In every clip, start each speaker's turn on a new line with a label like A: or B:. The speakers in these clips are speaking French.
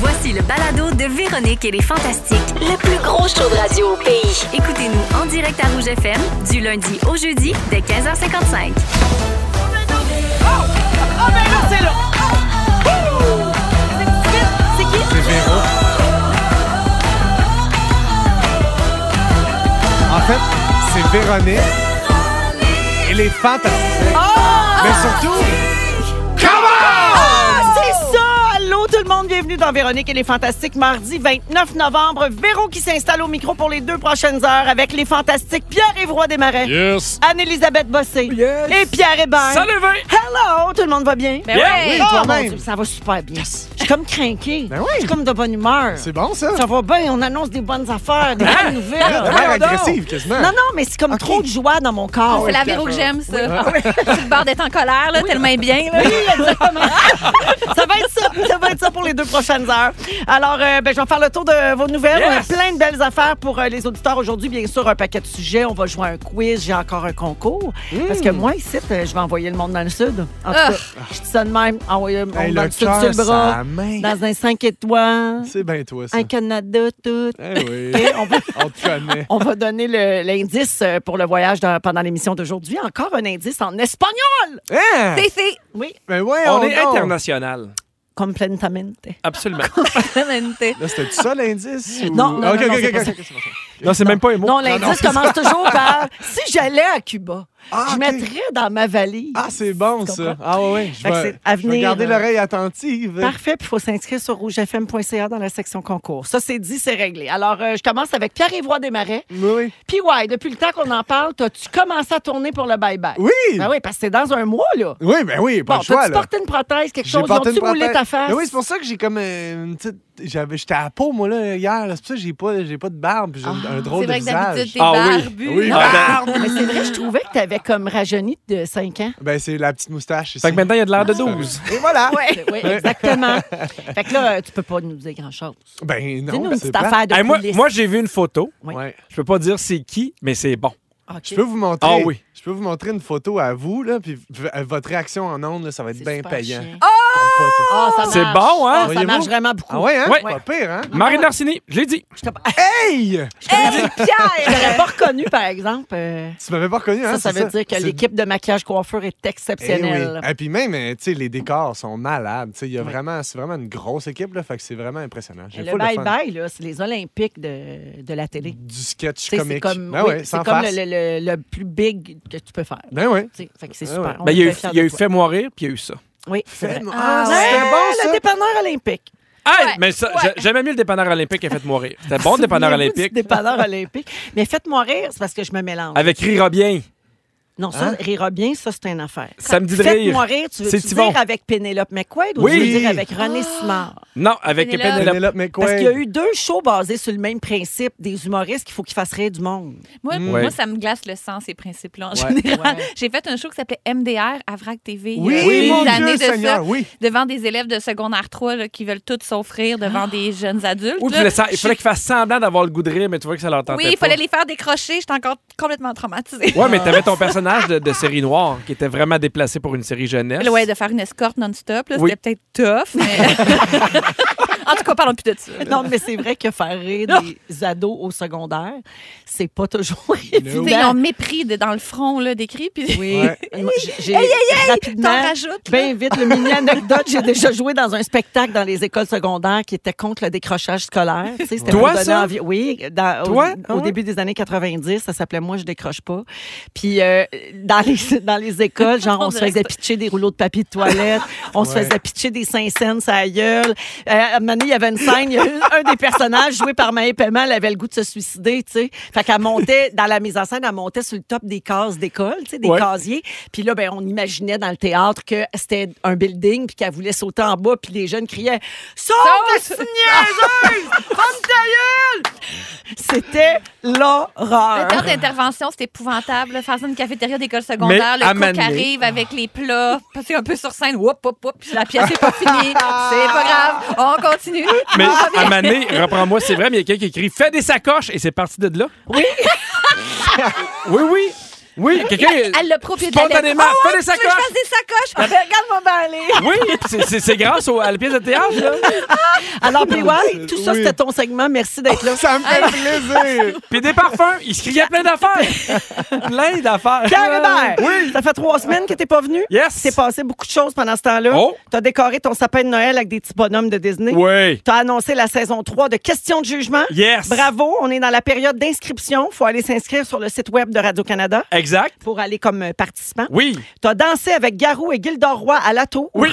A: Voici le balado de Véronique et les Fantastiques.
B: Le plus gros show de radio au pays.
A: Écoutez-nous en direct à Rouge FM du lundi au jeudi dès 15h55.
C: C'est Véro. En fait, c'est Véronique. Elle est fantastique.
D: Oh!
C: Mais surtout,
D: Ah, C'est ça! Allô tout le monde, bienvenue dans Véronique et les Fantastiques, mardi 29 novembre. Véro qui s'installe au micro pour les deux prochaines heures avec les Fantastiques Pierre-Yves Roy Desmarais,
E: Yes.
D: Anne-Elisabeth Bossé et Pierre Hébert.
E: Salut, Vin. Ben
D: Hello! Tout le monde va bien?
E: oui.
D: Oh,
C: toi-même.
D: mon Dieu, ça va super bien. Je suis comme craqué.
C: Ben oui.
D: Je suis comme de bonne humeur.
C: c'est bon ça. Ben
D: Ça va bien, on annonce des bonnes affaires, des bonnes nouvelles.
C: De manière agressive, quasiment.
D: Non, non, mais c'est comme trop de joie dans mon corps.
F: Ah, C'est la véro que j'aime, ça. Ah Tu te barres d'être en colère, là, tellement bien. Là.
D: ça va être ça. Ça va être ça pour les deux prochaines heures. Alors, euh, ben, je vais faire le tour de vos nouvelles. On a plein de belles affaires pour euh, les auditeurs aujourd'hui. Bien sûr, un paquet de sujets. On va jouer à un quiz. J'ai encore un concours.
F: Mm.
D: Parce que moi, ici, euh, je vais envoyer le monde dans le sud. En tout cas, je dis ça de même. Envoyer le monde
C: Hey,
D: dans
C: le
D: le sud sur
C: cœur,
D: le
C: ça
D: bras.
C: main.
D: Dans un 5 étoiles.
C: C'est bien toi ça.
D: Un Canada tout.
C: Eh oui.
D: Et on va
C: On te connaît.
D: on va donner le- l'indice euh, pour le voyage de- pendant l'émission d'aujourd'hui. Encore un indice en espagnol.
C: Hein?
F: C'est, c'est.
D: Oui,
C: Ben ouais,
E: On est
C: donc.
E: international.
D: completamente.
E: Absolument.
C: Là, c'était ça l'indice? ou-
D: Non, non,
C: Ok,
D: non, non,
C: ok,
D: c'est
C: ok,
D: pas
C: ok,
D: ça.
C: ok, c'est bon, ça.
E: Non, c'est même pas un mot.
D: Non, l'indice commence toujours par si j'allais à Cuba,
C: Ah,
D: je
C: ok.
D: mettrais dans ma valise.
C: Ah, c'est bon
D: Tu
C: ça.
D: comprends?
C: Ah ouais, ouais. Je
D: Fait que
C: vais,
D: c'est à
C: je vais
D: venir,
C: garder
D: euh,
C: l'oreille attentive.
D: Parfait, puis il faut s'inscrire sur rougefm.ca dans la section concours. Ça, c'est dit, c'est réglé. Alors, euh, je commence avec Pierre-Évoix Desmarais.
C: Oui, Oui.
D: Puis, ouais, depuis le temps qu'on en parle, t'as-tu commencé à tourner pour le bye-bye?
C: Oui.
D: Ben oui, parce que c'est dans un mois, là.
C: Oui, ben oui, pas
D: Bon,
C: le choix.
D: t'as-tu
C: là.
D: porté une prothèse, quelque
C: J'ai
D: chose? Ils
C: porté
D: ont-tu
C: une
D: roulé
C: prothèse.
D: ta face?
C: Ben oui, c'est pour ça que j'ai comme euh, une petite. j'avais- J'étais à la peau, moi, là, hier. là. C'est pour ça que j'ai pas, j'ai pas de barbe. puis J'ai un- un drôle
F: C'est vrai
C: de
F: que
C: visage.
F: d'habitude, t'es
E: Ah oui.
F: barbu.
E: Oui,
F: Non,
E: ben,
D: Mais c'est vrai, je trouvais que t'avais comme rajeuni de 5 ans.
C: Ben, c'est la petite moustache. ici. Ah,
E: Fait que maintenant, il y a de l'air de 12.
C: Et voilà.
D: Oui, exactement. fait que là, tu peux pas nous dire grand-chose.
C: Ben, non.
D: Dis-nous une
C: c'est
D: petite
C: plate.
D: affaire de
E: Hey, moi,
D: coulisses.
E: moi, j'ai vu une photo.
D: Oui.
C: Ouais.
E: Je peux pas dire c'est qui, mais c'est bon.
D: Ok.
C: Je peux vous montrer.
E: Ah oui.
C: Je peux vous montrer une photo à vous, là, puis v- euh, votre réaction en ondes, là, ça va être
D: C'est
C: bien
D: super
C: payant.
D: chiant.
C: Oh!
D: Ah, ça
E: C'est
D: marche.
E: bon, hein?
D: Ah, ça
C: Voyez-vous?
D: marche vraiment beaucoup.
C: Ah ouais, hein?
E: Ouais.
C: Pas pire, hein?
E: Marine Larcini, je l'ai dit.
D: Je t'ai pas-
C: Hey!
D: je l'aurais pas reconnu, par exemple. euh,
C: Tu m'avais pas reconnu, hein?
D: ça, ça
C: c'est
D: veut dire que
C: C'est-
D: l'équipe de maquillage coiffure est
C: Eh oui.
D: exceptionnelle.
C: Et puis même, euh, tu sais, les décors sont malades. Tu sais, il y a vraiment, c'est vraiment une grosse équipe, là, fait que c'est vraiment impressionnant. J'ai
D: Le
C: full de fun.
D: bye-bye, là, c'est les Olympiques de, de la télé.
C: Du sketch
D: Tu sais, C'est
C: comique.
D: comme,
C: ben
D: oui,
C: ouais,
D: c'est
C: sans
D: comme
C: farce.
D: le, le- le- le plus big que tu peux faire.
C: Ben ouais.
D: Tu sais, fait que c'est
C: Ah ouais.
D: super. On
E: Ben, il y a
D: est
E: eu,
D: bien fiers
E: il y a
D: de
E: eu
D: toi.
E: Fais-moi rire, puis il y a eu ça.
D: Oui, c'est vrai.
C: Fais-moi-
D: Ah,
C: Ah,
D: ouais,
C: c'était bon,
D: Le
C: ça.
D: dépanneur olympique.
E: Hey, mais ça, j'a- j'aimais mieux le dépanneur olympique et Faites-moi rire. C'était bon, le dépanneur
D: Souvenez-vous du
E: olympique.
D: Dépanneur olympique. Mais faites-moi rire, c'est parce que je me mélange.
E: Avec Hein? Rira bien.
D: Non, ça, rira bien, ça, c'est une affaire.
E: Samedi de rire.
D: Faites-moi rire, tu veux
E: C'est Yvon.
D: dire avec Pénélope McQuaid ou
E: Oui.
D: tu veux dire avec René
C: Ah!
D: Simard?
E: Non, avec
F: Penelope.
E: Penelope.
C: Penelope McQuaid.
D: Parce qu'il y a eu deux shows basés sur le même principe des humoristes qu'il faut qu'ils fassent rire du monde.
F: Moi,
E: Ouais.
F: moi, ça me glace le sang, ces principes-là, en général.
D: Ouais.
F: J'ai fait un show qui s'appelait MDR à VRAC TV.
C: Oui,
F: euh,
C: oui,
F: des
C: mon
F: années
C: Dieu,
F: de ça,
C: Seigneur, oui.
F: Devant des élèves de secondaire 3 là, qui veulent tous s'offrir devant des jeunes adultes.
E: Oui, puis
F: là.
E: le sang- il fallait qu'ils fassent semblant d'avoir le goût de rire, mais tu vois que ça leur tentait
F: Oui, il fallait
E: pas.
F: les faire décrocher. J'étais encore complètement traumatisée.
E: Ouais, mais t'avais ton personnage de, de série noire qui était vraiment déplacé pour une série jeunesse.
F: Ouais, de faire une escorte non-stop, là,
E: Oui.
F: c'était peut-être tough, mais. en tout cas, parlons plus de ça. là.
D: Non, mais c'est vrai que faire rire des ados au secondaire, c'est pas toujours
F: Tu sais, Ils ont
D: évident.
F: mépris de- dans le front là, des cris. Puis...
D: Oui,
C: Ouais.
D: Moi, j'ai- j'ai
F: T'en
D: rapidement,
F: rajoutes. là.
D: bien vite, le mini anecdote, j'ai déjà joué dans un spectacle dans les écoles secondaires qui était contre le décrochage scolaire. Tu sais, c'était
E: Toi,
D: pour donner
E: ça?
D: envie- Oui, dans- au-
E: Toi?
D: au,
E: Ah ouais?
D: début des années 90, ça s'appelait Moi, je décroche pas. Puis euh, dans, les, dans les écoles, genre, on,
F: On
D: se
F: dirait
D: faisait
F: que
D: pitcher des rouleaux de papier de toilette, on se
C: Ouais.
D: faisait pitcher des cinq cents à la gueule. Euh, à un moment donné, il y avait une scène, il y a eu un des personnages joué par Maë Paiement, elle avait le goût de se suicider, tu sais. Fait qu'elle montait, dans la mise en scène, elle montait sur le top des cases d'école, tu sais, des
E: Ouais.
D: casiers. Puis là, ben, on imaginait dans le théâtre que c'était un building, puis qu'elle voulait sauter en bas, puis les jeunes criaient « Sauve,
F: Sauve!
D: niaiseuse! Ferme ta gueule! » C'était l'horreur.
F: Le temps d'intervention, c'est épouvantable. là. Faire ça dans une cafétéria d'école secondaire,
E: Mais à
F: le coq
E: Mané.
F: arrive avec les plats, passer un peu sur scène, whoop, whoop, whoop, puis la pièce n'est pas finie. C'est pas grave, on continue.
E: Mais
F: Ah,
E: à Mané, reprends-moi, c'est vrai, mais il y a quelqu'un qui écrit Fais des sacoches et c'est parti de là.
D: Oui.
E: oui, oui. Oui, quelqu'un.
F: Elle l'a profité de la
E: Spontanément,
F: lettre. Ah,
E: fais des
F: Tu veux que je fasse
E: sacoches!
F: des sacoches. Regarde-moi bien aller.
E: Oui, c'est- c'est c'est grâce au- à la pièce de théâtre, là.
D: Ah. Alors, PY, tout ça,
C: Oui.
D: c'était ton segment. Merci d'être là.
C: Ça me fait plaisir.
E: Puis des parfums, il se criait plein d'affaires. plein d'affaires.
D: Pierre Hébert,
E: Oui.
D: ça fait trois semaines que t'es pas venu.
E: Yes.
D: C'est passé beaucoup de choses pendant ce temps-là.
E: Oh.
D: T'as décoré ton sapin de Noël avec des petits bonhommes de Disney.
E: Oui.
D: T'as annoncé la saison 3 de Questions de jugement.
E: Yes.
D: Bravo, on est dans la période d'inscription. Faut aller s'inscrire sur le site web de Radio-Canada
E: Exact.
D: pour aller comme euh, participant.
E: Oui.
D: T'as dansé avec Garou et Gildor Roy à la tour.
E: Oui.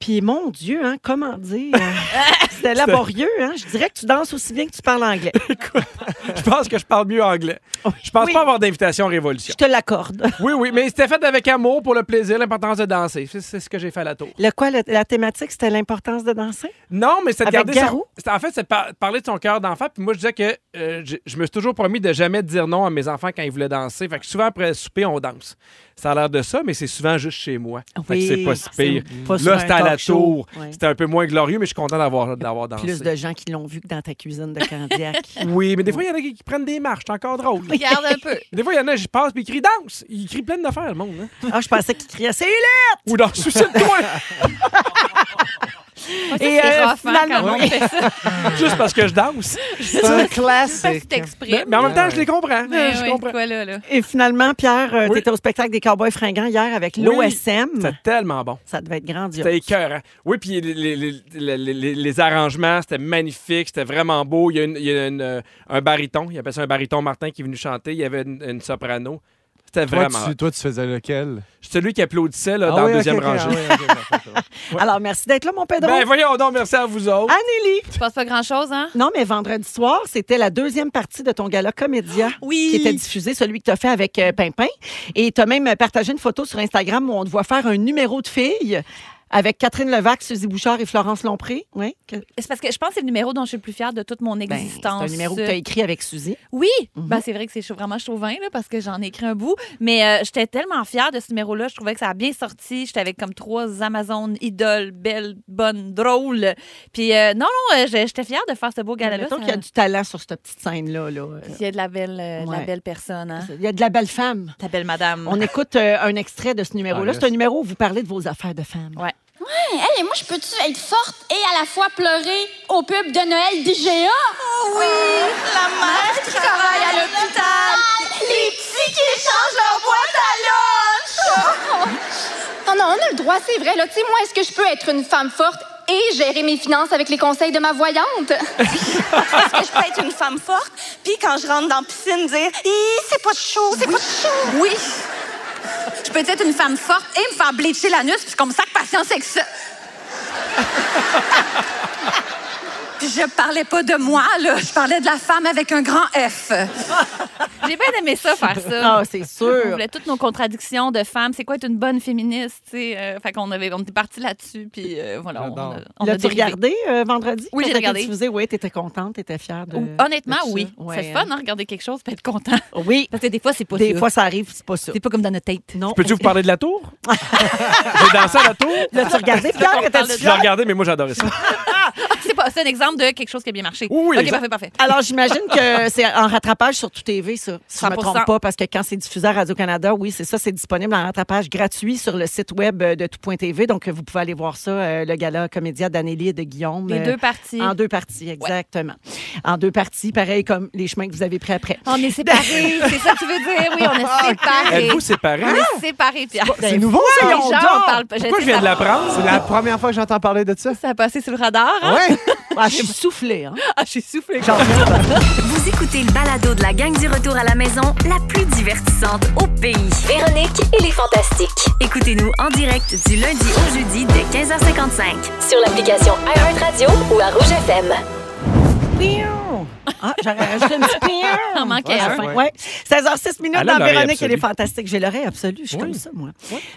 D: Puis mon Dieu, hein, comment dire? euh, C'était laborieux, hein? Je dirais que tu danses aussi bien que tu parles anglais.
E: Je pense que je parle mieux anglais. Je pense
D: Oui.
E: pas avoir d'invitation Révolution.
D: Je te l'accorde.
E: Oui, oui, mais c'était fait avec amour pour le plaisir, l'importance de danser. C'est- C'est ce que j'ai fait à la tour.
D: Le quoi, le- la thématique, c'était l'importance de danser?
E: Non, mais c'est de
D: Avec
E: garder son-
D: Garou?
E: c'est- En fait, c'est de par- parler de son cœur d'enfant. Puis moi, je disais que euh, je, je me suis toujours promis de jamais dire non à mes enfants quand ils voulaient danser. Fait que souvent, après le souper, on danse. Ça a l'air de ça, mais c'est souvent juste chez moi. Fait que
D: Oui,
E: c'est pas si pire.
D: c'est pas sur un
E: Là, c'était à la
D: talk show.
E: tour.
D: Ouais.
E: C'était un peu moins glorieux, mais je suis content d'avoir, d'avoir dansé.
D: Plus de gens qui l'ont vu que dans ta cuisine de Candiac.
E: Oui, mais des fois, il y en a qui, qui prennent des marches. C'est encore drôle.
F: Regarde un peu.
E: Des fois, il y en a, qui passent, puis ils crient danse. Ils crient plein d'affaires, le monde. hein.
D: ah, je pensais qu'il criait « C'est Ah, là!
E: Ou dans Suicide-toi!
F: Et
D: euh,
F: rough, hein, quand
D: finalement-
F: on fait ça.
E: Juste parce que je danse.
C: C'est un
F: Parce que
C: classique.
E: Mais,
F: t'exprimes.
E: mais en même temps, je les comprends.
F: Ouais,
E: je
F: ouais,
E: comprends.
F: quoi, là, là. »
D: Et finalement, Pierre, euh,
E: Oui.
D: t'étais au spectacle des Cowboys fringants hier avec
E: Oui.
D: l'OSM.
E: C'était tellement bon.
D: Ça devait être grandiose.
E: C'était écœurant. Oui, puis les, les- les- les- les- les arrangements, c'était magnifique, c'était vraiment beau. Il y a, une- il y a une, euh, un baryton, il appelle ça un baryton Martin qui est venu chanter. Il y avait une, une soprano. C'était
C: Toi
E: vraiment.
C: tu, toi, tu faisais lequel?
E: Celui qui applaudissait là,
C: Ah
E: dans la
C: oui, ok,
E: deuxième
C: ok,
E: rangée.
C: ah oui, ok, parfait, ça va.
D: Alors, merci d'être là, mon Pedro.
E: Ben voyons donc, merci à vous
D: Ah,
E: autres.
D: Anneli.
F: Oh. Tu passes pas grand-chose, hein?
D: Non, mais vendredi soir, c'était la deuxième partie de ton gala Comédia.
F: Ah, Oui.
D: Qui était diffusé, celui que tu as fait avec euh, Pimpin. Et tu as même euh, partagé une photo sur Instagram où on te voit faire un numéro de fille avec Catherine Levac, Suzy Bouchard et Florence Lompré. Oui. que-
F: C'est parce que je pense que c'est le numéro dont je suis le plus fière de toute mon
D: ben, c'est
F: existence.
D: un numéro que tu as écrit avec Suzy.
F: Oui, ben, c'est vrai que c'est chau- vraiment chauvin là, parce que j'en ai écrit un bout, mais euh, j'étais tellement fière de ce numéro-là. Je trouvais que ça a bien sorti. J'étais avec comme trois Amazones idoles, belles, bonnes, drôles. Puis euh, non, non, euh, j'ai- j'étais fière de faire ce beau gala-là.
D: Mettons
F: Ça-
D: qu'il y a du talent sur cette petite scène-là. là. Euh,
F: Puis il y a de la belle, euh, de la
D: Ouais.
F: belle personne. Hein?
D: Il y a de la belle femme.
F: Ta belle madame.
D: On écoute euh, un extrait de ce numéro-là.
E: Ah,
D: C'est un numéro où vous parlez de vos affaires de femmes.
F: Ouais.
G: Hey, moi, je peux-tu être forte et à la fois pleurer au pub de Noël d'IGA? Oh oui! La mère qui travaille à l'hôpital! Les petits qui échangent leur boîte à lunch! Oh non, on a le droit, c'est vrai. Là, tu sais, moi, est-ce que je peux être une femme forte et gérer mes finances avec les conseils de ma voyante?
H: Est-ce que je peux être une femme forte? Puis quand je rentre dans la piscine, dire Hi, c'est pas chaud, c'est pas chaud. Oui. Je peux être une femme forte et me faire bleacher l'anus, puis comme ça que patience avec ça. Puis je parlais pas de moi, là. Je parlais de la femme avec un grand F.
F: J'ai bien aimé ça, faire ça.
D: Ah, c'est
F: On
D: sûr.
F: voulait toutes nos contradictions de femmes. C'est quoi être une bonne féministe? tu sais, euh, fait qu'on avait, on était parti là-dessus, puis euh, voilà, on
C: J'adore.
F: a, on a
D: L'as-tu
F: dérivé.
D: regardé euh, vendredi?
F: Oui,
D: Quand
F: j'ai
D: t'as été
F: regardé.
D: diffusé? Oui, t'étais contente, t'étais fière de.
F: Ou- Honnêtement, oui. c'est fun, hein, regarder quelque chose, puis être content.
D: Oui,
F: Parce que des fois, c'est pas
D: des
F: ça.
D: fois, ça arrive, c'est pas ça.
F: C'est pas comme dans notre tête.
D: Non.
E: Peux-tu vous parler de la tour? J'ai dansé à la tour.
D: L'as-tu regardé, Pierre?
F: qu'on parle de
D: T'étais-tu
E: Je l'ai
D: fière?
E: regardé, mais moi, j'adorais ça.
F: Ah, C'est pas c'est un exemple de quelque chose qui a bien marché.
E: Oui, oui,
F: OK,
E: exact.
F: parfait, parfait.
D: Alors, j'imagine que c'est en rattrapage sur tout TV, ça. Si je me
F: 100%.
D: trompe pas, parce que quand c'est diffusé à Radio-Canada, oui, c'est ça, c'est disponible en rattrapage gratuit sur le site web euh, de tout.tv. Donc, euh, vous pouvez aller voir ça, euh, le gala comédia d'Anélie et de Guillaume.
F: Les
D: euh,
F: deux parties.
D: En deux parties, exactement. En deux parties, pareil comme les chemins que vous avez pris après.
F: On est séparés, c'est ça que tu veux dire? Oui, on est
D: Ah,
F: séparés.
E: Êtes-vous séparés?
F: On est séparés, Pierre.
C: C'est nouveau, ça?
F: Les gens,
D: Voyons
F: on
D: donc!
F: parle pas.
E: Pourquoi je viens de l'apprendre?
C: C'est la première fois que j'entends parler de ça.
F: Ça a passé sur le radar. hein?
C: Ouais!
D: Ah, je suis soufflée, hein?
F: Ah, j'ai soufflé.
A: Vous écoutez le balado de la gang du retour à la maison, la plus divertissante au pays.
B: Véronique et les Fantastiques.
A: Écoutez-nous en direct du lundi au jeudi dès 15h55.
B: Sur l'application iHeartRadio ou à Rouge FM.
D: Ah, j'aurais rajouté une petite
F: On manquait un.
D: Ouais, ouais. 16h06
C: Ah,
D: minutes
E: Elle a
D: dans
E: l'oreille
D: Véronique, elle est
E: absolue.
D: fantastique. J'ai l'oreille absolue, je suis
E: Oui.
D: comme ça, moi.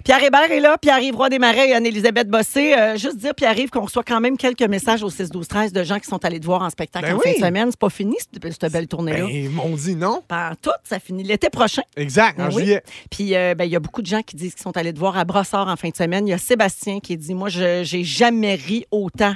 D: Pierre Hébert est là, Pierre-Yves Roy Desmarais et Anne-Élisabeth Bossé. Euh, juste dire, Pierre-Yves, qu'on reçoit quand même quelques messages au 6-12-13 de gens qui sont allés te voir en spectacle
C: Ben
D: en
C: oui.
D: fin de semaine. C'est pas fini, cette, cette belle tournée-là.
C: Ben, ils m'ont dit non.
D: Pas en tout, ça finit l'été prochain. Ben
C: Exact, en
D: Oui.
C: juillet.
D: Puis euh, ben, il y a beaucoup de gens qui disent qu'ils sont allés te voir à Brossard en fin de semaine. Il y a Sébastien qui dit Moi, je j'ai jamais ri autant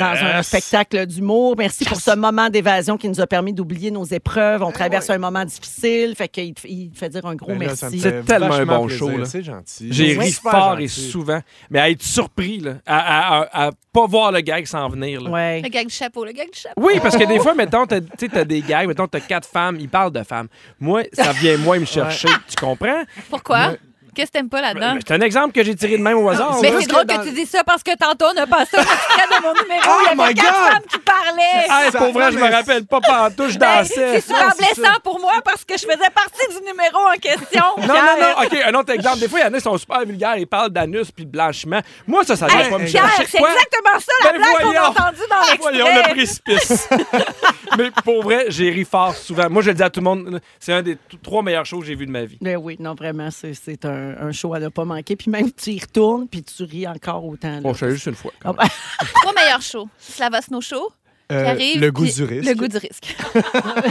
D: dans un spectacle d'humour. Merci pour ce moment d'évasion qui nous nous a permis d'oublier nos épreuves. On traverse un moment difficile. Fait qu'il te- il te fait dire un gros
C: Ben là, ça me
D: merci.
C: fait
E: C'est tellement un
C: vachement
E: bon
C: plaisir.
E: show, là.
C: C'est gentil.
E: J'ai
C: C'est
E: ri
C: super
E: fort et
C: gentil.
E: souvent, mais à être surpris, là, à, à, à- à pas voir le gag s'en venir. là.
D: Ouais.
F: Le gag du chapeau, le gag du chapeau.
E: Oui, parce que des fois, mettons, t'as- tu sais, t'as des gags, mettons, t'as quatre femmes, ils parlent de femmes. Moi, ça vient moi me chercher, tu comprends?
F: Pourquoi? Qu'est-ce que t'aimes pas là-dedans?
E: C'est un exemple que j'ai tiré de même au hasard.
F: Mais
E: là.
F: c'est drôle que tu dis ça parce que tantôt, on a passé un extrait de mon numéro.
C: Oh
F: il y
C: my
F: avait quatre
C: God!
F: femmes qui parlaient.
E: Hey,
C: Ça-
E: pour vrai, je me rappelle pas partout, je
F: Ben,
E: dansais.
F: c'est super
C: Non, c'est ça.
F: blessant pour moi parce que je faisais partie du numéro en question.
E: Non, non, non. OK, un autre exemple. Des fois, il y en a qui sont super vulgaires. Ils parlent d'anus puis de blanchiment. Moi, ça, ça vient
F: Hey,
E: pas me
F: Pierre,
E: chercher.
F: c'est
E: Quoi?
F: exactement ça la
E: Ben
F: blague qu'on a
E: voyons. Ben
F: entendue dans
E: Ah, Voyons le
F: l'extrait.
E: précipice. Mais pour vrai, j'ai ri fort souvent. Moi, je le dis à tout le monde, c'est un des t- trois meilleurs shows que j'ai vu de ma vie.
D: Ben oui, non, vraiment, c'est- c'est un, un show à ne pas manquer. Puis même, tu y retournes, puis tu ris encore autant. là.
E: Bon, je suis juste une fois.
D: Ah,
E: quand
D: bah,
F: Trois meilleurs shows. Slava Snow Show.
C: Euh,
F: qui arrive,
C: le goût
F: puis-
C: du risque.
F: Le goût du risque.
E: même.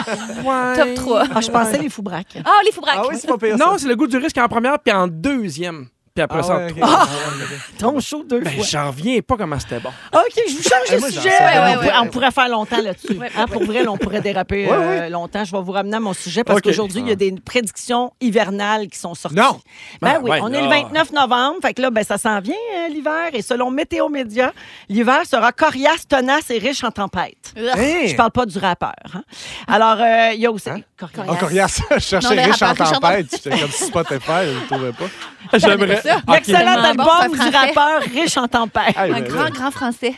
F: Top 3.
D: ah, je pensais les fous braques.
F: Ah, les foubraques.
C: Ah oui, c'est pas pire.
E: Non, c'est le goût du risque en première puis en deuxième. Puis
D: Ah
E: après ça, en
C: ça.
E: trois.
D: Ton show deux
E: Ben,
D: fois.
E: j'en reviens pas comment c'était bon.
D: Ah, OK, je vous change
C: Eh,
D: de
C: moi, j'en
D: sujet.
C: sais
D: On
F: rien.
D: pour-
F: Ouais, ouais,
D: On pourrait faire longtemps là-dessus. Hein, pour vrai, là, on pourrait déraper
C: Ouais,
D: euh,
C: ouais. Ah.
D: longtemps. Je vais vous ramener à mon sujet parce
E: OK.
D: qu'aujourd'hui, il y a des prédictions hivernales qui sont sorties.
C: Non.
D: Ben
E: Ben,
D: oui,
E: ouais,
D: on est le
E: non.
D: 29 novembre. Fait que là, ben, ça s'en vient, hein, l'hiver. Et selon Météo Média, l'hiver sera coriace, tenace et riche en tempêtes. Hein? Je parle pas du rappeur. hein. Alors, euh, il y a aussi... Coriace.
C: Encore hier, Hein? Ah, je cherchais
F: Non, mais
C: riche en
F: rapport, riche en
C: tempête. J'étais comme si Spotify, je le trouvais pas.
E: J'aimerais.
F: ça.
E: Ok,
D: L'excellent
F: Tellement Ah, bon,
D: album
F: c'est un
D: du
F: français.
D: rappeur riche en tempêtes.
C: Hey,
F: Un
C: ben,
F: grand,
C: là,
F: grand français.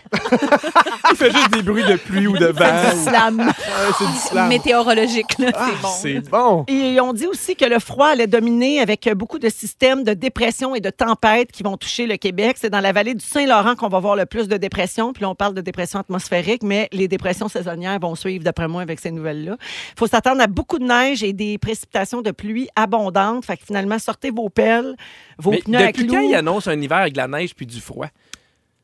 E: Il fait juste des bruits de pluie ou de vent. ou-
D: Slam.
C: ah, c'est du slam.
F: Météorologique, là.
C: Ah,
F: c'est bon.
C: c'est bon.
D: Et on dit aussi que le froid allait dominer avec beaucoup de systèmes de dépression et de tempêtes qui vont toucher le Québec. C'est dans la vallée du Saint-Laurent qu'on va voir le plus de dépression. Puis là, on parle de dépression atmosphérique, mais les dépressions saisonnières vont suivre, d'après moi, avec ces nouvelles-là. Il faut s'attendre à beaucoup de neige et des précipitations de pluie abondantes. Fait que finalement, sortez vos pelles, vos
E: Mais
D: pneus à
E: depuis
D: clous.
E: quand il annonce un hiver avec de la neige puis du froid?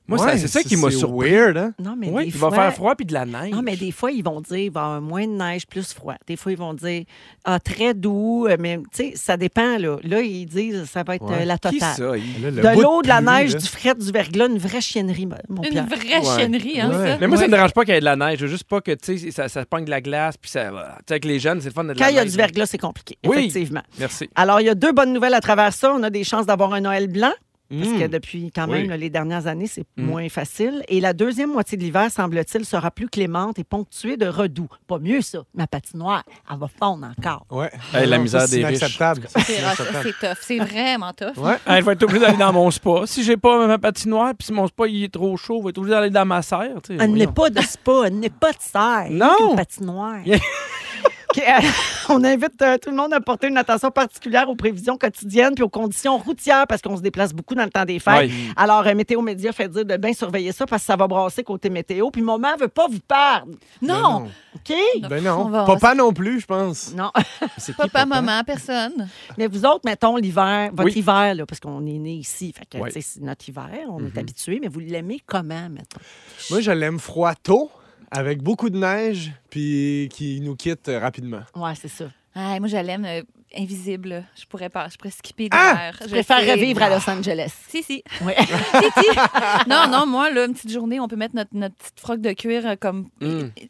E: Moi, ça-
C: Ouais,
E: c'est ça qui m'a surpris.
C: weird, hein?
D: Non, mais
E: Oui,
D: des
E: il
D: fois-
E: va faire froid puis de la neige.
D: Non, mais des fois, ils vont dire, il va y avoir moins de neige, plus froid. Des fois, ils vont dire, ah, très doux, euh, mais tu sais, ça dépend, là. Là, ils disent, ça va être
C: Ouais.
D: euh, la
E: Qui
D: totale.
E: ça? il-
C: Là, le bout
D: de l'eau, de la
C: pluie,
D: neige,
C: là.
D: du fret, du verglas, une vraie chiennerie, mon mon
F: Une
D: Pierre.
F: vraie
E: Ouais.
F: chiennerie, hein,
C: Ouais.
F: ça.
E: Mais moi, ça
F: Ouais.
E: me dérange pas qu'il y ait de la neige. Je veux juste pas que, tu sais, ça, ça pogne de la glace. Puis ça. Tu sais, avec les jeunes, c'est le fun de la
D: Quand il y a
E: neige. hein.
D: du verglas, c'est compliqué,
E: Oui.
D: effectivement.
E: Merci.
D: Alors, il y a deux bonnes nouvelles à travers ça. On a des chances d'avoir un Noël blanc, parce que depuis quand même
E: Mm. Oui.
D: là, les dernières années, c'est
E: Mm.
D: moins facile. Et la deuxième moitié de l'hiver, semble-t-il, sera plus clémente et ponctuée de redoux. Pas mieux, ça. Ma patinoire, elle va fondre encore.
C: Ouais.
E: Hey, la
C: Non,
E: misère
C: ça, c'est
E: des riches.
C: inacceptable. Ça,
F: C'est
C: C'est
F: rough,
C: inacceptable.
F: c'est tough. C'est vraiment tough.
C: Ouais.
E: Ah, je vais être obligé d'aller dans mon spa. Si j'ai pas ma patinoire, puis si mon spa il est trop chaud, je vais être obligé d'aller dans ma serre. tu sais.
D: Elle n'est
E: Voyons.
D: pas de spa, elle n'est pas de serre.
E: Non.
D: Elle n'est qu'une patinoire. OK, euh, on invite euh, tout le monde à porter une attention particulière aux prévisions quotidiennes puis aux conditions routières parce qu'on se déplace beaucoup dans le temps des fêtes.
E: Ouais.
D: Alors, euh, Météo Média fait dire de bien surveiller ça parce que ça va brasser côté météo. Puis Maman veut pas vous perdre.
F: Non!
D: OK?
C: Ben
F: On
C: non.
F: va-
C: Papa non plus, je pense.
D: Non.
E: C'est qui,
F: Papa, maman, Hein, personne.
D: Mais vous autres, mettons l'hiver, votre
E: Oui.
D: hiver, là, parce qu'on est né ici. Fait que,
E: Ouais.
D: tu sais, c'est notre hiver, on est habitué, mais vous l'aimez comment, mettons?
C: Moi, je l'aime froid tôt, avec beaucoup de neige, puis qui nous quitte euh, rapidement.
D: Ouais, c'est ça.
F: Ah, moi, je l'aime euh, invisible. là. Je pourrais pas. Je pourrais skipper
C: Ah!
F: l'hiver.
D: Je préfère
F: sais.
D: revivre à Los Angeles.
F: Si, si.
D: Oui.
F: Si, si. non, non, moi, là, une petite journée, on peut mettre notre, notre petite froc de cuir euh, comme
E: Mm.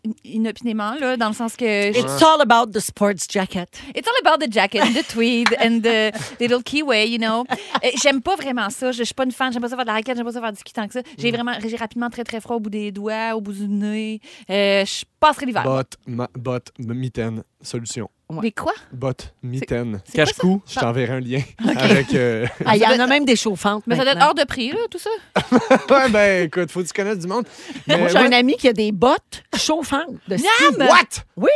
F: in- inopinément, là, dans le sens que... je-
D: It's all about the sports jacket.
F: It's all about the jacket, and the tweed, and the little keyway, you know. Euh, J'aime pas vraiment ça. Je je suis pas une fan. J'aime pas ça faire de la raquette. J'aime pas ça faire du ski tant que ça. J'ai
E: Mm.
F: vraiment, j'ai rapidement très, très froid au bout des doigts, au bout du nez. Euh, je passerai l'hiver.
C: Botte, ma- botte, mitaine, solution.
F: Mais quoi?
C: Botte, mitaine.
F: C'est quoi ça?
E: Cache-cou.
C: Je t'enverrai un lien avec. euh,
D: Ah, Il y en a même des chauffantes.
F: Mais ça doit être
D: maintenant.
F: hors de prix, là, tout ça.
C: ouais, ben écoute, faut que tu connaisses du monde. Mais
D: Moi, j'ai
C: ouais.
D: un ami qui a des bottes chauffantes de ski.
C: What?
D: Oui,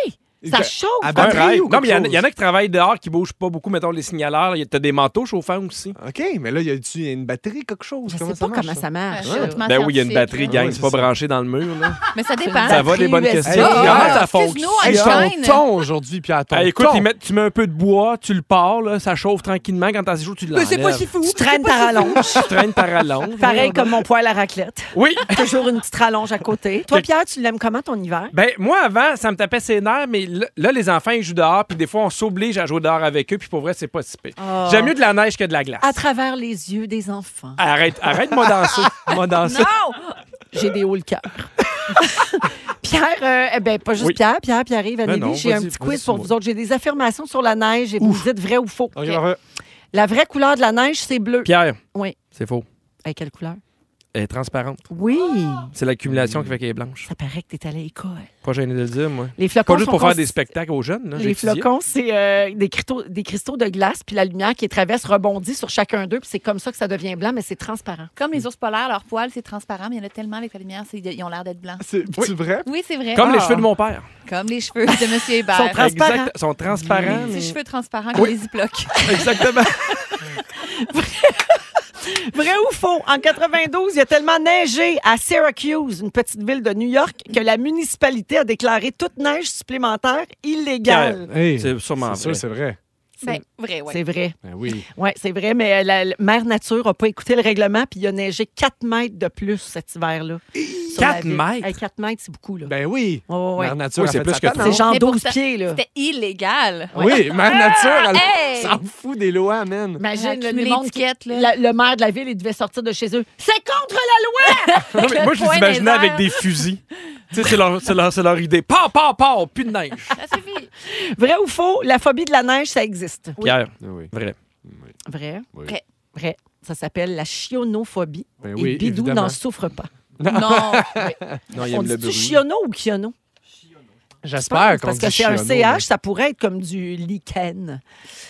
D: ça
C: Ben,
D: chauffe.
C: à
E: Un
C: batterie
E: rêve.
C: ou
E: Non, mais il y en a-
C: quelque
E: il y, en a qui travaillent dehors, qui bougent pas beaucoup, mettons les signaleurs. Il y a- T'as des manteaux chauffants aussi.
C: OK, mais là, y a-tu une batterie, quelque chose?
D: Je sais
C: Comment
D: pas
C: ça marche,
D: comment
C: ça?
D: ça marche.
F: Je suis hautement
E: Ben oui, il y a une
F: scientifique,
E: batterie,
F: là.
E: gang.
C: Ouais,
E: c'est
C: c'est
E: pas
C: ça.
E: branché dans le mur. Là.
F: Mais ça dépend.
E: Ça va, les bonnes
D: USB.
E: questions.
C: Hey,
E: Comment
C: ouais.
E: ça
F: Excuse-nous,
E: fonctionne?
C: Hey, je suis
F: Einstein.
C: en ton aujourd'hui, puis à ton
E: Hey, écoute,
C: ton.
E: ils mettent- tu mets un peu de bois, tu le pars, là, ça chauffe tranquillement. Quand t'as assez chaud, tu l'enlèves.
D: fou. Tu traînes ta rallonge.
E: Tu traînes ta rallonge.
D: Pareil comme mon poêle à raclette.
E: Oui.
D: Toujours une petite rallonge à côté. Toi, Pierre, tu l'aimes comment ton hiver?
E: Ben, moi, avant, ça me tapait ses nerfs, mais là, là, les enfants, ils jouent dehors, puis des fois, on s'oblige à jouer dehors avec eux, puis pour vrai, c'est pas si pire.
D: Ah.
E: J'aime mieux de la neige que de la glace.
D: À travers les yeux des enfants,
E: Arrête, arrête, moi, danser. Moi, danser.
F: Non!
D: j'ai des hauts le cœur. Pierre, euh, eh ben, pas juste
E: Oui.
D: Pierre, Pierre, Pierre arrive,
E: Ben non,
D: Valérie, j'ai un
E: vas-y,
D: petit quiz
E: vas-y,
D: pour
E: moi.
D: vous autres. J'ai des affirmations sur la neige et vous me dites vrai ou faux.
C: Ok, parfait.
D: La vraie couleur de la neige, c'est bleu.
E: euh, Pierre.
D: Oui.
E: C'est faux.
D: Hey, quelle couleur?
E: Elle est transparente.
D: Oui.
E: C'est l'accumulation qui fait qu'elle est blanche.
D: Ça paraît que t'es allé à l'école.
E: Pas gêné de le dire, moi.
D: Les flocons
E: Pas juste
D: sont
E: pour faire
D: consi-
E: des spectacles aux jeunes. Là, j'ai
D: Les
E: étudié.
D: flocons, c'est euh, des, cristaux- des cristaux de glace, puis la lumière qui les traverse rebondit sur chacun d'eux, puis c'est comme ça que ça devient blanc, mais c'est transparent.
F: Comme les ours polaires, leur poil, c'est transparent, mais il y en a tellement avec la lumière, c'est- ils ont l'air d'être blancs.
C: C'est c'est vrai?
F: Oui, c'est vrai.
E: Comme les
C: Ah.
E: cheveux de mon père.
F: Comme les cheveux de M. Hébert.
D: Sont trans- Transparent.
E: Exact- sont transparents.
F: Ses
E: mais-
F: cheveux transparents comme les ziplocs.
E: Exactement.
D: Vrai ou faux? En 92, il a tellement neigé à Syracuse, une petite ville de New York, que la municipalité a déclaré toute neige supplémentaire illégale.
C: Hey,
E: C'est sûrement
C: C'est
E: vrai.
C: sûr, c'est vrai.
F: Ben, vrai, ouais.
D: C'est vrai.
C: Ben oui.
D: Oui, c'est vrai, mais euh, la, la mère nature n'a pas écouté le règlement, puis il a neigé 4 mètres de plus cet hiver-là. Sur la
E: Quatre
D: ville.
E: mètres?
D: Hey, 4 mètres, c'est beaucoup, là.
C: Ben oui.
D: Ouais, ouais, ouais.
C: Mère nature,
E: Oui,
C: c'est plus que
D: C'est genre
F: Mais
D: 12
F: pourtant-
D: pieds, là.
F: C'était illégal.
C: hein.
F: Ah!
C: Oui, mère nature, elle
F: hey!
C: s'en fout des lois, man.
D: Imagine
F: Avec
D: le
F: une
D: monde qui-
F: étiquette, là.
D: la- le maire de la ville, il devait sortir de chez eux. C'est contre la loi!
E: Non, mais
F: Le
E: moi, je les
F: poing
E: imaginais
F: des
E: avec
F: airs.
E: des fusils. Tu sais, c'est leur, c'est leur- c'est leur idée. Pas, pas, pas, plus de neige.
F: Ça suffit.
D: Vrai ou faux, la phobie de la neige, ça existe.
E: Pierre,
C: Ah Oui.
E: vrai.
D: Vrai.
C: Oui.
F: Vrai.
D: Vrai. Ça s'appelle la chionophobie.
C: Ben
D: Et
C: oui,
D: Bidou
C: évidemment.
D: n'en souffre pas.
F: Non.
E: Non, il
D: On
E: aime
D: dit-tu
E: le bruit.
D: chiono ou chiono?
C: J'espère qu'on
D: Parce que
C: dit
D: c'est un
C: Chiono.
D: CH, ça pourrait être comme du lichen.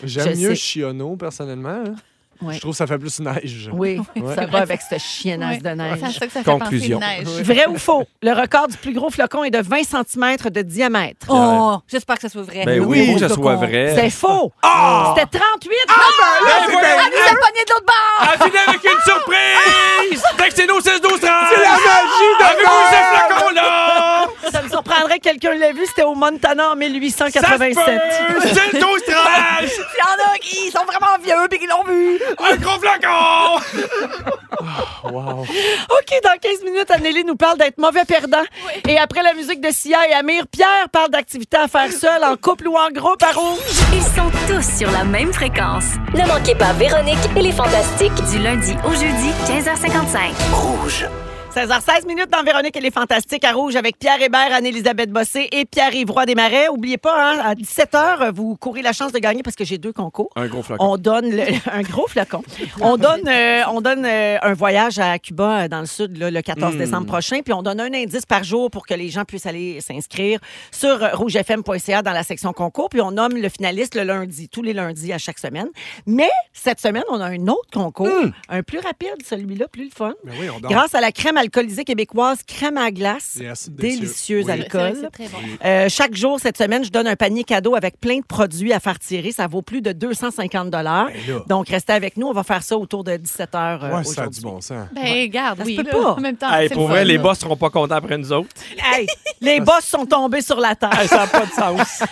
C: J'aime
D: Je
C: mieux
D: sais.
C: Chiono, personnellement. hein.
D: Ouais.
C: Je trouve que ça fait plus neige.
D: Oui,
C: Ouais.
D: ça va avec cette chiennasse
F: Ouais.
D: de neige.
F: C'est ça que ça fait
E: Conclusion.
F: penser de neige.
D: Vrai ou faux? Le record du plus gros flocon est de 20 cm de diamètre.
F: Oh, j'espère que ça soit vrai.
E: Ben
C: Oui,
E: oui, faut que ça soit vrai.
D: C'est faux! C'était 38!
F: Ah,
E: Ben voilà!
F: Elle nous a pogné de l'autre bord!
E: Elle finit avec une surprise! Textez-nous 16 12 30
C: C'est la magie de
E: Avez-vous ces flacons-là?
D: Ça me surprendrait que quelqu'un l'a vu, c'était au Montana en 1887.
E: 16 12 30
F: Il y en a qui sont vraiment vieux et qui l'ont vu.
E: Un gros flacon!
C: Oh, Wow.
D: OK, dans 15 minutes, Anneli nous parle d'être mauvais perdant. Et après la musique de Sia et Amir, Pierre parle d'activités à faire seul, en couple ou en groupe à rouge.
A: Ils sont tous sur la même fréquence.
B: Ne manquez pas Véronique et les Fantastiques.
A: Du lundi au jeudi, 15h55.
D: 16h16 minutes dans Véronique et les Fantastiques à Rouge avec Pierre Hébert, Anne-Élisabeth Bossé et Pierre-Yves Roy Desmarais. Oubliez pas, hein, à 17h, vous courez la chance de gagner parce que j'ai deux concours.
E: Un gros flacon.
D: On donne le- un gros flacon. On donne, euh, on donne euh, un voyage à Cuba euh, dans le sud là, le 14 décembre prochain. Puis on donne un indice par jour pour que les gens puissent aller s'inscrire sur euh, rougefm.ca dans la section concours. Puis on nomme le finaliste le lundi, tous les lundis à chaque semaine. Mais cette semaine, on a un autre concours, un plus rapide, celui-là, plus le fun.
C: Ben oui, on dort.
D: Grâce à la crème alcoolisée québécoise, crème à glace,
C: Yes, délicieux.
D: délicieuse
C: Oui.
D: alcool.
F: C'est très bon.
D: Euh, chaque jour cette semaine, je donne un panier cadeau avec plein de produits à faire tirer. Ça vaut plus de 250 dollars.
C: Ben là.
D: Donc restez avec nous, on va faire ça autour de 17 h
C: Ouais, ça a du bon sens.
F: Ben, regarde,
D: Ça se
F: oui.
D: peut
F: là.
D: pas.
F: En même temps,
E: Hey,
F: c'est
E: pour
F: le fun,
E: vrai, les
F: là.
E: boss seront pas contents après nous autres.
D: les boss sont tombés sur la terre.
E: Hey, ça n'a pas de sens.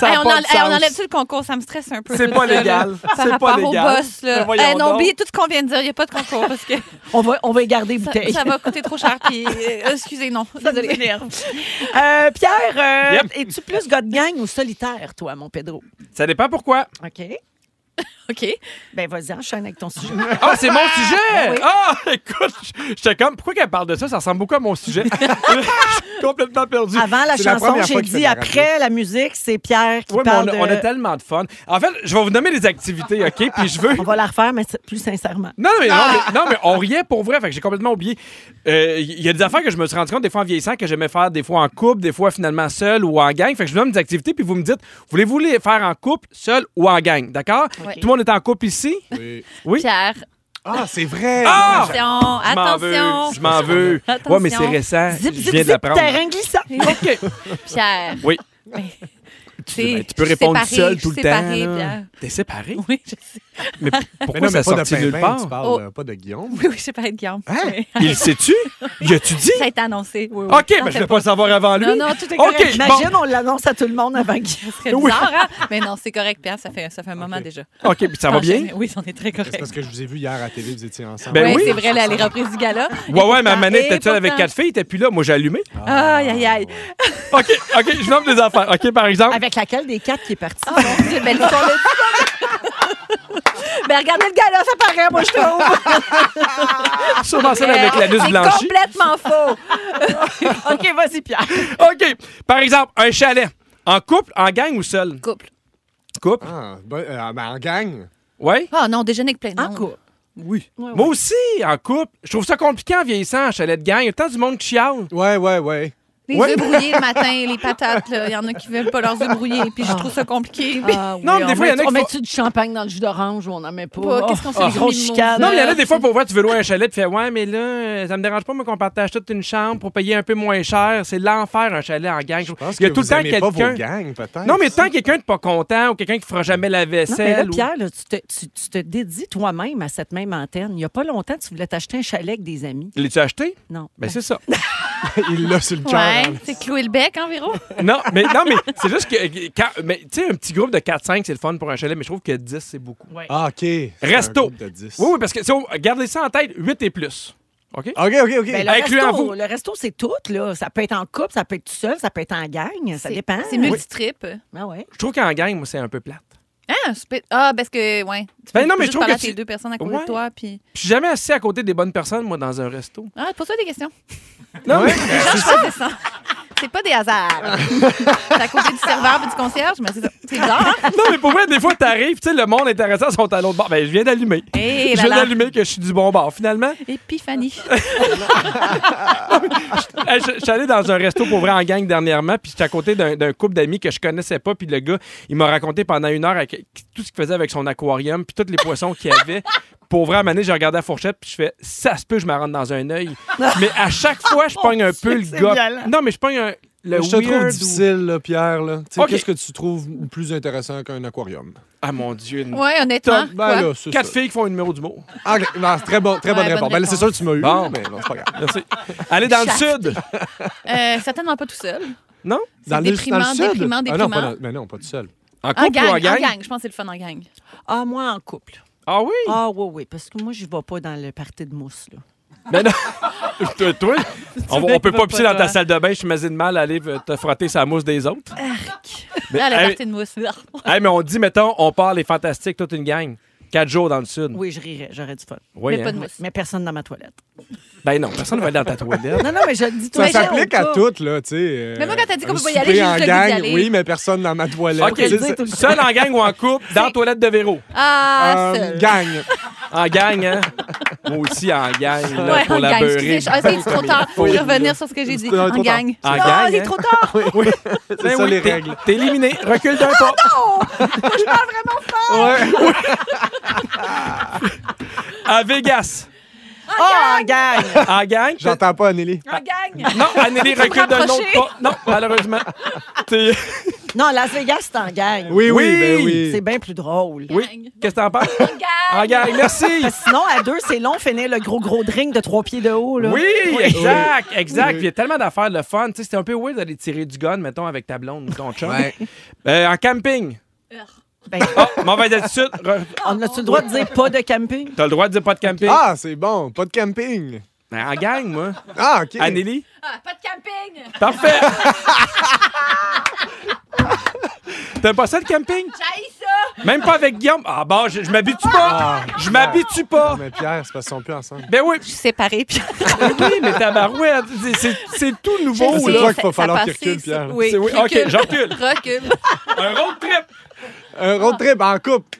E: Ça a
F: Hey, on,
E: pas
F: en-
E: de
F: hey, on
E: sens.
F: enlève-tu le concours? Ça me stresse un peu.
E: C'est
F: tout
E: pas
F: ça, là,
E: légal.
F: Par
E: C'est pas
F: rapport au
E: légal.
F: boss, là.
E: Mais voyons
F: Hey, non,
E: donc.
F: oubliez tout ce qu'on vient de dire. Il n'y a pas de concours parce que
D: On va, on va y garder
F: ça,
D: bouteille.
F: ça va coûter trop cher. Puis, euh, excusez, non.
D: nous
F: Désolée.
D: énerve. Euh, Pierre, euh,
E: Yep.
D: es-tu plus gars de gang ou solitaire, toi, mon Pedro?
E: Ça dépend pourquoi.
D: OK.
F: OK.
D: Ben, vas-y, enchaîne avec ton sujet. Ben
E: Ah, c'est mon sujet! Ah, écoute, j'étais comme, pourquoi qu'elle parle de ça? Ça ressemble beaucoup à mon sujet. Je suis complètement perdu.
D: Avant la
C: C'est la
D: chanson,
C: première fois
D: j'ai
C: qu'il fait de
D: dit
C: la
D: après la musique, c'est Pierre qui
E: Oui, mais
D: parle
E: on a, on a
D: de- Ah,
E: tellement de fun. En fait, je vais vous nommer des activités, OK? Puis je veux.
D: On va la refaire, mais c'est- plus sincèrement.
E: Non, mais, non,
F: Ah!
E: mais, non, mais on riait pour vrai. Fait que j'ai complètement oublié. Euh, Il y a des affaires que je me suis rendu compte des fois en vieillissant que j'aimais faire des fois en couple, des fois finalement seul ou en gang. Fait que je vous donne des activités, puis vous me dites, voulez-vous les faire en couple, seul ou en gang? D'accord?
F: Ouais.
E: Tout le monde est en couple ici?
C: Oui.
E: Oui.
F: Pierre,
C: Ah, c'est vrai!
E: Ah!
F: attention,
E: Je m'en veux.
F: attention.
E: Je m'en veux.
F: Attention.
E: Ouais, mais c'est récent.
D: Zip,
E: Ah, je
D: zip,
E: viens de
D: zip,
E: l'apprendre.
D: terrain glissant.
E: OK.
F: Pierre.
E: Oui.
F: Tu,
E: Ben, tu peux répondre seul tout le
F: séparé,
E: temps. là.
F: Pierre.
E: T'es séparé?
F: Oui, je sais.
E: Mais p-
C: Mais
E: pourquoi
C: non, mais
E: ça
C: pas
E: sortit
C: de
E: nulle
C: Pimpin, tu
E: part?
C: parles
F: Oh.
C: euh, pas de Guillaume.
F: Oui, oui, je parlais de Guillaume.
E: Hein?
F: Oui.
E: Il le sait-tu? Y a-tu dit?
F: Ça a été annoncé. Oui, oui.
E: OK,
F: Non,
E: mais je
F: c'est
E: vais pas le savoir avant lui.
F: Non, non, tout est
E: OK,
F: correct.
D: Imagine, on l'annonce à tout le monde avant qu'il...
F: C'est bizarre, hein? Mais non, c'est correct, Pierre. Ça fait, ça fait un moment
C: Ok.
F: déjà.
E: bon. OK, puis ça va bien?
F: Enchaîne. Ah, Oui, on est très
C: C'est
F: correct.
C: parce que je vous ai vu hier à la télé, vous étiez ensemble.
E: Ben
F: Ouais,
E: oui.
F: c'est vrai, là, les reprises du gala.
E: Ouais, ouais, ma
F: pourtant-
E: manette
F: et
E: était seule avec
F: pourtant-
E: quatre filles, t'es plus là. Moi, j'ai allumé.
F: Aïe, aïe, aïe.
E: OK, OK, je nomme des affaires. OK, par exemple.
F: Ah, Oh,
D: Avec laquelle des quatre qui est partie?
F: Mon Dieu, belle leçon, là. Ben, regardez le gars-là, ça paraît, moi, je trouve.
E: Sûrement celle avec l'anus
F: C'est
E: blanchi.
F: complètement faux.
D: OK, vas-y, Pierre.
E: OK. Par exemple, un chalet. En couple, en gang ou seul?
F: Couple.
E: Couple.
C: Ah, ben, euh, ben, en gang.
E: Ouais.
F: Ah non, déjeuner avec plein de
D: En
F: monde.
D: couple.
E: Oui. Moi aussi, en couple. Je trouve ça compliqué en vieillissant, en chalet de gang. Il y a tant du monde qui chiale.
C: Ouais, ouais, ouais.
F: Les
E: Ouais.
F: œufs brouillés le matin, les patates, là. il y en a qui veulent pas leurs œufs brouillés, puis je
D: Ah.
F: trouve ça compliqué.
E: Non, mais des fois, il y en a qui
I: On
E: font-
I: met-tu du champagne dans le jus d'orange ou on en met pas?
D: Bah,
F: Pas- Qu'est-ce qu'on fait?
E: Ah.
F: les
D: Grosse
F: grumeaux?
D: chicane.
E: Non, mais il y en a
F: Euh,
E: des fois, pour vrai, tu veux louer un chalet, tu fais Ouais, mais là, euh, ça me dérange pas, moi, qu'on partage toute une chambre pour payer un peu moins cher. C'est l'enfer, un chalet en gang.
C: Je pense
E: Il y a
C: que
E: tout le
C: vous
E: temps
C: aimez pas vos
E: quelqu'un.
C: gangs, peut-être.
E: Non, mais tant quelqu'un de pas content ou quelqu'un qui fera jamais la
D: Non, mais là,
E: vaisselle. ou-
D: Pierre, là, tu, te, tu- tu te dédies toi-même à cette même antenne. Il n'y a pas longtemps, tu voulais t'acheter un chalet avec des amis.
E: L'as-tu acheté?
D: Non.
E: Ben, c'est ça.
C: Il l'a sur le cœur.
F: Ouais,
D: euh,
C: hein.
F: c'est clouer le bec environ.
E: non, mais, non, mais c'est juste que. euh, quand- mais tu sais, un petit groupe de 4-5, c'est le fun pour un chalet, mais je trouve que 10, c'est beaucoup.
C: Ah, OK. C'est
E: Resto.
C: un groupe de 10.
E: Oui, oui, parce que si on- gardez ça en tête, 8 et plus. OK?
C: OK, OK, OK.
D: Ben, le,
E: Incluant
D: resto,
E: vous.
D: le resto, c'est tout. Là. Ça peut être en couple, ça peut être tout seul, ça peut être en gang. Ça
F: C'est-
D: dépend.
F: C'est multi-trip.
D: Ah ouais.
E: Je trouve qu'en gang, moi, c'est un peu plate.
F: Ah, c'est peut- ah, parce que, ouais. Tu
E: Ben
F: peux
E: non, mais je
F: juste
E: trouve
F: parler
E: que
F: à tes
E: tu-
F: deux personnes à côté
E: Ouais.
F: de toi, puis.
E: Je suis jamais assis à côté des bonnes personnes, moi, dans un resto.
F: Ah, pose-toi des questions.
E: Non, mais-
F: Les gens, je pense que c'est ça. C'est pas des
E: Ah.
F: hasards. c'est à côté du serveur et du concierge, mais c'est ça. C'est bizarre, hein?
E: non, mais pour vrai, des fois, t'arrives, tu sais, le monde intéressant sont à l'autre bord. Ben, je viens d'allumer.
F: Hé,
E: Je
F: là,
E: viens
F: là.
E: d'allumer que je suis du bon bord. Finalement,
F: Épiphanie.
E: Hey, je, je suis allé dans un resto pour vrai en gang dernièrement, puis j'étais à côté d'un d'un couple d'amis que je connaissais pas, puis le gars, il m'a raconté pendant une heure avec- tout ce qu'il faisait avec son aquarium, puis tous les poissons qu'il avait. Pour vrai, à un moment donné, j'ai regardé la fourchette, puis je fais ça se peut, je me rentre dans un œil. Mais à chaque fois, je pogne un peu le
D: c'est
E: gars.
D: violent.
E: Non, mais je pogne un. Le
C: je te trouve
E: weird ou-
C: difficile, là, Pierre. là. Tu sais,
E: OK.
C: Qu'est-ce que tu trouves plus intéressant qu'un aquarium?
E: Ah mon Dieu. une-
F: Ouais, honnêtement.
C: Ben,
F: Hein? quoi?
C: là, c'est
E: Quatre
C: ça.
E: filles qui font un numéro d'humour.
C: Ah, ok. Non, très, bon, très
F: Ouais,
C: bonne
F: bonne
C: réponse. Ben, là, c'est
F: réponse.
C: sûr que tu m'as eu,
E: Bon.
C: mais non, c'est pas grave.
E: Merci. Allez dans le sud.
F: Euh, certainement pas tout seul.
E: Non?
F: C'est déprimant, déprimant,
C: Ah, non, pas
F: déprimant.
C: dans- mais non, pas tout seul.
E: En
F: En
E: couple
F: gang,
E: ou
F: en
E: en gang?
F: gang. Je pense que c'est le fun en gang.
D: Ah, moi, en couple.
E: Ah oui?
D: Ah, oui, oui. Parce que moi, je ne vais pas dans le party de mousse. Là.
E: Mais non. Toi, toi, on, va- on peut
F: vas
E: pas
F: pas,
E: pisser dans ta
F: toi.
E: salle de bain. Je suis de mal à aller te frotter sa mousse des autres. Mais,
F: Là, Ah, la
E: hey,
F: partie de mousse.
D: Ah,
E: hey, mais on dit, mettons, on part les fantastiques, toute une gang. Quatre jours dans le sud.
D: Oui, je rirais. J'aurais du fun.
E: Oui,
F: mais
E: hein?
F: pas de mousse.
D: Mais personne dans ma toilette.
E: Ben non, personne ne va aller dans ta toilette.
D: Non, non, mais je le dis tout
C: Ça
D: le temps,
C: s'applique
D: au
C: à
D: cas.
C: toutes, là, tu sais. euh,
F: Mais moi, quand t'as dit qu'on peut pas y
C: un
F: aller, j'ai
C: souper
F: juste le goût
C: en
F: d'y
C: gang,
F: aller.
C: Oui, mais personne dans ma toilette.
E: OK.
C: Tu sais,
E: Seul en gang ou en couple, dans la toilette de Véro.
F: Ah,
C: euh,
F: seul.
C: gang.
E: En gang, hein? Moi aussi, en gang, là,
F: Ouais,
E: pour
F: en
E: la
F: gang.
E: beurrer.
F: Excusez, je- ah, c'est trop tard. Faut revenir sur ce que j'ai dit.
C: Non,
F: En
C: trop tard.
F: gang.
E: En gang,
F: Ah, c'est
E: hein?
F: trop tard.
C: Oui, oui. C'est
E: Ben
C: ça,
E: oui,
C: les
E: t'es-
C: règles.
E: T'es éliminé. Recule d'un pas.
C: Ouais.
E: À Vegas.
D: Ah, gang!
E: En gang.
C: J'entends pas, Anneli.
F: En gang.
E: Non, Anneli, recule d'un autre pas. Non, malheureusement. T'es-
D: Non, Las Vegas, c'est en gang.
C: Oui,
E: Oui.
C: oui, ben oui.
D: C'est bien plus drôle.
E: Oui. Qu'est-ce que t'en penses? En
F: Gang.
E: gang, merci.
D: Parce que sinon, à deux, c'est long, finir le gros, gros drink de trois pieds de haut. Là.
E: Oui, exact, exact.
C: Oui.
E: Puis Il y a tellement d'affaires le fun. Tu sais, C'était un peu weird d'aller tirer du gun, mettons, avec ta blonde ou ton chum.
C: Ouais.
E: Euh, en camping.
D: Ben,
E: Ah, mauvaise attitude. Re-
D: on a-tu le droit de dire pas de camping?
E: T'as le droit de dire pas de camping.
C: Ah, c'est bon. Pas de camping.
E: Mais En gang, moi.
C: Ah, OK.
E: Anneli?
F: Ah, Pas de camping.
E: Parfait. T'aimes pas ça le camping?
F: J'haïs ça.
E: Même pas avec Guillaume? Ah bon, je, je m'habitue pas.
D: Ah.
E: Je m'habitue pas.
C: Mais Pierre, c'est parce qu'ils sont plus ensemble.
E: Ben oui,
F: Je suis séparée, puis
E: ben oui, mais tabarouette, c'est- c'est- c'est tout nouveau.
C: c'est
E: là.
C: toi
F: Ça-
C: qu'il va
F: ça
C: falloir qu'il
F: passait,
C: recule,
F: ça.
C: Pierre.
F: Oui,
E: C'est- oui, ok,
F: recule.
E: je recule.
F: Recule.
E: Un road trip.
C: Un road trip en couple.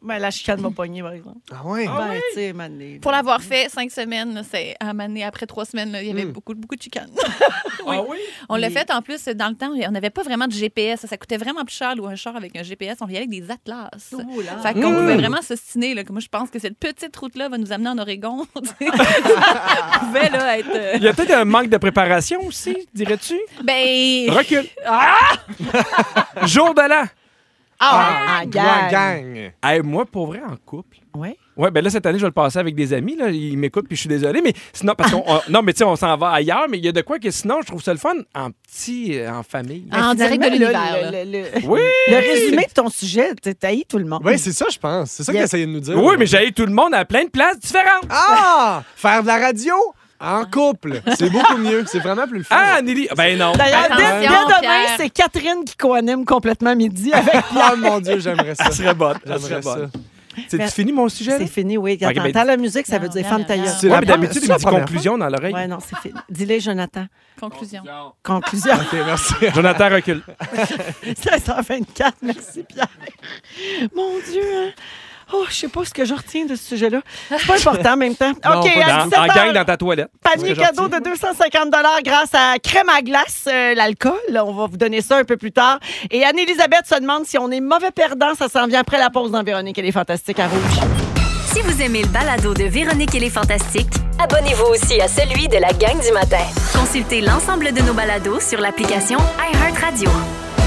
D: Ben, la chicane m'a pogné, par exemple.
C: Ah ouais.
D: ben, tu sais, mané.
F: Pour l'avoir fait cinq semaines, là, c'est à un moment donné, après trois semaines, là, il y
C: Hmm.
F: avait beaucoup, beaucoup de chicanes.
E: Ah oui?
F: On l'a fait en plus dans le temps, on n'avait pas vraiment de GPS. Ça, ça coûtait vraiment plus cher louer un char avec un GPS. On y allait avec des atlas. Fait qu'on pouvait vraiment s'ostiner. là, que Moi, je pense que cette petite route-là va nous amener en Oregon. on pouvait là, être. euh,
E: Il y a peut-être un manque de préparation aussi, dirais-tu?
F: Ben.
E: Recule. Jour de l'an.
D: Ah, en
C: Ouais,
D: gang!
C: gang.
E: Hey, moi, pour vrai, en couple.
D: Ouais.
E: Ouais, ben là, cette année, je vais le passer avec des amis. Là. Ils m'écoutent, puis je suis désolé. Mais sinon, parce qu'on. on- non, mais tu sais, on s'en va ailleurs, mais il y a de quoi que sinon, je trouve ça le fun en petit, euh, en famille.
F: En direct de
D: Finalement, là,
F: l'univers. là.
D: Le, le- le-
E: Oui!
D: le résumé de ton sujet, t'as- t'as haï tout le monde.
C: Oui, c'est ça, je pense. C'est ça qu'il
D: Yes.
C: essayait de nous dire.
E: Oui, mais j'ai eu tout le monde à plein de places différentes.
C: Ah! Faire de la radio en
F: Ah.
C: couple. C'est beaucoup mieux. C'est vraiment plus le fun.
E: Ah, Nelly. Ben non.
D: D'ailleurs, dès,
F: Attention,
D: dès demain,
F: Pierre.
D: c'est Catherine qui coanime complètement midi avec.
C: Ah, mon Dieu, j'aimerais ça.
E: Ça serait bonne. Ça
C: J'aimerais
E: serait
C: ça.
E: bonne. C'est
D: Mais-
E: tu finis mon sujet? là?
D: C'est fini, oui. Quand
E: Ok, ben,
D: t'entends la musique, ça
F: Non,
D: veut dire
F: non,
D: femme
F: non,
D: tailleuse.
F: non.
E: C'est
C: Ouais,
E: la
C: mais
E: d'habitude, il
C: c'est
E: me
C: la
E: dit
C: première
E: conclusion dans l'oreille.
D: Ouais, non, c'est fini. Dis-le, Jonathan.
F: Conclusion.
D: Conclusion.
C: OK, merci.
E: Jonathan recule.
D: 16h24, merci Pierre. Mon Dieu, hein. Oh, je sais pas ce que je retiens de ce sujet-là. C'est pas important en même temps. OK,
C: Non, pas
D: à
E: Dans-
D: 17
E: en gang
D: heures,
E: dans ta toilette.
D: panier cadeau de 250 grâce à Crème à glace, euh, l'alcool. On va vous donner ça un peu plus tard. Et Anne-Élisabeth se demande si on est mauvais perdant. Ça s'en vient après la pause dans Véronique. Elle est fantastique à rouge.
A: Si vous aimez le balado de Véronique et les Fantastiques,
B: Abonnez-vous aussi à celui de la gang du matin.
A: consultez l'ensemble de nos balados sur l'application iHeartRadio.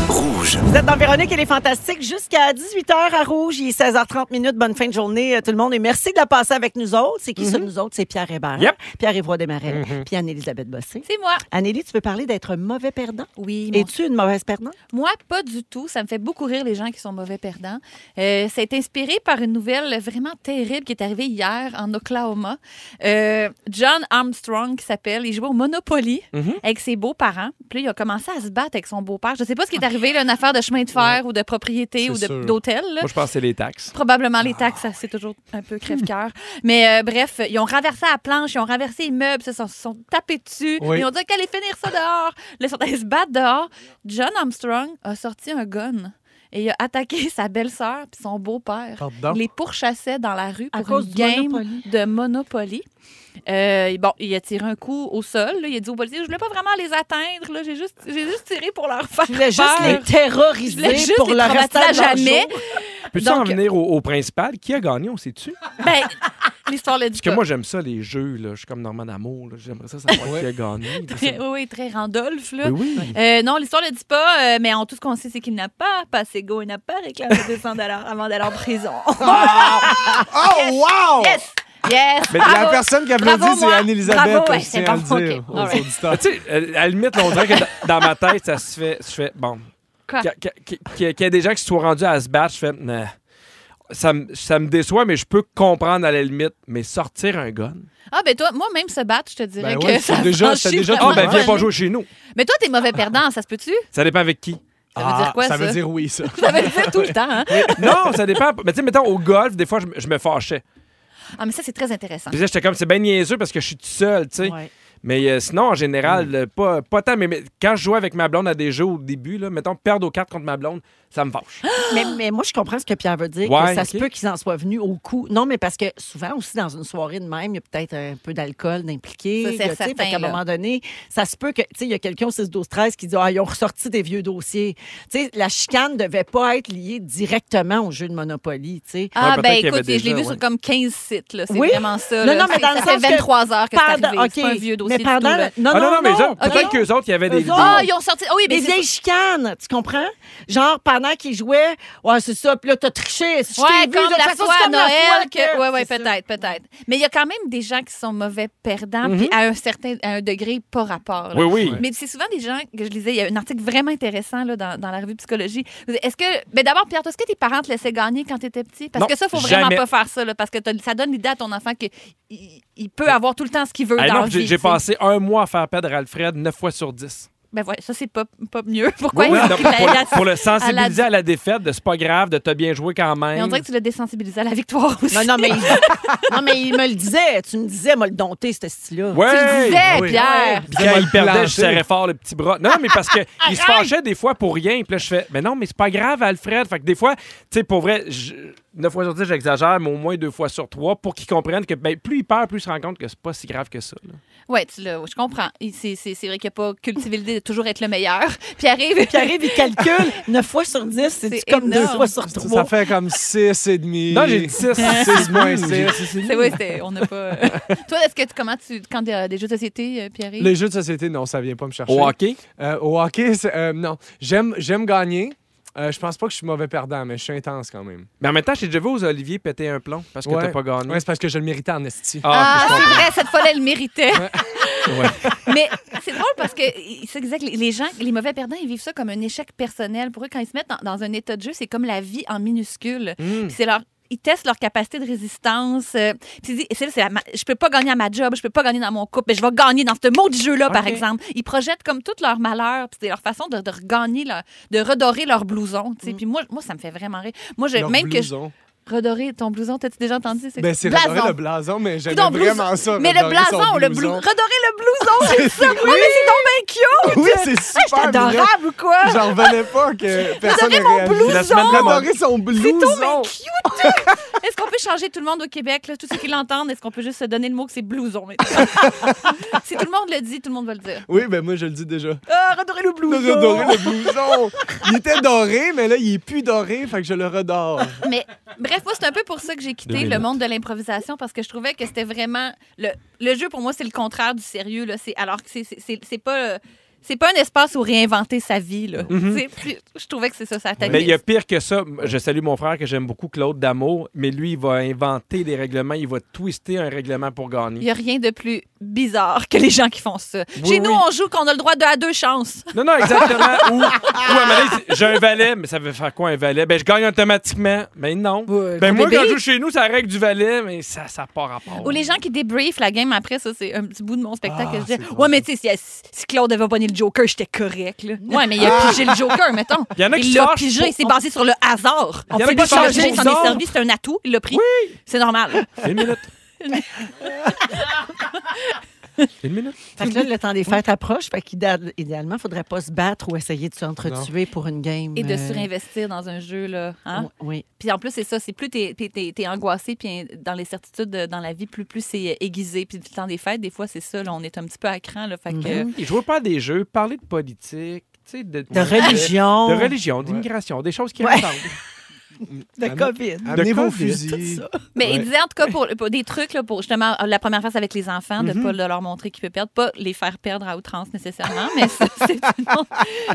D: Vous êtes dans Véronique et les Fantastiques jusqu'à 18h à Rouge. Il est 16h30 minutes. Bonne fin de journée, euh, tout le monde. Et merci de la passer avec nous autres. C'est qui ça,
F: Mm-hmm.
D: nous autres? C'est Pierre Hébert.
E: Yep.
D: Pierre Évroy Desmarais. Puis Anne-Élisabeth Bossé.
F: C'est moi.
D: Annélie, tu veux parler d'être mauvais perdant?
F: Oui, mon
D: Es-tu une mauvaise perdante?
F: Moi, pas du tout. Ça me fait beaucoup rire les gens qui sont mauvais perdants. Euh, ça a été inspiré par une nouvelle vraiment terrible qui est arrivée hier en Oklahoma. Euh, John Armstrong, qui s'appelle, il jouait au Monopoly
E: Mhm.
F: avec ses beaux-parents. Puis là, il a commencé à se battre avec son beau-père. Je ne sais pas ce qui est arrivé, là, une affaire de chemin de fer ou de propriété
C: C'est
F: ou de-
C: sûr.
F: d'hôtel. là.
E: Moi, je pense que c'est les taxes.
F: Probablement
C: Ah,
F: les taxes, ça, c'est toujours un peu crève-cœur. Mais euh, bref, ils ont renversé la planche, ils ont renversé les meubles, se sont, se sont tapés dessus.
C: Oui.
F: Ils ont dit qu'elle allait finir ça dehors. Là, ils sont allés se battre dehors. John Armstrong a sorti un gun et il a attaqué sa belle-sœur puis son beau-père.
C: Pardon.
F: Il les pourchassait dans la rue
D: À
F: pour
D: cause
F: une
D: du
F: game
D: Monopoly.
F: de Monopoly. Euh, bon, il a tiré un coup au sol. là. Il a dit au policier, je voulais pas vraiment les atteindre. là. J'ai juste, j'ai juste tiré pour leur faire
D: Je voulais juste
F: peur.
D: les
F: Je voulais
D: terroriser
F: juste
D: pour
F: les
D: leur
F: traumatiser
D: rester
F: à jamais.
E: Peux-tu
F: Donc-
E: en venir au, au principal? Qui a gagné, on sait-tu? Parce
F: Ben, l'histoire le dit
E: que
F: pas.
E: moi, j'aime ça, les jeux. Là. Je suis comme Norman Amour. là. J'aimerais ça savoir
C: Ouais.
E: qui a gagné.
F: Très- oui, oui, très Randolph, là.
E: Oui, oui.
F: Euh, non, l'histoire ne le dit pas, euh, mais en tout ce qu'on sait, c'est qu'il n'a pas passé go, il n'a pas réclamé 200 avant d'aller en prison.
C: Oh, wow!
F: yes! Yes!
C: Mais la
F: Bravo!
C: personne qui applaudit,
F: Bravo,
C: c'est
F: moi.
C: Anne-Elisabeth.
F: Bravo, ouais,
C: je
F: c'est
C: tiens à le
F: bon,
C: dire
F: ok,
C: aux
F: alright.
C: auditeurs.
E: Tu sais, euh, à la limite, là, on dirait que dans- dans ma tête, ça se fait. Je fais bon.
F: Quoi?
E: Qu'il qu'il- qu'il- qu'il y a des gens qui se soient rendus à se battre, je fais. Nah. Ça, me- ça me déçoit, mais je peux comprendre à la limite. Mais sortir un gun.
F: Ah, ben toi, moi, même se battre, je te dirais
C: Ben
F: que
C: ouais,
F: ça
C: c'est déjà-
F: franchit
C: c'est déjà
E: Ah,
F: vraiment
E: ben
F: la
E: viens pas
F: ligne.
E: jouer chez nous.
F: Mais toi, t'es mauvais perdant, ça se peut-tu?
E: Ça dépend avec qui. Ah,
F: Ça veut dire quoi, ça?
C: Ça veut dire oui, ça.
F: Ça veut dire tout le temps, hein?
E: Non, ça dépend. Mais tu sais, mettons, au golf, des fois, je, me- je me fâchais.
F: Ah, mais ça, c'est très intéressant.
E: Puis là, j'étais comme, c'est bien niaiseux parce que je suis tout seul, tu sais. Mais euh, sinon, en général,
F: Mm.
E: euh, pas, pas tant. Mais, mais quand je jouais avec ma blonde à des jeux au début, là, mettons, perdre aux cartes contre ma blonde, ça me fâche.
D: Mais, mais moi, je comprends ce que Pierre veut dire. que
E: Ouais,
D: ça
E: ok.
D: se peut qu'ils en soient venus au coup. Non, mais parce que souvent aussi, dans une soirée de même, il y a peut-être un peu d'alcool impliqué.
F: Ça, c'est
D: il y a, tu sais,
F: certain,
D: fait qu'à un
F: là.
D: moment donné, ça se peut que, tu sais, il y a quelqu'un au 6, 12, 13 qui dit Ah, ils ont ressorti des vieux dossiers. Tu sais, la chicane ne devait pas être liée directement au jeu de Monopoly, tu sais.
F: Ah,
E: peut-être
F: ben
E: qu'il y avait
F: écoute, je l'ai
E: déjà,
F: vu
E: ouais.
F: sur comme 15 sites, là. C'est
D: Oui.
F: vraiment ça.
D: Non,
F: là.
D: non, mais
F: C'est-
D: dans le
F: ça fait
D: sens que
F: 23 heures que c'est
D: Pendant-
F: arrivé. C'est pas un
D: OK.
F: vieux dossier
D: Mais
F: du
D: pendant
F: tout, là.
D: le- non,
E: ah non, non, mais eux
D: non,
E: autres, peut-être
D: non.
E: qu'eux autres, il y avait des.
D: Eux autres,
F: Ah, ils ont sorti. Ah oui, mais
D: Des
F: c'est-
D: vieilles chicanes, tu comprends? Genre, pendant qu'ils jouaient, ouais, c'est ça, puis là, t'as triché. Je t'ai
F: Ouais,
D: vu,
F: comme
D: de toute
F: la
D: façon,
F: fois à
D: c'est comme la fois
F: Noël.
D: que-
F: Que... Ouais, ouais,
D: C'est ça.
F: peut-être, peut-être. Mais il y a quand même des gens qui sont mauvais perdants, puis à un certain à un degré, pas rapport. là.
E: Mhm. Oui, oui.
F: Mais c'est souvent des gens que je lisais. Il y a un article vraiment intéressant là, dans, dans la revue Psychologie. Est-ce que. Ben D'abord, Pierre, toi, est-ce que tes parents te laissaient gagner quand tu étais petit? Parce
E: Non,
F: que ça, faut vraiment
E: jamais.
F: pas faire ça, là, parce que t'as- ça donne l'idée à ton enfant qu'il il il peut avoir tout le temps ce qu'il veut
E: Ah
F: dans
E: non,
F: la
E: j'ai
F: vie,
E: j'ai
F: tu sais.
E: passé un mois à faire perdre Alfred 9 fois sur 10.
F: Ben ouais, ça, c'est pas, pas mieux. Pourquoi
E: Oui,
F: il faut
E: non,
F: qu'il
E: pour,
F: aille à-
E: pour le sensibiliser à la, défaite, de c'est pas grave, de t'as bien joué quand même.
F: Mais on dirait que tu l'as désensibilisé à la victoire aussi.
D: Non, non, mais il, non, mais il me le disait. Tu me disais, m'a le dompté, ce style-là.
E: Ouais.
F: Tu le disais,
C: Ah oui.
F: Pierre.
E: Puis quand
C: Ça m'a
E: il perdait,
C: planté.
E: je serrais fort le petit bras. Non, non, mais parce qu'il se fâchait des fois pour rien. Puis là, je fais, mais non, mais c'est pas grave, Alfred. Fait que des fois, tu sais, pour vrai, 9 fois sur 10, j'exagère, mais au moins 2 fois sur 3 pour qu'il comprenne que ben, plus il perd, plus il se rend compte que c'est pas si grave que ça. là.
F: Oui, tu l'as. Je comprends. Il- C'est c'est- c'est vrai qu'il n'a pas cultivé l'idée de toujours être le meilleur. Puis arrive.
D: Puis arrive, il calcule 9 fois sur 10, c'est
F: C'est
D: comme 2
F: énorme.
D: fois sur
C: Ça,
D: 3.
C: ça fait comme 6 et demi.
E: Non, j'ai dit 6.
C: 6 moins 6.
F: C'est vrai, c'était- on n'a pas. euh, Toi, est-ce que tu, comment tu. Quand il y a des jeux de société, euh, Pierre
C: Les jeux de société, non, ça vient pas me chercher.
E: Au hockey,
C: Euh, au hockey, c'est- euh, non. J'aime j'aime gagner. Euh, je pense pas que je suis mauvais perdant, mais je suis intense quand même.
E: mais en même temps, j'ai déjà vu aux Olivier péter un plomb Ben, parce que
C: Ouais.
E: t'as pas gagné.
C: Ouais, c'est parce que je le méritais en esti.
F: Ah,
E: Ah,
F: c'est vrai, cette fois-là, elle le méritait.
E: ouais.
F: Mais c'est drôle parce que c'est exact, les gens, les mauvais perdants, ils vivent ça comme un échec personnel. Pour eux, quand ils se mettent dans, dans un état de jeu, c'est comme la vie en minuscule.
C: Hmm.
F: Puis c'est leur ils testent leur capacité de résistance. euh, puis ils disent, c'est, c'est la ma- je peux pas gagner à ma job, je peux pas gagner dans mon couple, mais je vais gagner dans ce maudit jeu-là, par exemple. Ils projettent comme tout leur malheur, puis c'est leur façon de, de regagner, leur- de redorer leur blouson. tu sais. Puis moi, moi, ça me fait vraiment rire. Moi, je,
C: Hmm. Leur
F: même que je-
C: blouson.
F: Redorer ton blouson, t'as-tu déjà entendu? C'est
C: Ben, c'est
F: Blason.
C: redorer le blason, mais j'aime
F: Coudon, blouson.
C: vraiment ça.
F: Mais le
C: redorer son
F: blason, le blouson. Redorer le blouson, c'est ça.
C: Oui.
F: Oui, mais c'est donc bien cute.
C: Oui, c'est
F: Ah, j'étais
C: super mignon.
F: adorable ou quoi?
C: J'en revenais pas que personne
F: Redorer mon
C: n'ait réagi.
F: blouson.
E: La semaine de la mode.
C: Redorer son
F: C'est donc bien
C: blouson.
F: cute. Est-ce qu'on peut changer tout le monde au Québec, là, tous ceux qui l'entendent? Est-ce qu'on peut juste se donner le mot que c'est blouson? maintenant? si tout le monde le dit, tout le monde va le dire.
C: Oui, ben moi, je le dis déjà.
D: Ah, redorer le blouson.
C: Redorer le blouson. Il était doré, mais là, il est plus doré, fait que je le redore.
F: Mais bref, moi, c'est un peu pour ça que j'ai quitté
E: Deux
F: le
E: minutes.
F: monde de l'improvisation parce que je trouvais que c'était vraiment. Le, le jeu, pour moi, c'est le contraire du sérieux. Là. C'est, alors que c'est, c'est, c'est- c'est pas. euh, C'est pas un espace où réinventer sa vie. Là. C'est- c'est- Je trouvais que c'est ça, ça attaquait.
E: Mm-hmm. Mais il y a pire que ça. Je salue mon frère que j'aime beaucoup, Claude Damour, mais lui, il va inventer des règlements, il va twister un règlement pour
F: Il
E: gagner.
F: n'y a rien de plus bizarre que les gens qui font ça.
E: Oui,
F: Chez nous,
E: oui.
F: on joue qu'on a le droit de, à deux chances.
E: Non, non, exactement. ou, ou à un moment donné, c'est- j'ai un valet, mais ça veut faire quoi un valet? Ben, je gagne automatiquement. Mais non. Ben, moi, quand je joue chez nous, c'est la règle du valet, mais ça, ça part à part.
F: Ou les gens qui débriefent la game après, ça, c'est un petit bout de mon spectacle
C: Ah,
F: que je
C: c'est
F: disais.
C: bon,
F: Ouais, mais tu sais, si, si Claude avait pogné le Joker, j'étais correct. Là. Ouais, mais il a pigé le Joker, mettons.
E: Il y en a qui
F: il l'a
E: fâchent
F: pigé,
E: pour-
F: c'est basé sur le hasard.
E: Il
F: On
E: y en a
F: peut
E: qui
F: pas
E: fâchent
F: changer
E: pour
F: son est
E: hasard.
F: servi, c'est un atout, il l'a pris. Oui. C'est normal.
E: Une minute. Une minute.
D: Fait que là, le temps des fêtes approche. Fait qu'idéalement, il faudrait pas se battre ou essayer de s'entretuer pour une game.
F: Et de
D: euh,
F: surinvestir dans un jeu, là. hein?
D: Oui.
F: Puis en plus, c'est ça, c'est plus t'es, t'es, t'es- t'es angoissé, puis dans les certitudes euh, dans la vie, plus, plus c'est euh, aiguisé. Puis le temps des fêtes, des fois, c'est ça, là, on est un petit peu à cran, là. Fait que,
E: Ben oui, jouez pas à des jeux, parlez de politique, tu sais, de,
D: De religion.
E: de religion, d'immigration, des choses qui
D: Ouais.
E: ressemblent.
D: De COVID.
C: Amenez vos
E: COVID,
C: fusils.
F: Mais
C: Ouais.
F: il disait en tout cas pour, pour des trucs là, pour justement euh, la première phase avec les enfants,
E: Mm-hmm.
F: de ne pas leur montrer qu'ils peuvent perdre, pas les faire perdre à outrance nécessairement, mais ça, c'est une autre-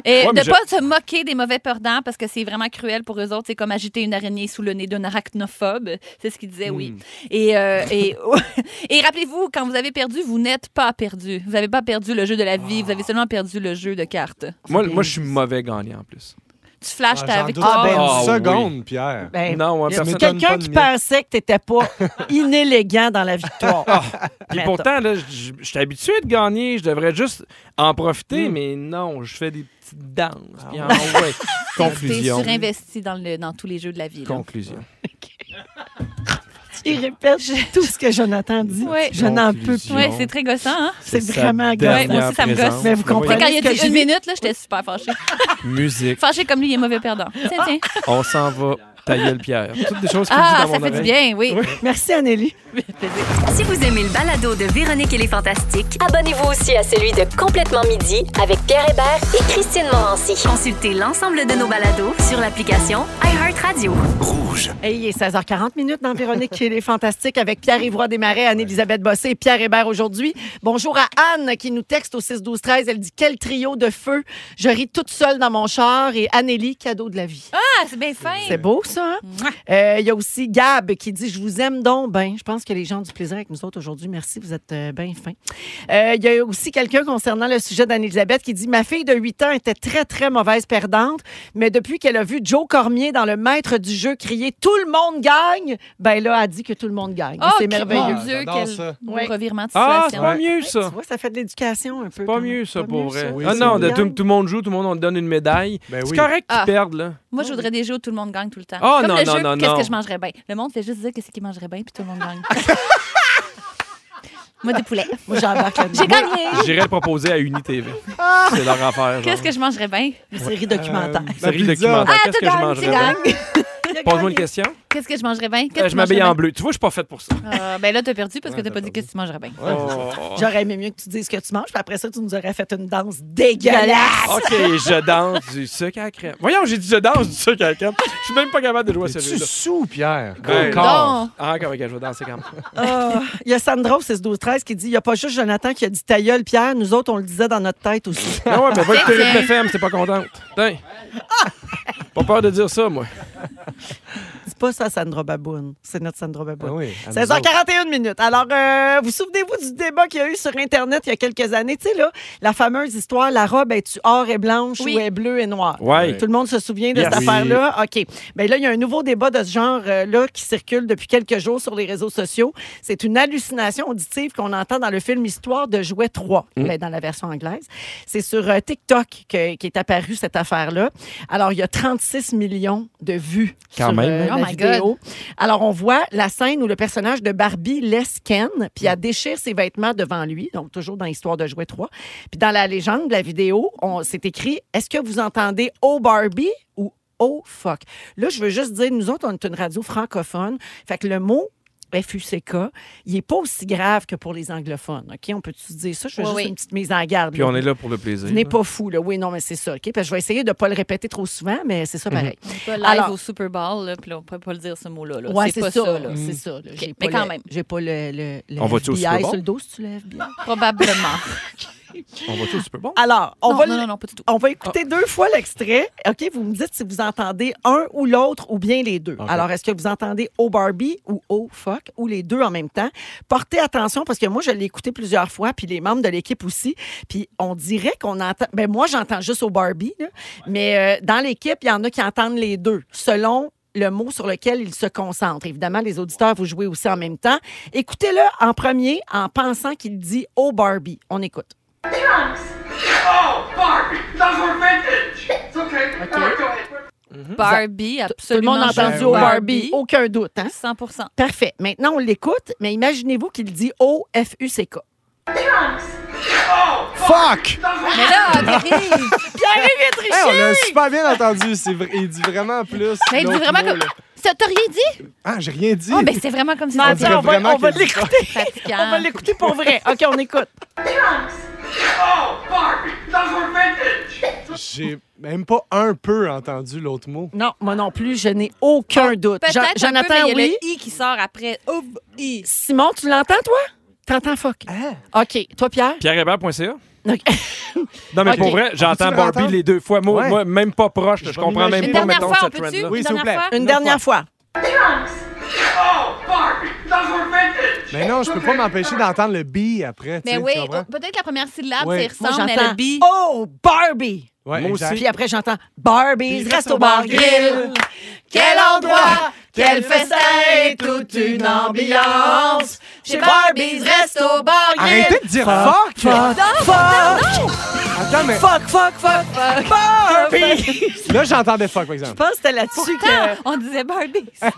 F: Et
E: Ouais,
F: de
E: mais
F: ne pas se moquer des mauvais perdants parce que c'est vraiment cruel pour eux autres. C'est comme agiter une araignée sous le nez d'un arachnophobe. C'est ce qu'il disait, oui.
E: Hmm.
F: Et, euh, et, et rappelez-vous, quand vous avez perdu, vous n'êtes pas perdu. Vous n'avez pas perdu le jeu de la vie, vous avez seulement perdu le jeu de cartes.
E: Moi, moi, je suis mauvais gagnant en plus.
F: Tu flashes
C: Ah,
F: ta
C: j'en doute
F: victoire.
C: pas une
E: Ah, oui.
C: seconde, Pierre.
D: Ben,
E: non, moi,
D: y a
E: personne.
D: quelqu'un
C: pas de
D: qui
C: minute.
D: pensait que t'étais pas inélégant dans la victoire.
E: Puis
D: Mais
E: pourtant, là, je je suis habitué de gagner, je devrais juste en profiter, mais non, je fais des petites danses. puis en- Ah ouais.
F: Ah T'es
E: Conclusion.
F: surinvesti dans, le, dans tous les jeux de la vie. là.
E: Conclusion.
D: Il répète tout ce que Jonathan dit.
F: Ouais.
D: Je n'en peux plus.
F: Ouais, c'est très gossant, hein?
D: C'est
E: sa
D: vraiment
E: dernière
F: Ouais, moi aussi, ça me gosse.
E: présence.
D: Mais vous
E: Oui.
D: comprenez.
F: Fait quand il a
D: Est-ce que
F: dit
D: j'y
F: une
D: vais?
F: minute, là, j'étais super fâchée.
E: Musique.
F: Fâchée comme lui, il est mauvais perdant.
D: Ah!
F: Tiens, tiens.
E: On s'en va. Ta gueule, Pierre. Toutes des choses qui
F: Ah,
E: dans
F: ça
E: mon
F: fait du
E: oreille.
F: bien, oui.
D: Merci, Anneli.
A: Si vous aimez le balado de Véronique et les Fantastiques,
B: Abonnez-vous aussi à celui de Complètement Midi avec Pierre Hébert et Christine Morancy.
A: consultez l'ensemble de nos balados sur l'application iHeartRadio.
D: Et il est 16h40 minutes dans Véronique et les Fantastiques avec Pierre-Yvroy Desmarais, Anne-Élisabeth Bossé et Pierre Hébert aujourd'hui. Bonjour à Anne qui nous texte au 6-12-13. Elle dit Quel trio de feu Je ris toute seule dans mon char et Annélie, cadeau de la vie.
F: Ah, c'est bien fin.
D: C'est beau, ça. hein?
F: Mouah.
D: Euh, Il y a aussi Gab qui dit Je vous aime donc. Ben, je pense que les gens ont du plaisir avec nous autres aujourd'hui, merci, vous êtes bien fins. Euh, Il y a aussi quelqu'un concernant le sujet d'Anne-Elisabeth qui dit Ma fille de 8 ans était très, très mauvaise perdante, mais depuis qu'elle a vu Joe Cormier dans le maître du jeu crier Tout le monde gagne, ben là, elle dit que tout le monde gagne.
F: Oh,
D: c'est
F: que-
D: merveilleux.
F: Mon Dieu,
C: J'adore
F: quel
C: ça.
F: beau
D: Ouais.
F: revirement de
E: Ah, c'est
F: situation.
E: pas
C: Ouais.
E: mieux,
D: Tu
E: ça.
D: vois, ça fait de l'éducation un peu.
E: Pas
D: quand
E: mieux,
D: même.
E: ça,
D: Pas
E: pour
D: mieux,
E: vrai.
D: ça.
C: Oui,
E: ah
C: c'est
E: non, de-
D: bien.
E: tout, tout le monde joue, tout le monde, on te donne une médaille.
C: Ben
E: C'est
C: oui.
E: correct qu'ils
F: Ah.
E: perdent, là.
F: Moi, je voudrais des jeux où tout le monde gagne tout le temps.
E: Ah,
F: Comme
E: non,
F: le
E: non,
F: jeu,
E: non,
F: qu'est-ce
E: non.
F: que je mangerais bien? Le monde fait juste dire qu'est-ce qu'il mangerait bien, puis tout le monde gagne. Moi, des poulets.
D: Moi, j'embarque là-dedans.
F: J'ai gagné.
E: J'irais le proposer à UniTV. C'est leur affaire.
F: Qu'est-ce que je mangerais bien?
D: Une série documentaire.
C: Ah! Euh, Ma
E: Série
C: pizza.
E: documentaire.
F: Ah,
E: Qu'est-ce
F: tu
E: que je
F: gagnes, tu
E: mangerais? bien? Pose-moi une question.
F: Qu'est-ce que je mangerais bien? Qu'est-ce
E: Euh,
F: que
E: Je
F: tu
E: m'habille
F: mangerais
E: en bleu. Tu vois, je suis pas faite pour ça.
F: bien? Ah, ben là, t'as perdu parce que
C: Ouais,
F: t'as pas
C: t'as
F: dit
C: perdu.
F: qu'est-ce que tu mangerais bien.
E: Oh.
D: J'aurais aimé mieux que tu dises ce que tu manges, puis après ça, tu nous aurais fait une danse dégueulasse.
E: OK, je danse du sucre à la crème. Voyons, j'ai dit je danse du sucre à la crème. Je suis même pas capable de jouer à
C: Es-tu
E: celui-là.
C: sous, Pierre?
E: Ben,
C: Encore.
F: Non.
E: Ah, Encore, ok, je vais danser quand même.
D: Oh. Il y a Sandra au 6-12-13 qui dit il n'y a pas juste Jonathan qui a dit ta gueule, Pierre. Nous autres, on le disait dans notre tête aussi.
E: Non, Ah ouais, mais va écouter
F: Tiens.
E: Rythme FM, t'es pas contente. Tiens. Pas peur de dire ça, moi.
D: C'est pas ça, Sandra Baboune. C'est notre Sandra Baboune.
C: Ah oui, à nous
D: 16h41 minutes. Alors, euh, vous souvenez-vous du débat qu'il y a eu sur Internet il y a quelques années? Tu sais, là, la fameuse histoire la robe, es-tu or et blanche
F: Oui.
D: ou est bleue et noire?
E: Ouais.
D: Tout le monde se souvient de
E: Yes.
D: cette
E: Oui.
D: affaire-là. OK. Bien là, il y a un nouveau débat de ce genre-là qui circule depuis quelques jours sur les réseaux sociaux. C'est une hallucination auditive qu'on entend dans le film Histoire de Jouet 3,
E: Mm.
D: ben, dans la version anglaise. C'est sur euh, TikTok que- qu'est apparue cette affaire-là. Alors, il y a 36 millions de vues
E: Quand
D: sur
E: même.
D: euh,
F: Quand
D: la
F: Oh my
D: vidéo. Alors, on voit la scène où le personnage de Barbie laisse Ken, puis elle déchire ses vêtements devant lui, donc toujours dans l'histoire de Jouet 3. Puis dans la légende de la vidéo, on s'est écrit « Est-ce que vous entendez « Oh Barbie » ou « Oh fuck ». Là, je veux juste dire, nous autres, on est une radio francophone, fait que le mot FUCK, il n'est pas aussi grave que pour les anglophones. OK? On peut-tu se dire ça? Je
F: Oui,
D: veux juste
F: oui.
D: une petite mise en garde.
E: Puis
D: là.
E: on est là pour le plaisir.
D: Ce n'est pas fou, là. Oui, non, mais c'est ça, OK? Parce que je vais essayer de ne pas le répéter trop souvent, mais c'est
E: Mhm.
D: ça pareil.
F: On est pas live
D: Alors-
F: au Super Bowl, là, puis là, on pourrait pas le dire ce mot-là. là.
D: Ouais,
F: c'est pas ça, là.
E: Mm.
F: Mm.
D: C'est ça, là. J'ai
F: mais
D: pas
F: quand
D: le-
F: même.
D: J'ai pas le, le, le
E: On va-tu au Super
D: FBI
E: Bowl?
D: sur le dos, si tu le FBI.
F: Probablement.
E: On va tout super bon.
D: Alors, on
F: non,
D: va...
F: non,
D: le-
F: non, non, pas du tout. Ah.
D: On va écouter deux fois l'extrait. OK, vous me dites si vous entendez un ou l'autre ou bien les deux.
E: OK.
D: Alors, est-ce que vous entendez Oh Barbie ou Oh fuck ou les deux en même temps? Portez attention parce que moi, je l'ai écouté plusieurs fois, puis les membres de l'équipe aussi. Puis on dirait qu'on entend. Ben, moi, j'entends juste Oh Barbie, là. mais euh, dans l'équipe, il y en a qui entendent les deux selon le mot sur lequel ils se concentrent. Évidemment, les auditeurs, vous jouez aussi en même temps. Écoutez-le en premier en pensant qu'il dit Oh Barbie. On écoute.
J: Oh, Barbie! Those were vintage! It's okay. All right, go ahead.
F: Mhm. Barbie,
D: Tout le
F: absolument.
D: monde a entendu
F: jamais.
D: Oh Barbie, aucun doute. Hein?
F: 100
D: Parfait. Maintenant, on l'écoute, mais imaginez-vous qu'il dit O-F-U-C-K.
F: Ah,
J: Oh,
C: Fuck!
F: Mais là, Pierre-Yves! Pierre-Yves
C: Hey, Eh, on l'a super bien entendu. C'est vrai- Il dit vraiment plus.
F: Mais il dit
C: l'autre
F: vraiment
C: mot,
F: comme.
C: là.
F: Ça, t'as rien dit?
C: Ah, j'ai rien dit.
F: Oh, ben c'est vraiment comme si
C: On dirait
D: on va,
C: vraiment
D: on va
C: qu'il dit ça.
D: l'écouter.
F: fatigant.
D: On va l'écouter pour vrai. OK, on écoute.
J: oh, Barbie! Those were vintage!
C: J'ai même pas un peu entendu l'autre mot.
D: Non, moi non plus, je n'ai aucun doute.
F: Peut-être.
D: Jean-
F: un peu, mais
D: Jonathan,
F: il y a
D: oui.
F: le i qui sort après. Ouf, i.
D: Simon, tu l'entends, toi? T'entends fuck. OK. Toi, Pierre?
E: Pierre-Hébert.ca?
D: OK.
E: Non, mais
D: Ok.
E: pour vrai, j'entends
C: Peux-tu le
E: Barbie
C: entendre?
E: les deux fois. Moi,
C: Ouais.
E: moi, même pas proche. Je
C: Je
E: comprends même
C: m'imagine.
F: Une
E: pas,
F: dernière
E: mettons,
F: fois, on
E: cette
F: peut-tu?
E: trend-là.
C: Oui,
F: Une
C: s'il vous
F: dernière
C: plaît.
F: fois?
D: Une dernière fois.
J: Oh, Barbie! Those were vintage!
C: Mais non, je peux pas m'empêcher d'entendre le B après. tu
F: Mais
C: sais,
F: oui,
C: tu comprends?
F: oh, peut-être que la première syllabe,
C: Oui.
F: c'est
D: Moi,
F: ressemble à
D: j'entends
F: le bi.
D: Oh, Barbie!
C: Ouais,
E: Moi
C: exact.
E: aussi.
D: Puis après, j'entends Barbie's reste au bar grill.
F: Quel endroit, quel festin,
D: toute
F: une ambiance. Chez Barbie's Resto Bar Grill.
C: Arrêtez de dire fuck! Ah! Attends, mais
D: Fuck, fuck, fuck, fuck. Barbie!
C: là, j'entendais fuck, par
D: Je
C: exemple.
D: pense que c'était là-dessus que.
F: On disait Barbie.
C: Mais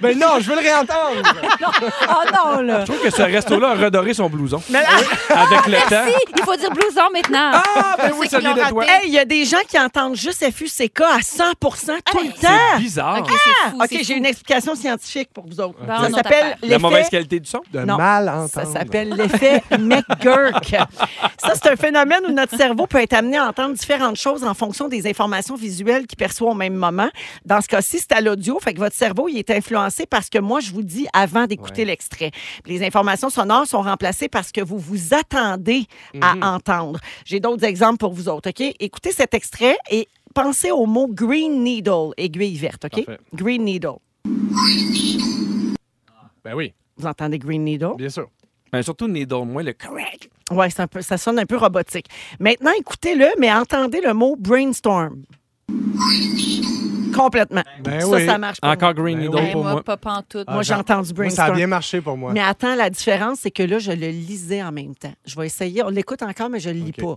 C: Ben non, je veux le réentendre.
F: oh non, là.
E: Je trouve que ce resto-là a redoré son blouson.
D: Mais ah,
E: Avec le temps.
F: Si, il faut dire blouson maintenant.
E: Ah, ben oui, ça vient de toi.
D: Hey, il y a des gens qui entendent juste FUCK à 100 tout le
E: C'est
D: temps. Ah!
E: bizarre.
F: OK, c'est fou.
D: OK,
F: c'est
D: j'ai
F: fou.
D: une explication scientifique pour vous autres.
F: Bon,
D: Ça
F: on
D: s'appelle
F: t'appelle.
E: La mauvaise
D: l'effet...
E: qualité du son?
C: De
D: Non,
C: mal entendre.
D: Ça s'appelle l'effet McGurk. Ça, c'est un phénomène où notre cerveau peut être amené à entendre différentes choses en fonction des informations visuelles qu'il perçoit au même moment. Dans ce cas-ci, c'est à l'audio, fait que votre cerveau il est influencé par ce que moi je vous dis avant d'écouter l'extrait. Les informations sonores sont remplacées par ce que vous vous attendez à
C: Mm-hmm.
D: entendre. J'ai d'autres exemples pour vous autres, OK? Écoutez cet extrait et pensez au mot green needle, aiguille verte, OK?
C: Parfait.
D: Green needle.
C: Ben oui,
D: Vous entendez green needle?
C: bien sûr.
E: Ben, surtout Needle, moi, le correct.
D: Ouais, c'est un peu, ça sonne un peu robotique. Maintenant, écoutez-le, mais entendez le mot brainstorm. Complètement.
C: Ben
D: ça,
C: oui.
D: ça marche pas.
E: Encore Green
C: Ben
E: Needle
C: oui.
F: Hey,
E: pour
F: moi,
E: moi.
F: pas pantoute.
D: Moi,
C: Ah,
D: j'ai
C: j'en-
D: entendu
C: Moi, ça a
D: brainstorm.
C: bien marché pour moi.
D: mais attends, la différence, c'est que là, je le lisais en même temps. Je vais essayer. On l'écoute encore, mais je le lis
C: OK.
D: pas.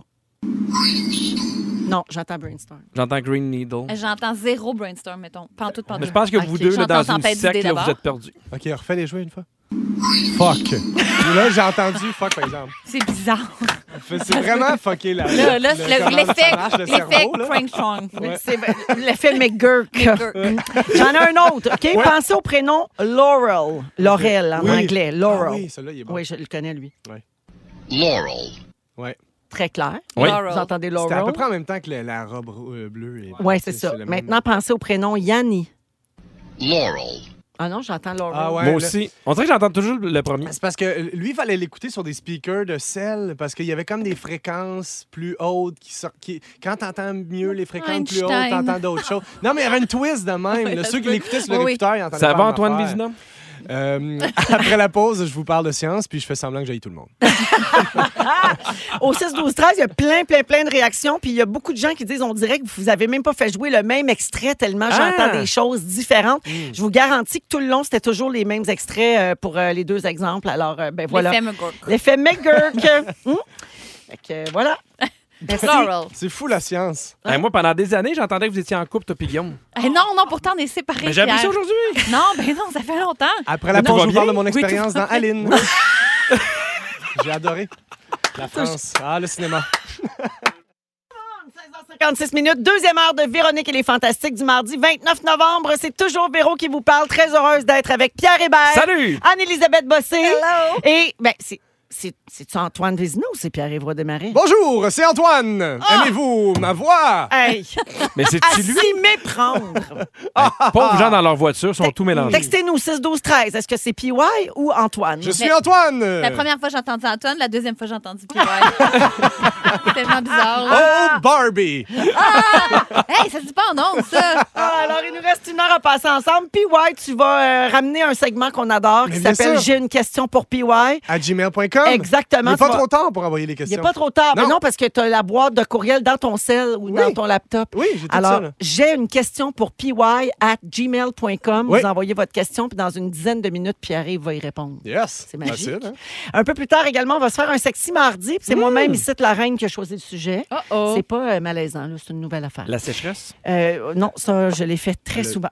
D: Non, j'entends brainstorm.
E: J'entends Green Needle.
F: J'entends zéro brainstorm, mettons. Pantoute,
E: Mais je
F: pantoute.
E: pense que vous
F: Ah, Ok.
E: deux, là, dans
F: J'entends
E: une
F: Tempête
E: secte,
F: d'idées
E: là, vous
F: d'abord.
E: êtes perdus.
C: OK, refais les jouets une fois. Fuck. Et là, j'ai entendu fuck, par exemple.
F: C'est bizarre.
C: C'est vraiment fucké, là.
F: Là, là,
C: Le-
F: le-
C: comment ça marche, le
F: l'effet, l'effet
C: cerveau, là.
F: Crangstrong.
D: C'est l'effet McGurk. J'en ai un autre. OK? Pensez au prénom Laurel. Laurel en
C: Oui.
D: anglais. Laurel.
C: Ah oui,
D: oui,
C: celui-là, il est bon.
D: je le connais, lui.
C: Ah
K: Laurel.
C: Ouais.
D: Très clair.
E: Oui.
D: Vous
F: Laurel.
D: entendez
C: C'était
D: Laurel?
C: à peu près en même temps que le- la robe rou- euh, bleue. et-
D: Oui, c'est ça.
C: le même.
D: Maintenant, pensez au prénom Yanni.
K: Laurel.
D: Ah non, j'entends Laurel.
C: Ah ouais,
E: Moi
C: là.
E: aussi. On dirait que j'entends toujours le premier.
C: C'est parce que euh, lui, il fallait l'écouter sur des speakers de sel parce qu'il y avait comme des fréquences plus hautes qui sortent. Qui... Quand t'entends mieux les fréquences plus hautes,
F: Einstein.
C: t'entends d'autres choses. Non, mais il y avait une twist de même. là. Ceux qui l'écoutaient sur leur
F: Oui, oui.
C: écouteur, ils entendaient
E: Ça va,
C: pas la même
E: Antoine
C: affaire.
E: Vézina?
C: Euh, après la pause, je vous parle de science, puis je fais semblant que j'aille tout le monde.
D: Au 6, 12, 13, il y a plein, plein, plein de réactions. Puis il y a beaucoup de gens qui disent on dirait que vous avez même pas fait jouer le même extrait tellement j'entends des choses différentes. Je vous garantis que tout le long, c'était toujours les mêmes extraits euh, pour euh, les deux exemples. Alors, euh, ben voilà.
F: L'effet McGurk.
D: L'effet McGurk. Hum? Fait que, euh, voilà.
F: Merci. Laurel.
C: C'est fou la science.
E: Hey, Ben, moi, pendant des années, j'entendais que vous étiez en couple, toi, puis Guillaume.
F: Eh non, non, pourtant, on est séparés.
E: Mais j'ai appris ça
F: Pierre.
E: aujourd'hui.
F: Non, ben non, ça fait longtemps.
C: Après la
E: Tout
C: pause,
E: va
C: je vous parle de
E: bien?
C: mon
E: Oui, tout
C: expérience
E: va
C: dans Aline. J'ai adoré. La France. Ah, le cinéma.
D: 56 minutes, deuxième heure de Véronique et les Fantastiques du mardi 29 novembre. C'est toujours Véro qui vous parle. Très heureuse d'être avec Pierre Hébert.
E: Salut!
D: Anne-Élisabeth Bossé. Et, ben, c'est. C'est, c'est-tu Antoine Vézina ou c'est Pierre-Yves Desmarais?
C: Bonjour, c'est Antoine. Aimez-vous ma voix?
D: Ah! Hey!
E: Mais c'est
D: à
E: lui?
D: s'y méprendre.
C: Ah!
E: Pauvres gens dans leur voiture sont tout mélangés.
D: Textez-nous 6 12 13. Est-ce que c'est PY ou Antoine?
C: Je suis
F: Mais-
C: Antoine.
F: La première fois, j'ai entendu Antoine. La deuxième fois, j'ai entendu Pierre. C'est tellement bizarre. là.
C: Oh,
D: Ah!
C: Barbie.
F: Hey, ça se dit pas en ondes, ça.
D: Ah, alors, il nous reste une heure à passer ensemble. PY, tu vas euh, ramener un segment qu'on adore
C: Mais
D: Oh, qui
C: bien
D: s'appelle
C: sûr.
D: J'ai une question pour PY.
C: À gmail.com.
D: Exactement,
C: Mais pas
D: tu vas-
C: trop tard pour envoyer les
D: Il n'est
C: questions.
D: pas trop tard. Mais
C: Non.
D: non, parce que tu as la boîte de courriel dans ton cell ou dans ton laptop.
C: Oui, j'ai tout ça,
D: Alors,
C: là.
D: j'ai une question pour py at gmail.com.
C: Oui.
D: Vous envoyez votre question, puis dans une dizaine de minutes, Pierre-Yves va y répondre.
C: Yes.
D: C'est magique.
C: Facile, hein? Mmh.
D: Un peu plus tard également, on va se faire un sexy mardi. puis C'est moi-même ici, la reine, qui a choisi le sujet.
F: Oh, oh.
D: C'est pas euh, malaisant, là, c'est une nouvelle affaire.
E: La sécheresse?
D: Euh, non, ça, je l'ai fait très
C: Le-
D: souvent.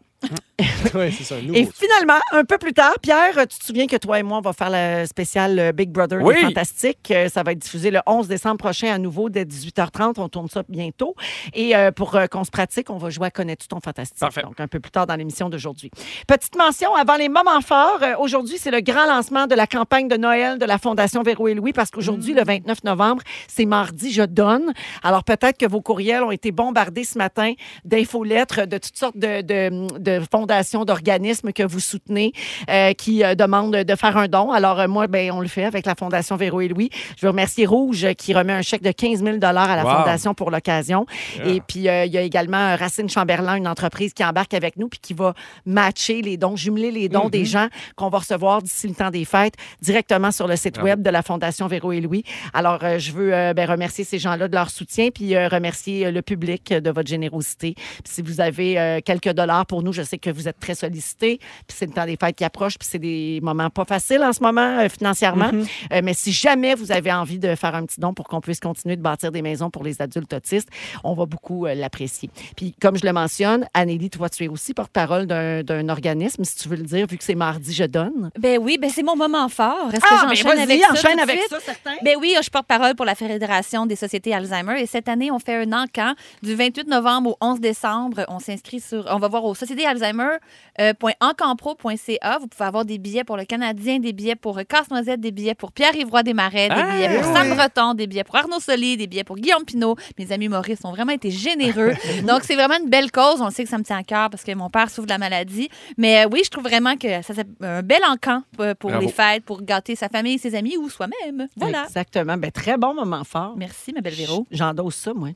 C: oui, c'est ça. Nous.
D: Et finalement, un peu plus tard, Pierre, tu te souviens que toi et moi, on va faire le spécial euh, Big Brother
E: Oui.
D: des Fantastiques. Euh, Ça va être diffusé le 11 décembre prochain à nouveau dès 18h30. On tourne ça bientôt. Et euh, pour euh, qu'on se pratique, on va jouer à Connais-tu ton Fantastique?
E: Parfait.
D: Donc, un peu plus tard dans l'émission d'aujourd'hui. Petite mention avant les moments forts. euh, aujourd'hui, c'est le grand lancement de la campagne de Noël de la Fondation Véro et Louis parce
E: Mmh.
D: qu'aujourd'hui, le 29 novembre, c'est mardi, je donne. Alors, peut-être que vos courriels ont été bombardés ce matin d'infolettres de toutes sortes de, de- de fondations, d'organismes que vous soutenez euh, qui euh, demandent de faire un don. Alors, euh, moi, ben, on le fait avec la Fondation Véro et Louis. Je veux remercier Rouge euh, qui remet un chèque de 15 000 à la
E: Wow.
D: Fondation pour l'occasion. Et puis, euh, il y a également euh, Racine Chamberlain, une entreprise qui embarque avec nous puis qui va matcher les dons, jumeler les dons des gens qu'on va recevoir d'ici le temps des fêtes directement sur le site Web de la Fondation Véro et Louis. Alors, euh, je veux euh, ben, remercier ces gens-là de leur soutien puis euh, remercier euh, le public euh, de votre générosité. Puis si vous avez euh, quelques dollars pour nous, je sais que vous êtes très sollicités puis c'est le temps des fêtes qui approche puis c'est des moments pas faciles en ce moment euh, financièrement.
F: Mm-hmm.
D: Euh, mais si jamais vous avez envie de faire un petit don pour qu'on puisse continuer de bâtir des maisons pour les adultes autistes, on va beaucoup euh, l'apprécier. Puis, comme je le mentionne, Anélie, toi, tu es aussi porte-parole d'un d'un organisme, si tu veux le dire, vu que c'est mardi, je donne.
F: Ben oui, ben c'est mon moment fort. Est-ce que
D: Hein. Ah, ben
F: j'enchaîne
D: vas-y,
F: avec ça?
D: enchaîne
F: tout de
D: avec
F: suite?
D: ça, certain.
F: Ben oui, je porte parole pour la Fédération des sociétés Alzheimer et cette année, on fait un encan du 28 novembre au 11 décembre. On s'inscrit sur, on va voir au euh, sociétéalzheimer.encampro.ca. Vous pouvez avoir des billets pour le Canadien, des billets pour euh, Casse-Noisette, des billets pour Pierre-Yves Roy des Marais, des
E: Ah,
F: billets pour
E: oui.
F: Sam Breton, des billets pour Arnaud Soli, des billets pour Guillaume Pinault. Mes amis Maurice ont vraiment été généreux. Donc, c'est vraiment une belle cause. On le sait que ça me tient à cœur parce que mon père souffre de la maladie. Mais euh, oui, je trouve vraiment que ça c'est un bel encamp euh, pour
E: Bravo.
F: les fêtes, pour gâter sa famille, ses amis ou soi-même. Voilà.
D: Exactement. Ben, très bon moment fort.
F: Merci, ma belle Véro.
D: J'endosse ça, moi.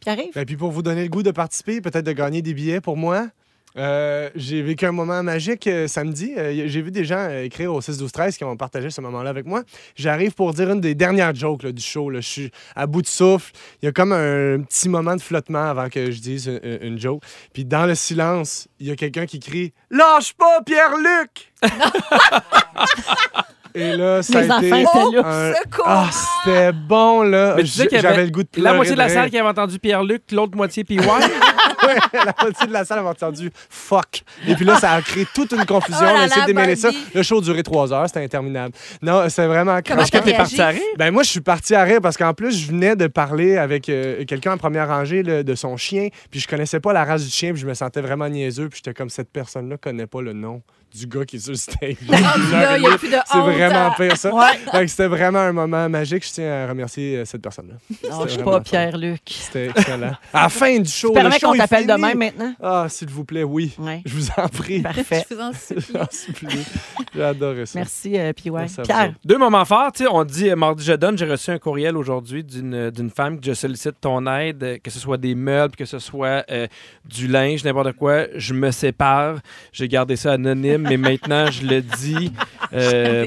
D: Puis arrive.
C: Et Ben, puis pour vous donner le goût de participer, peut-être de gagner des billets pour moi. euh, j'ai vécu un moment magique euh, samedi. Euh, y- j'ai vu des gens euh, écrire au 6-12-13 qui ont partagé ce moment-là avec moi. J'arrive pour dire une des dernières jokes là, du show. là. Je suis à bout de souffle. Il y a comme un petit moment de flottement avant que je dise une, une- une joke. Puis dans le silence, il y a quelqu'un qui crie « Lâche pas, Pierre-Luc! » Et là, ça
D: Les
C: a été...
D: enfants étaient là.
C: un- Ah, c'était bon, là.
E: Mais tu sais
C: J-
E: qu'il y avait
C: J'avais le goût de pleurer
E: La moitié de la
C: rire.
E: salle qui avait entendu Pierre-Luc, l'autre moitié PY.
C: Ouais, la moitié de la salle avait entendu fuck. Et puis là, ça a créé toute une confusion.
F: Oh là
C: on a essayé
F: là,
C: de démêler ça.
F: Barbie.
C: Le show a duré trois heures, c'était interminable. Non, c'est vraiment.
F: Comment
C: craquant.
F: t'as
E: T'es parti à rire?
C: Ben moi, je suis parti à rire parce qu'en plus, je venais de parler avec euh, quelqu'un en première rangée là, de son chien, puis je connaissais pas la race du chien, puis je me sentais vraiment niaiseux, puis j'étais comme cette personne-là connaît pas le nom du gars qui est sur le stage.
F: là, Ah, il y a plus de
C: c'est
F: honte. hein.
C: vraiment pire ça. Fait que c'était vraiment un moment magique. Je tiens à remercier euh, cette personne-là.
D: Non, je suis
C: vraiment
D: pas Pierre-Luc.
C: C'était excellent. À la fin du show,
D: Tu
C: le
D: permets
C: show
D: qu'on
C: est
D: t'appelle
C: fini.
D: demain Hein, maintenant?
C: Ah, s'il vous plaît, oui.
D: Oui.
C: Je vous en prie.
D: Parfait.
F: Je vous en supplie.
C: J'en supplie. J'ai adoré ça.
D: Merci, euh, PY.
C: Merci à vous
D: Pierre.
C: autres.
E: Deux moments forts, tu sais, on dit euh, mardi je donne, j'ai reçu un courriel aujourd'hui d'une euh, d'une femme que je sollicite ton aide, euh, que ce soit des meubles, que ce soit euh, du linge, n'importe quoi, je me sépare, j'ai gardé ça anonyme, mais maintenant je le dis. Euh,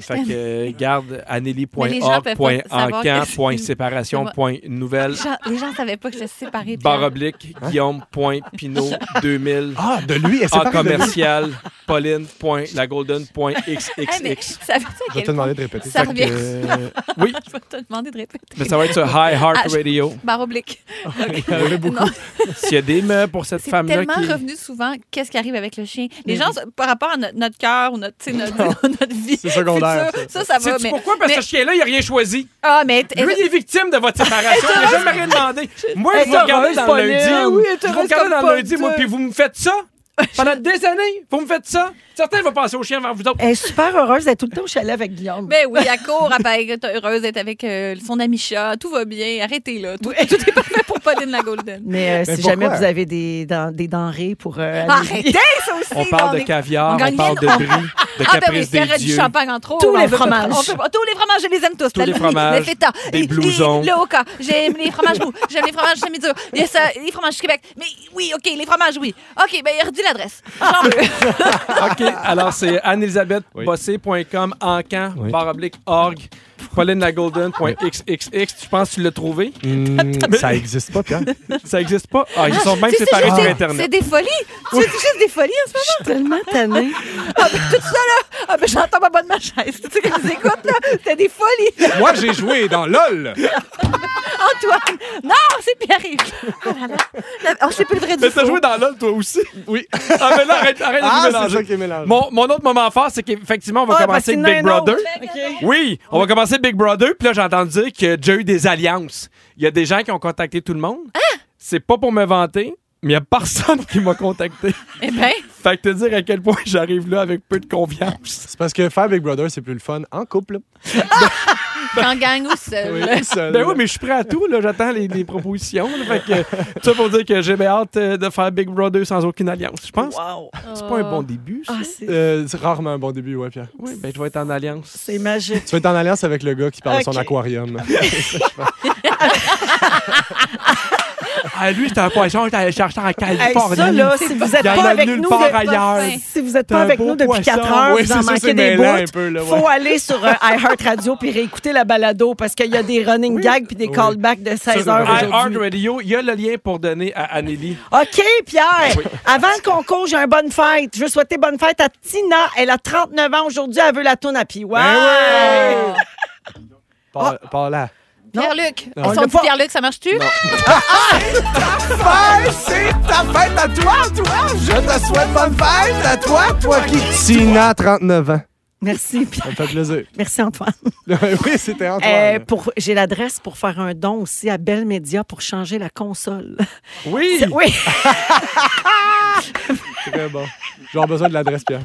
E: fait que euh, garde
F: Mais les gens peuvent pas savoir que-
E: anneli.org.encan.séparation.nouvelle
F: Les gens- les gens savaient pas que j'étais séparée. Pierre.
E: barre oblique guillaume.pinot 2000
C: Ah, de lui, elle s'est
E: en
C: parlé de lui.
E: commercial
F: Hey, mais
E: pauline.lagolden.xxx.
F: ça veut dire
E: Je vais
F: quel
E: te
F: point
E: demander de répéter.
F: Ça
E: Fait
F: revient.
E: que- Oui.
F: Je vais te demander de répéter.
E: Mais ça va être sur High Heart
F: Ah, je-
E: Radio.
F: Barre oblique.
E: Il y en avait beaucoup.
F: Non.
E: S'il y a des meubles pour cette
F: C'est
E: femme-là
F: tellement
E: qui.
F: revenu souvent, qu'est-ce qui arrive avec le chien? Les
E: Mhm.
F: gens, par rapport à no- notre cœur ou notre, tu sais, notre, notre vie.
E: C'est secondaire,
F: future,
E: ça.
F: Ça, ça, va.
E: Sais-tu
F: Mais...
E: pourquoi? Parce que ce chien-là, il a rien choisi.
F: Ah, mais. t-
E: Lui, il est victime de votre séparation. Il n'a
F: Heureuse-
E: jamais rien demandé. Moi,
F: Heureuse
E: je vous regardez dans le
F: Pauline.
E: lundi.
F: Oui,
E: je vous
F: heureuse
E: regardais dans
F: comme
E: le lundi, moi,
F: Pauline.
E: puis vous me faites ça pendant des années. Vous me faites ça. Certains vont passer au chien avant vous autres.
D: Elle est super heureuse d'être tout le temps au chalet avec Guillaume.
F: Ben oui, à court, à Paris, t'es heureuse d'être avec euh, son ami chat, tout va bien, arrêtez là. Tout, tout est parfait pour Pauline la Golden.
D: Mais euh, si jamais vous avez des, den- des denrées pour. euh, aller-
F: Arrêtez ça aussi!
E: On parle de caviar, on,
F: gagne
E: parle de
F: rien, on-
E: brie, de
F: Ah, ben oui,
E: caprice
F: il y aurait
E: des
F: du
E: dieux.
F: champagne en trop.
D: Tous
F: on
D: les
F: veut pas-
D: fromages.
F: on peut pas- tous les fromages, je les aime tous.
E: Tous les
F: Le-
E: fromages,
F: Le feta.
E: des
F: les-
E: blousons.
F: les- Le hoka. J'aime les fromages mous. J'aime les fromages semi-durs. Les, ça- les fromages du Québec. Mais oui, OK, les fromages, oui. OK, ben, il redit l'adresse. J'en veux.
E: OK, alors c'est anne-elisabeth-bossé.com, encan, barre oblique, org, paulinelagolden.xxx. Tu penses que tu l'as trouvé?
C: Hmm, ça existe pas, Pierre.
E: ça existe pas? Ah, ils sont même
F: Tu sais,
E: séparés
F: juste
E: sur
F: des-
E: Internet.
F: C'est des folies. Tu sais, c'est juste des folies en ce moment.
D: Je suis tellement tannée.
F: Ah, ben, tout ça, là. Ah, ben, j'entends ma bonne ma chaise. Tu sais, quand je les écoute, là, c'était des folies.
C: Moi, j'ai joué dans LOL.
F: Antoine. Non, c'est Pierre-Yves. Oh là là. La- Oh, je sais plus le vrai du
E: Mais t'as
F: faux.
E: joué dans LOL, toi aussi?
C: Oui.
E: Ah, mais là, arrête, arrête
C: Ah,
E: de nous
C: c'est ça
E: mélanger.
C: qui est mélangé.
E: Mon, mon autre moment fort, c'est qu'effectivement, on va
D: Ah, parce
E: commencer
D: qu'il
E: avec
D: y en a
E: Big
D: un autre.
E: Brother.
D: OK.
E: Oui, on va commencer Big Brother. Puis là, j'ai entendu dire que j'ai eu des alliances. Il y a des gens qui ont contacté tout le monde.
D: Ah!
E: C'est pas pour me vanter, mais il y a personne qui m'a contacté.
F: Eh ben,
E: Fait que te dire à quel point j'arrive là avec peu de confiance.
C: C'est parce que faire Big Brother, c'est plus le fun en couple.
F: quand gagne ou seul.
C: Oui, seul.
E: Ben oui, mais je suis prêt à tout. là. J'attends les, les propositions. là. Fait que, euh, ça pour dire que j'ai bien hâte euh, de faire Big Brother sans aucune alliance. Je pense
D: Wow.
E: que c'est pas un bon début, ça.
D: Ah, c'est
C: Euh, c'est rarement un bon début, ouais, Pierre.
E: Oui, ben je vais être en alliance.
D: c'est magique.
C: Tu vas être en alliance avec le gars qui parle de
D: Ok.
C: son aquarium.
E: Ah, lui, c'était un poisson, j'étais allé chercher en
D: Hey,
E: Californie.
D: ça, là, si vous n'êtes
E: Il y en
D: pas
E: a
D: avec
E: nulle
D: nous,
E: part
D: de-
E: ailleurs.
D: si vous n'êtes
E: T'as
D: pas
E: un
D: avec
E: beau
D: nous depuis
E: poisson.
D: 4 heures,
C: Oui,
D: vous
C: c'est
D: en
C: ça,
D: manquez
C: c'est
D: des bouts.
C: mêlant un peu, là, ouais.
D: faut aller sur euh, iHeartRadio puis réécouter la balado parce qu'il y a des running gags puis des
C: Oui.
D: callbacks de 16
C: Ça,
D: heures
C: c'est vrai.
D: aujourd'hui.
E: iHeartRadio, il y a le lien pour donner à Anneli.
D: OK, Pierre. Avant le concours, j'ai un bonne fête. Je veux souhaiter bonne fête à Tina. Elle a 39 ans aujourd'hui. Elle veut la tourne à PY.
C: Ben Par, par là.
F: Pierre-Luc.
C: Non.
F: Elles
D: On l'a
F: sont dit
D: pas-
F: Pierre-Luc, ça marche-tu? Ah!
C: Fête, c'est ta fête à toi, toi! Je te souhaite bonne fête à toi, toi qui... Tina, 39 ans.
D: Merci, Pierre.
C: Ça me fait plaisir.
D: Merci, Antoine.
C: oui, c'était Antoine.
D: Euh, pour- j'ai l'adresse pour faire un don aussi à Bell Media pour changer la console.
E: Oui,
D: Oui.
C: Très bon. J'aurai besoin de l'adresse, Pierre.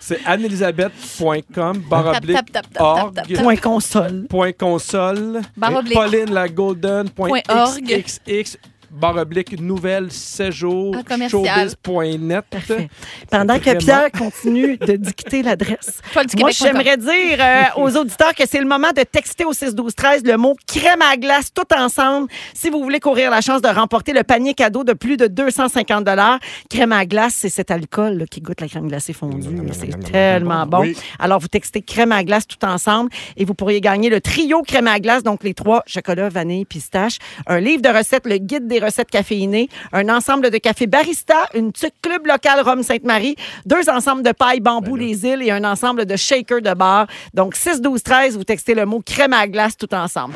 E: c'est annelisabeth.com, barre
F: Tap, tap,
E: oblique,
F: tap, tap,
E: org,
F: tap,
D: Point console.
E: point console,
F: Barre oblique.
E: Pauline la Golden, point
F: Point org.
E: xxx, barre oblique, nouvelle, séjour,
F: Ah, commercial.
E: showbiz.net.
D: Parfait. Pendant que Pierre continue de dicter l'adresse.
F: Paul du
D: Moi,
F: Québec.
D: j'aimerais dire euh, aux auditeurs que c'est le moment de texter au 6 12 13 le mot crème à glace tout ensemble si vous voulez courir la chance de remporter le panier cadeau de plus de 250 dollars. Crème à glace, c'est cet alcool là, qui goûte la crème glacée fondue.
C: Nom, nom, nom, nom,
D: C'est
C: nom, nom,
D: tellement
C: nom.
D: bon.
C: Oui.
D: Alors vous textez crème à glace tout ensemble et vous pourriez gagner le trio crème à glace donc les trois chocolat, vanille, pistache, un livre de recettes, le guide des recettes caféinées, un ensemble de café barista, une tuque club local Rome Sainte-Marie, deux ensembles de paille bambou les îles et un ensemble de shakers de bar. Donc 6 12 13 vous textez le mot crème à glace tout ensemble.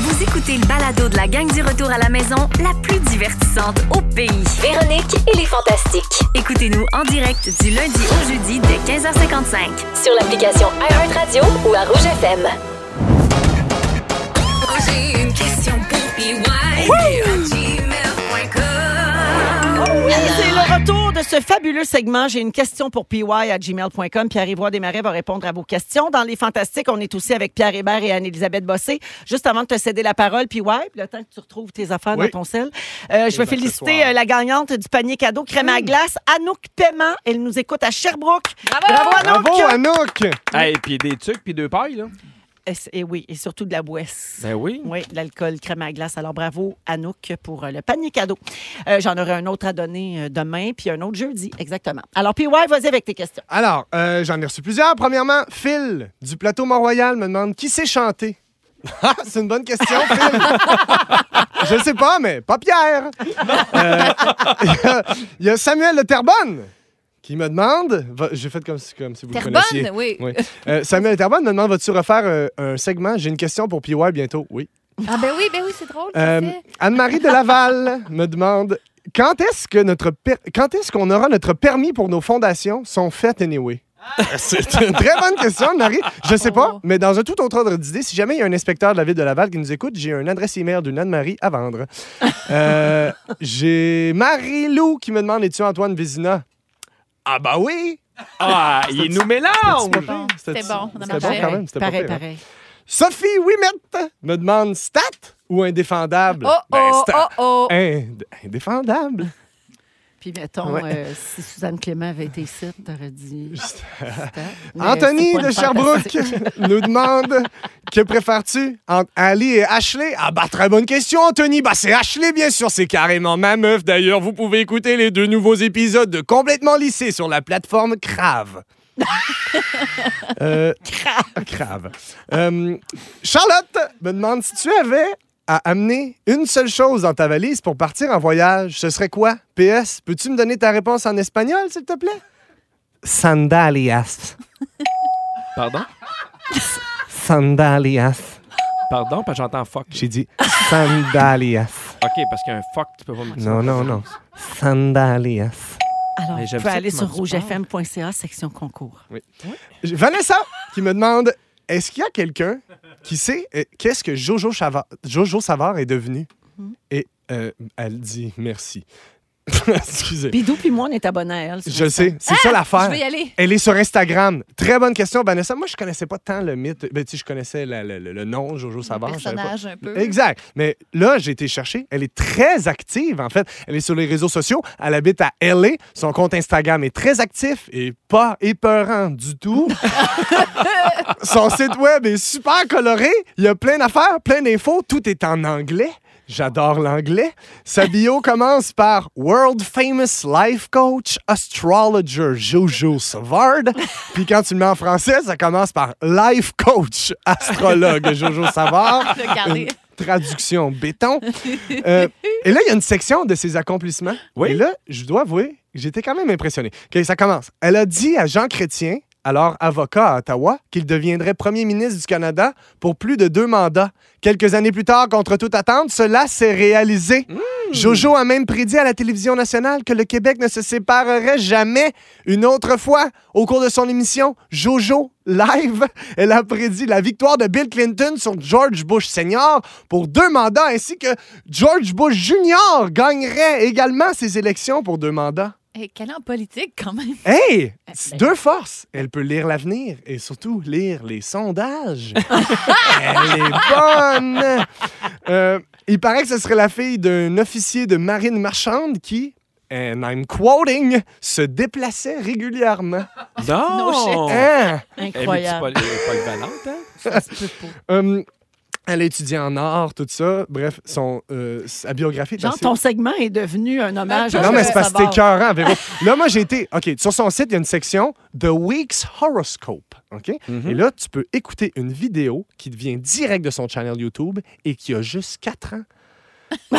A: Vous écoutez le balado de la gang du retour à la maison, la plus divertissante au pays.
B: Véronique et les Fantastiques.
A: Écoutez-nous en direct du lundi au jeudi dès 15h55.
B: Sur l'application iHeartRadio ou à Rouge FM.
D: C'est le retour de ce fabuleux segment. J'ai une question pour PY à gmail.com. Pierre Ivoire Desmarais va répondre à vos questions. Dans les Fantastiques, on est aussi avec Pierre Hébert et Anne-Élisabeth Bossé. Juste avant de te céder la parole, PY, le temps que tu retrouves tes affaires
C: Oui. Eh
D: dans
C: ben,
D: ton sel, euh, je vais féliciter euh, la gagnante du panier cadeau crème à glace, Anouk Paiement. Elle nous écoute à Sherbrooke.
F: Bravo!
D: Anouk!
C: Bravo, Anouk!
E: Hey, puis des tucs, puis deux pailles, là.
D: Et, c- et eh oui, et surtout de la boisse.
E: Ben oui.
D: Oui, de l'alcool, crème à glace. Alors bravo, Anouk, pour euh, le panier cadeau. Euh, J'en aurai un autre à donner euh, demain, puis un autre jeudi, exactement. Alors, PY, vas-y avec tes questions.
C: Alors, euh, j'en ai reçu plusieurs. Premièrement, Phil, du plateau Mont-Royal, me demande qui sait chanter. Ah, C'est une bonne question, Phil. Je ne sais pas, mais pas Pierre. Euh, Il y, a- il y a Samuel Le Terbonne qui me demande, va- j'ai fait comme si, comme si vous le
F: Terrebonne,
C: connaissiez.
F: oui.
C: Euh, Samuel Terbonne me demande, vas-tu refaire euh, un segment? J'ai une question pour PY bientôt. Oui.
F: Ah ben oui, ben oui, c'est drôle. ça
C: Euh,
F: fait.
C: Anne-Marie de Laval me demande quand est-ce que notre per- quand est-ce qu'on aura notre permis pour nos fondations sont faites anyway.
F: Ah,
C: C'est une très bonne question, Anne-Marie. Je sais pas, mais dans un tout autre ordre d'idée, si jamais il y a un inspecteur de la ville de Laval qui nous écoute, j'ai une adresse email d'une Anne-Marie à vendre. Euh, j'ai Marie-Lou qui me demande es-tu Antoine Vézina Ah, bah oui
E: Ah, il nous mélange!
C: C'était bon,
F: C'était bon, on en
C: C'était bon
F: mangeait.
C: quand même, c'était pas
I: Pareil,
C: pire, hein.
I: pareil.
C: Sophie Wimette me demande stat ou indéfendable.
I: Oh,
E: Ben,
I: oh,
C: stat.
F: oh, oh.
C: Ind- indéfendable.
I: Puis mettons,
C: Ouais.
I: euh, si Suzanne Clément avait été ici, t'aurais dit... C'était- mais
C: Anthony
I: c'est pas
C: de
I: une
C: Sherbrooke
I: fantastique.
C: nous demande que préfères-tu entre Ali et Ashley Ah bah très bonne question Anthony. Bah c'est Ashley bien sûr, c'est carrément ma meuf. D'ailleurs, vous pouvez écouter les deux nouveaux épisodes de Complètement lycée sur la plateforme Crave. Euh, Crave. Euh, Charlotte me demande si tu avais à amener une seule chose dans ta valise pour partir en voyage, ce serait quoi PS, peux-tu me donner ta réponse en espagnol s'il te plaît Sandalias.
E: Pardon?
C: Sandalias.
E: Pardon, parce que j'entends fuck.
C: J'ai dit sandalias.
E: OK, parce qu'un fuck, tu peux pas me dire ça.
C: Non, non, non. Sandalias.
I: Alors,
E: Mais
I: vous
E: j'aime
I: pouvez
E: ça
I: aller
E: comment
I: sur
E: tu parles.
I: rougefm.ca, section concours.
D: Mm-hmm.
C: J'ai- Vanessa qui me demande est-ce qu'il y a quelqu'un qui sait euh, qu'est-ce que Jojo, Chava- Jojo Savard est devenu Et euh, elle dit merci. Excusez.
I: Bidou puis moi, on est abonnés à elle. sur
C: Je le
I: Insta.
C: sais, c'est
D: Ah!
C: ça l'affaire.
F: Ah, Je vais y aller.
C: Elle est sur Instagram. Très bonne question, Vanessa. Moi, je connaissais pas tant le mythe. Ben, tu sais, je connaissais la- le, le- le nom, Jojo
F: Le
C: Savard. je savais pas.
F: personnage un peu.
C: Exact. Mais là, j'ai été chercher. Elle est très active, en fait. Elle est sur les réseaux sociaux. Elle habite à LA. Son compte Instagram est très actif et pas épeurant du tout. Son site web est super coloré. Il y a plein d'affaires, plein d'infos. Tout est en anglais. J'adore l'anglais. Sa bio commence par World Famous Life Coach, Astrologer Jojo Savard. Puis quand tu le mets en français, ça commence par Life Coach, Astrologue Jojo Savard.
F: Regardez.
C: Une Traduction béton. Euh, et là, il y a une section de ses accomplissements.
E: Oui.
C: Et là, je dois avouer, j'étais quand même impressionné. OK, ça commence. Elle a dit à Jean Chrétien, alors avocat à Ottawa, qu'il deviendrait premier ministre du Canada pour plus de deux mandats. Quelques années plus tard, contre toute attente, cela s'est réalisé. Jojo a même prédit à la télévision nationale que le Québec ne se séparerait jamais. Une autre fois, au cours de son émission Jojo Live, elle a prédit la victoire de Bill Clinton sur George Bush Senior pour deux mandats, ainsi que George Bush Junior gagnerait également ses élections pour deux mandats.
F: Et qu'elle est en politique quand même.
I: Eh,
C: Hey! C'est
I: ben.
C: Deux forces. Elle peut lire l'avenir et surtout lire les sondages. Elle est bonne! Euh, il paraît que ce serait la fille d'un officier de marine marchande qui, and I'm quoting, se déplaçait régulièrement.
E: Non! Eh,
C: Hein?
E: Elle est
I: Incroyable.
E: polyvalente, hein?
I: Ça se peut pas.
C: Hum, elle a étudié en art, tout ça. Bref, son, euh, sa biographie... ben,
I: Genre,
C: c'est-
I: ton segment est devenu un hommage à
C: Non, mais c'est parce que c'était
I: Savard.
C: écœurant, Véro. Là, moi, j'ai été. OK, sur son site, il y a une section The Week's Horoscope. OK? Et là, tu peux écouter une vidéo qui vient direct de son channel YouTube et qui a juste 4 ans.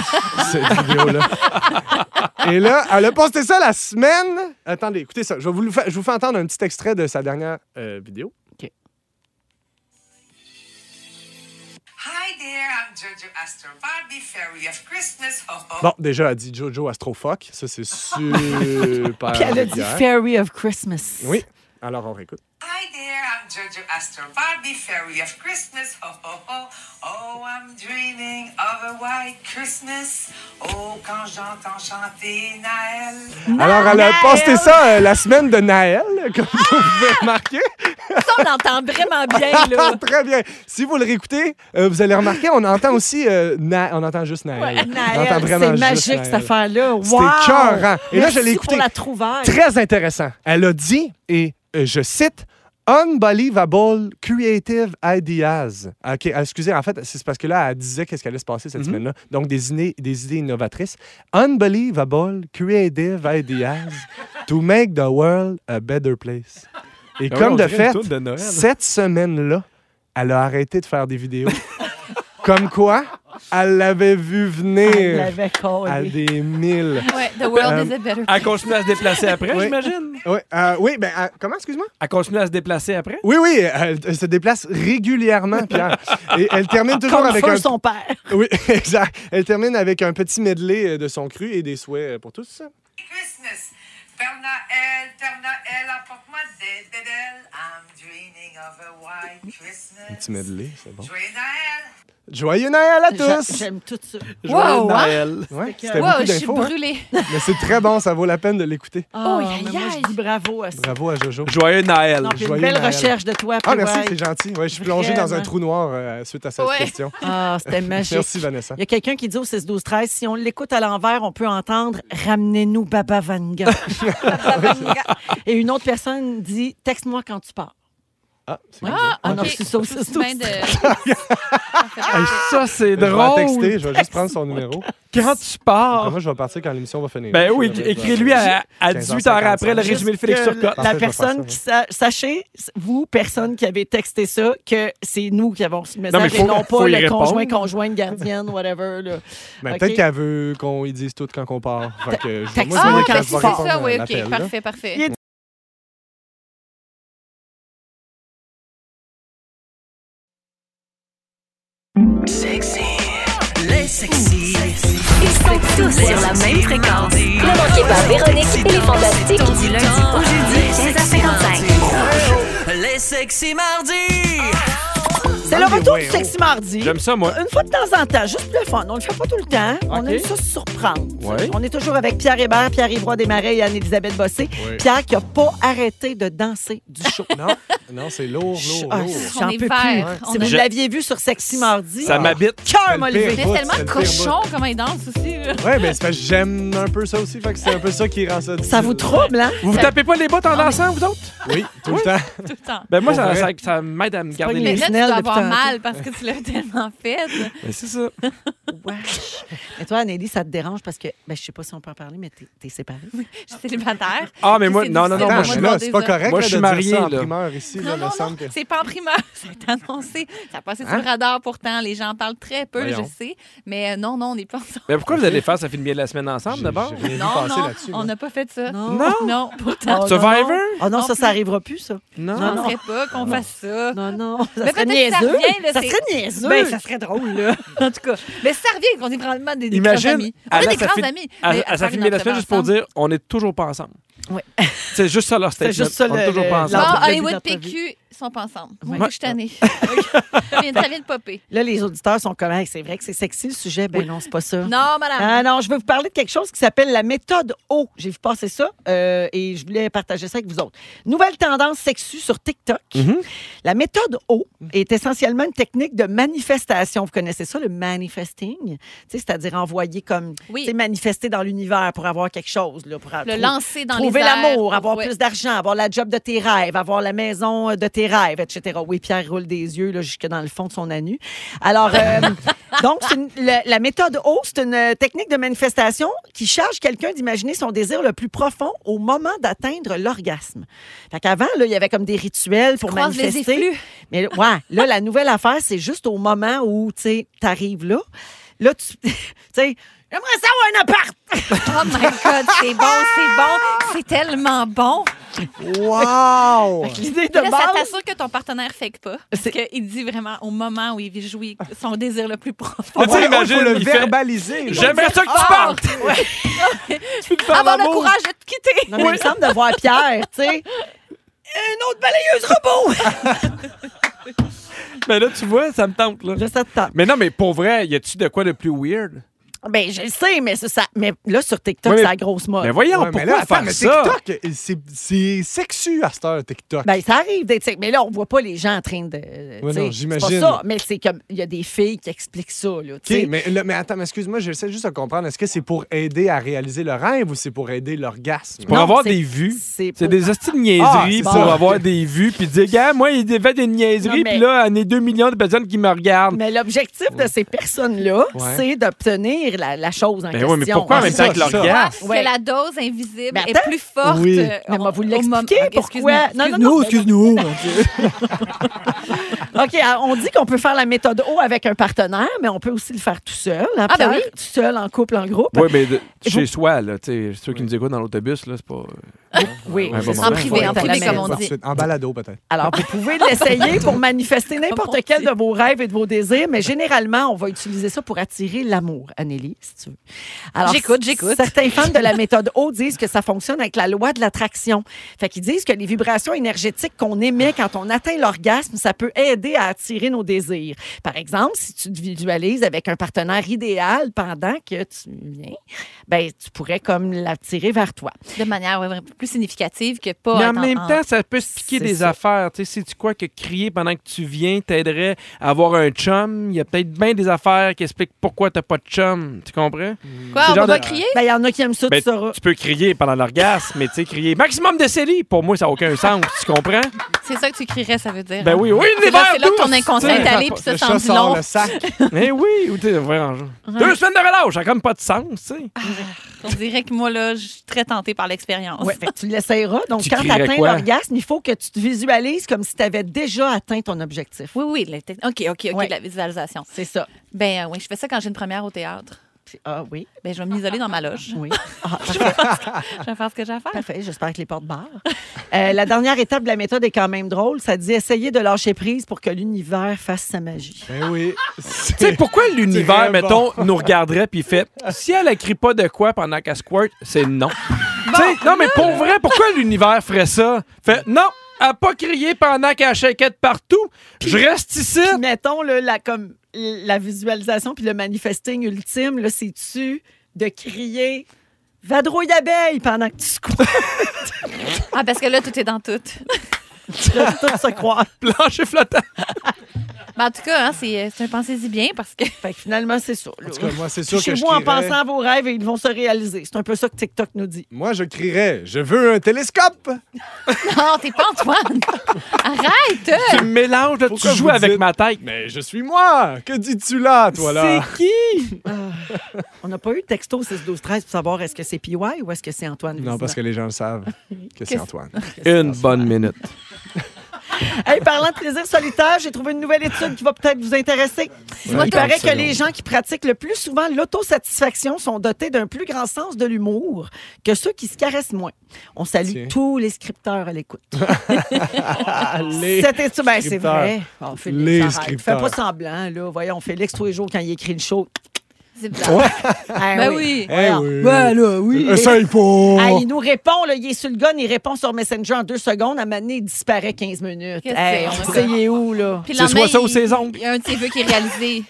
C: Cette vidéo-là. Et là, elle a posté ça la semaine. Attendez, écoutez ça. Je, vais vous, le fa- je vous fais entendre un petit extrait de sa dernière euh, vidéo.
L: Hi there, I'm Jojo Astro Barbie, fairy of Christmas. Ho, ho.
C: Bon, déjà, elle dit Jojo Astrofoc. Ça, c'est super.
I: Puis elle a dit
C: vulgaire.
I: Fairy of Christmas.
C: Oui. Alors, on réécoute.
L: Hi there, I'm Jojo Astro Barbie, fairy of Christmas. Ho, ho, ho. Oh, I'm dreaming of a white Christmas. Oh, quand j'entends chanter Naël.
C: Alors, elle a posté ça euh, la semaine de Naël, comme vous pouvez remarquer.
I: Ça, on l'entend vraiment bien, là.
C: Très bien. Si vous le réécoutez, euh, vous allez remarquer, on entend aussi... euh, Na- On entend juste Naël. on entend
I: Naël,
C: vraiment
I: c'est
C: juste euh,
I: magique, cette
C: Naël.
I: affaire-là. Wow!
C: C'était écœurant. hein. Et là, je l'ai
I: Merci
C: écouté.
I: pour la trouvaille.
C: Très intéressant. Elle a dit, et euh, je cite, Unbelievable creative ideas. OK, euh, excusez, en fait, c'est parce que là, elle disait qu'est-ce qui allait se passer
E: Mhm.
C: cette semaine-là. Donc, des, iné- des idées innovatrices. Unbelievable creative ideas to make the world a better place. Et
E: Ben oui,
C: comme
E: on
C: de
E: dirait une
C: fait,
E: toune de Noël.
C: cette semaine-là, elle a arrêté de faire des vidéos. comme quoi, Elle l'avait vu venir.
D: Elle l'avait collé.
C: À des mille.
F: Ouais, the world
C: Euh,
F: is a better
E: Elle continue à se déplacer après,
C: Oui.
E: j'imagine.
C: Oui, euh, oui ben, euh, comment, excuse-moi?
E: Elle continue à se déplacer après?
C: Oui, oui, elle, elle se déplace régulièrement, Pierre. Et elle termine toujours
D: Comme
C: avec
D: feu
C: un...
D: son père.
C: Oui, exact. Elle termine avec un petit medley euh, de son cru et des souhaits euh, pour tous.
L: Christmas. Père Noël, Père Noël, apporte-moi des bébelles. I'm dreaming of a white
C: Un
L: Christmas.
C: petit medley, c'est bon.
L: Joyeux Noël!
C: Joyeux Noël à
D: J'a-
C: tous!
D: J'aime tout ça.
C: Joyeux
E: hein?
C: Noël! Ouais, c'était
F: Wow,
C: beaucoup
F: je suis
C: d'infos, hein.
F: brûlée.
C: Mais c'est très bon, ça vaut la peine de l'écouter.
D: Oh,
F: Oh, aïe,
D: mais moi,
F: aïe.
D: je dis bravo à ça.
C: Bravo à Jojo.
E: Joyeux Noël.
D: Non, puis une
C: Joyeux
D: belle
C: Noël.
D: recherche de toi.
C: Ah, merci,
D: PY.
C: c'est gentil. Ouais, je suis plongé dans un
D: Vraiment.
C: trou noir euh, suite à cette
F: Ouais.
C: question.
D: Ah, c'était magique.
C: Merci, Vanessa.
D: Il y a quelqu'un qui dit au 6 12 13 si on l'écoute à l'envers, on peut entendre ramenez-nous Baba Vanga. Baba Vanga. Et une autre personne dit texte-moi quand tu pars.
C: Ah, c'est cool.
F: Ah,
D: On
F: ok.
D: a reçu ça au 6 12
F: Main de- Ah!
E: Hey, ça, c'est
C: Je vais la
E: drôle.
C: texter, je vais juste prendre son numéro.
E: Quand tu pars.
C: Moi, je vais partir quand l'émission va finir.
E: Ben oui,
C: Je vais-
E: écris-lui à, à 18 heures après le résumé de Félix
D: que
E: Turcotte.
C: Parfait, je
D: La
C: vais faire
D: personne
C: ça,
D: qui sa- sachez, vous, personne qui avez texté ça, que c'est nous qui avons reçu le message
E: mais faut-
D: et non
E: faut
D: pas
E: y
D: le
E: répondre.
D: conjoint, conjointe, gardienne, whatever. là.
C: Ben,
F: euh,
D: Ok.
C: Peut-être qu'elle veut qu'on y dise tout quand on part. Fait que, je- moi, je
F: Ah,
C: vais-
F: fait que
C: je vais
F: c'est ça,
C: répondre à
F: oui,
C: l'appel,
F: OK.
C: là.
F: Parfait, parfait.
D: Il est
A: Ils sont tous sur la même fréquence.
B: Ne manquez pas Véronique et les Fantastiques.
A: Du lundi au jeudi, 15h55.
M: Les sexy mardis!
D: C'est le retour
C: ouais,
D: du
C: oh.
D: sexy mardi.
E: J'aime ça, moi.
D: Une fois de temps en temps, juste pour le fun. On le fait pas tout le temps. On
E: Ok.
D: aime ça se surprendre.
E: Ouais.
D: On est toujours avec Pierre Hébert, Pierre Ivoire Desmarais et Anne-Élisabeth Bossé.
C: Ouais.
D: Pierre qui a pas arrêté de danser du show.
C: Non, Oh, non c'est lourd, lourd,
D: Ah,
C: lourd.
D: J'en
F: On est
D: peux plus.
F: vert. On
D: Si
F: a-
D: vous
E: Je-
D: l'aviez vu sur Sexy Mardi,
C: Ah.
E: Ça m'habite.
D: cœur m'a
C: C'est le pire.
D: levé.
F: Mais
C: Bout,
F: tellement
C: c'est le pire
F: cochon comment il danse aussi. là.
C: Ouais, ben c'est parce que j'aime un peu ça aussi. Fait que c'est un peu ça qui rend ça.
D: Ça vous trouble, hein?
E: Vous vous tapez pas les bottes en dansant, vous autres?
C: Oui, tout le temps.
F: Tout le temps.
E: Ben moi,
C: Pour
E: ça,
C: vrai.
E: ça, ça m'aide à me garder
D: pas
F: Mais
E: les...
F: là, tu
D: Snell
F: dois
D: depuis
F: avoir
D: tantôt.
F: mal parce que tu l'as tellement fait.
E: Mais c'est ça.
D: Wesh. Et toi, Anneli, ça te dérange parce que, ben, je sais pas si on peut en parler, mais t'es t'es séparée.
F: Je suis célibataire.
E: Ah, mais
F: Puis
E: moi,
F: c'est
E: non, non, non,
F: difficile
E: moi,
C: Attends,
E: je
F: pour moi de
E: suis là.
C: je suis là, c'est pas
F: dire ça.
C: correct
E: Moi,
C: là,
E: je suis
C: de dire
E: marié,
C: ça en
E: là.
C: primeur ici. là,
F: Non, non,
C: me semble que...
F: non, c'est pas en primeur, c'est annoncé. Ça a passé sur le radar pourtant, les gens en parlent très peu,
E: Voyons.
F: je sais. Mais euh, non, non, on n'est pas ensemble.
E: Mais Ben, pourquoi vous allez faire ça film bien de la semaine ensemble,
C: J'ai-
E: d'abord?
C: j'ai rien vu
F: Non,
C: passer
F: non,
C: là-dessus,
F: on
C: là.
F: n'a pas fait ça.
D: Non.
F: Non, pourtant,
D: Oh,
E: Survivor?
D: non, non. Ah non,
F: Non
D: ça,
F: plus.
D: ça arrivera plus, ça.
E: Non.
F: on
D: Non,
F: ne ferait pas qu'on fasse ça.
D: Non, non. Ça
F: Mais
D: serait
F: peut-être que ça
D: niaiseux.
F: revient, là,
D: ça
F: c'est-
D: serait niaiseux.
F: Ben, ça
D: serait drôle, là.
F: En tout cas, mais ça revient qu'on est vraiment des, des
E: Imagine,
F: grands amis. On
E: à
F: est
E: la-
F: des
E: ça
F: grands
E: fait-
F: amis.
E: À,
F: mais
E: à sa
F: faire
E: film
F: une
E: de la semaine,
F: entrée
E: juste pour
F: ensemble.
E: dire, on est toujours pas ensemble.
F: Ouais.
E: C'est juste ça leur statement.
D: C'est juste ça,
E: on est
D: le-
E: toujours
D: le-
E: pas ensemble.
D: l'entrée.
F: Ah,
D: entrevue
F: Hollywood
D: d'entrevue.
F: PQ sont pas ensemble. Moi,
D: Ouais.
F: je suis tannée. ça, vient, ça vient de popper.
D: Là, les auditeurs sont comme, Hey, c'est vrai que c'est sexy le sujet. Ben non, c'est pas ça.
F: Non, madame.
D: Ah non, je veux vous parler de quelque chose qui s'appelle la méthode O. J'ai vu passer ça euh, et je voulais partager ça avec vous autres. Nouvelle tendance sexue sur TikTok. Mmh. La méthode O est essentiellement une technique de manifestation. Vous connaissez ça, le manifesting? Tu sais, C'est-à-dire envoyer comme...
F: Oui.
D: tu sais, manifester dans l'univers pour avoir quelque chose. Là, pour
F: Le
D: trou-
F: lancer dans
D: Trouver
F: les airs.
D: l'amour, avoir
F: Ouais.
D: plus d'argent, avoir la job de tes rêves, avoir la maison euh, de tes rêves, etc. Oui, Pierre roule des yeux là, jusque dans le fond de son anus. Alors, euh, donc, c'est une- la, la méthode O, c'est une euh, technique de manifestation qui charge quelqu'un d'imaginer son désir le plus profond au moment d'atteindre l'orgasme. Fait qu'avant, là, il y avait comme des rituels pour
F: croises les
D: manifester.
F: effluves.
D: Mais ouais, là, la nouvelle affaire, c'est juste au moment où, tu sais, t'arrives là. Là, tu tu sais, j'aimerais ça avoir un appart!
F: Oh my God, c'est bon, c'est bon. C'est tellement bon.
C: Wow!
D: L'idée de
F: Là, ça
D: base...
F: t'assure que ton partenaire fake pas. Parce
D: C'est-
F: qu'il dit vraiment au moment où il jouit son désir le plus profond.
E: Mais tu sais,
C: il faut
E: imagine,
C: le
E: il fait-
C: verbaliser. là.
E: J'aimerais ça que
D: Ah!
E: tu partes!
F: ah, Avoir le courage de te quitter.
D: Non, mais il me semble de voir Pierre, tu sais. Une autre balayeuse robot!
E: Mais là, tu vois, ça me tente, là.
D: Là, ça te tente.
E: Mais non, mais pour vrai, y a-tu de quoi de plus weird?
D: Ben, je le sais, mais, ça, ça- mais là, sur TikTok,
E: Ouais, mais-
D: c'est la grosse mode.
E: Mais voyons,
C: Ouais, mais
E: pourquoi
C: là, attends,
E: faire
C: mais
E: ça?
C: TikTok, euh, c'est- c'est sexu à cette heure, TikTok.
D: Ben, ça arrive d'être. Mais là, on voit pas les gens en train de. tu
C: non,
D: sais,
C: j'imagine.
D: C'est pas ça, mais c'est comme. Il y a des filles qui expliquent ça, là. tu sais.
C: OK, mais, là, mais attends, mais excuse-moi, j'essaie juste de comprendre. Est-ce que c'est pour aider à réaliser le rêve ou c'est pour aider l'orgasme?
E: Pour
D: Non,
E: avoir
D: c'est-
E: des vues.
D: c'est pour- Ah,
E: C'est des hosties de niaiseries
C: c'est
E: pour
C: ça.
E: avoir des vues, puis dire, gars, moi, il fait des niaiseries,
D: Non, mais-
E: puis là, on est 2 millions de personnes qui me regardent.
D: Mais l'objectif de ces personnes-là,
C: Ouais.
D: c'est d'obtenir la, la chose en
E: Mais
D: question.
E: Ben oui, mais pourquoi en
D: Ah,
E: même
D: c'est
E: temps
D: ça.
E: que leur
C: ça.
E: regard?
F: Parce
D: Ouais.
F: que la dose invisible
D: Mais
F: est
D: attends.
F: plus forte.
C: Oui.
F: euh,
D: Mais on va
F: au
D: vous l'expliquer
F: moment- Ok,
D: pourquoi.
F: excuse-nous, excuse-nous.
D: non, non, mais-
C: excuse-nous.
D: OK, alors, on dit qu'on peut faire la méthode O avec un partenaire, mais on peut aussi le faire tout seul. hein,
F: Ah, ben
D: Pierre,
F: oui.
D: Tout seul, en couple, en groupe.
E: Oui, mais de-
D: Vous-
E: chez soi, là, tu sais, ceux qui nous écoutent dans l'autobus, là, c'est pas.
D: Oui,
E: Un bon
D: c'est
E: moment.
D: en privé, en privé, comme on dit.
C: En balado, peut-être.
D: Alors, vous pouvez l'essayer pour manifester
F: Oh
D: n'importe quel de vos rêves et de vos désirs, mais généralement, on va utiliser ça pour attirer l'amour, Anélie, si tu veux.
F: J'écoute,
D: c- Certains fans de la méthode O disent que ça fonctionne avec la loi de l'attraction. Fait qu'ils disent que les vibrations énergétiques qu'on émet quand on atteint l'orgasme, ça peut aider à attirer nos désirs. Par exemple, si tu te visualises avec un partenaire idéal pendant que tu viens, ben, tu pourrais comme l'attirer vers toi.
F: De manière ouais, vraiment plus significative que pas. ah.
E: Mais en
F: être
E: même temps, ça peut se piquer
F: C'est
E: des
F: ça.
E: affaires. Tu sais, si tu crois que crier pendant que tu viens t'aiderait à avoir un chum, il y a peut-être bien des affaires qui expliquent pourquoi t'as pas de chum. Tu comprends?
D: Quoi,
E: C'est
D: on
E: le genre
D: va
E: de-
D: crier? Ben, il y en a qui aiment ça,
E: Ben,
D: tu sauras.
E: tu peux crier pendant l'orgasme, mais tu sais, crier maximum de série, pour moi, ça n'a aucun sens. Tu comprends?
F: C'est ça que tu crierais, ça veut dire.
E: Ben
F: hein?
E: oui, oui,
F: C'est là,
E: l'hiver
F: c'est là que ton
E: douce,
F: inconscient
E: tu sais.
F: est allé, puis ça,
E: Le
F: ça
E: chat
F: en dit
E: sort
F: long.
E: le sac. Mais oui, ou tu sais, vraiment. genre,
F: Ouais.
E: Deux semaines de relâche, ça n'a comme pas de sens, tu sais.
F: On dirait que moi, là, je suis très tentée par l'expérience.
D: Ouais, fait que tu l'essayeras. Donc,
E: Tu
D: quand tu
E: crierais
D: atteins
E: quoi?
D: l'orgasme, il faut que tu te visualises comme si tu avais déjà atteint ton objectif.
F: Oui, oui. la tec- OK, OK, OK,
D: Ouais.
F: de la visualisation.
D: C'est ça.
F: Ben euh, oui, je fais ça quand j'ai une première au théâtre.
D: Ah oui.
F: Ben, je vais m'isoler dans ma loge.
D: Oui.
F: je vais faire ce que j'ai à faire.
D: Parfait, j'espère que les portes barrent. Euh, la dernière étape de la méthode est quand même drôle. Ça dit essayer de lâcher prise pour que l'univers fasse sa magie.
C: Ben oui.
E: Tu sais, pourquoi l'univers,
C: C'est
E: mettons,
C: bon.
E: nous regarderait puis fait si elle écrit pas de quoi pendant qu'elle squirt, c'est non. Tu sais, non, mais pour vrai, pourquoi l'univers ferait ça? Fait non, elle a pas crié pendant qu'elle shakeait de partout. Je reste ici.
D: Puis mettons, là, la, comme, la visualisation puis le manifesting ultime, là, c'est-tu de crier Vadrouille d'abeille pendant que tu squattes.
F: Ah, parce que là, tout est dans tout.
D: Là, tout se croire.
E: Plancher flottant.
F: Ben, en tout cas, hein, c'est, c'est un pensez-y bien parce que.
D: Fait que finalement, c'est ça. là.
C: En tout cas, moi, c'est sûr que je
D: Touchez-vous en
C: crierais.
D: pensant à vos rêves et ils vont se réaliser. C'est un peu ça que TikTok nous dit.
C: Moi, je crierais Je veux un télescope
F: Non, t'es pas Antoine! Arrête! euh,
E: Tu me mélanges, là, tu
C: Pourquoi
E: joues
C: vous
E: avec
C: dites-
E: ma tête.
C: Mais je suis moi Que dis-tu là, toi, là
E: C'est qui?
D: Ah. On n'a pas eu de texto 6 12 13 pour savoir est-ce que c'est PY ou est-ce que c'est Antoine
C: Non, parce que les gens le savent que c'est
D: Qu'est-ce-
C: Antoine.
E: Une bonne minute.
D: Hey, parlant de plaisir solitaire, j'ai trouvé une nouvelle étude qui va peut-être vous intéresser.
C: Ouais,
D: Il paraît
C: 30
D: que les
C: secondes.
D: gens qui pratiquent le plus souvent l'autosatisfaction sont dotés d'un plus grand sens de l'humour que ceux qui se caressent moins. On salue
C: Tiens.
D: tous les scripteurs à l'écoute. Ah,
C: Allez
D: Cette étude, ben, c'est
C: scripteurs.
D: vrai. Oh, Félix,
C: Les
D: arrête.
C: scripteurs.
D: Fais pas semblant, là. Voyons, Félix, tous les jours, quand il écrit une show.
F: C'est bizarre.
D: Ah
F: Ben oui.
C: Eh
D: Voyons.
C: oui.
D: Ben là, oui.
C: Essaye pas
D: Ah, il nous répond, là, il est sur le gun, il répond sur Messenger en deux secondes. À un moment donné, il disparaît 15 minutes. Eh,
F: Qu'est-ce
D: Hey,
F: que c'est,
D: on
F: ça?
D: sait il est où, là?
F: Puis le
E: C'est soit
F: lendemain,
E: ça ou
F: il-
E: ses ongles.
F: Il y a un de ses vœux qui est réalisé.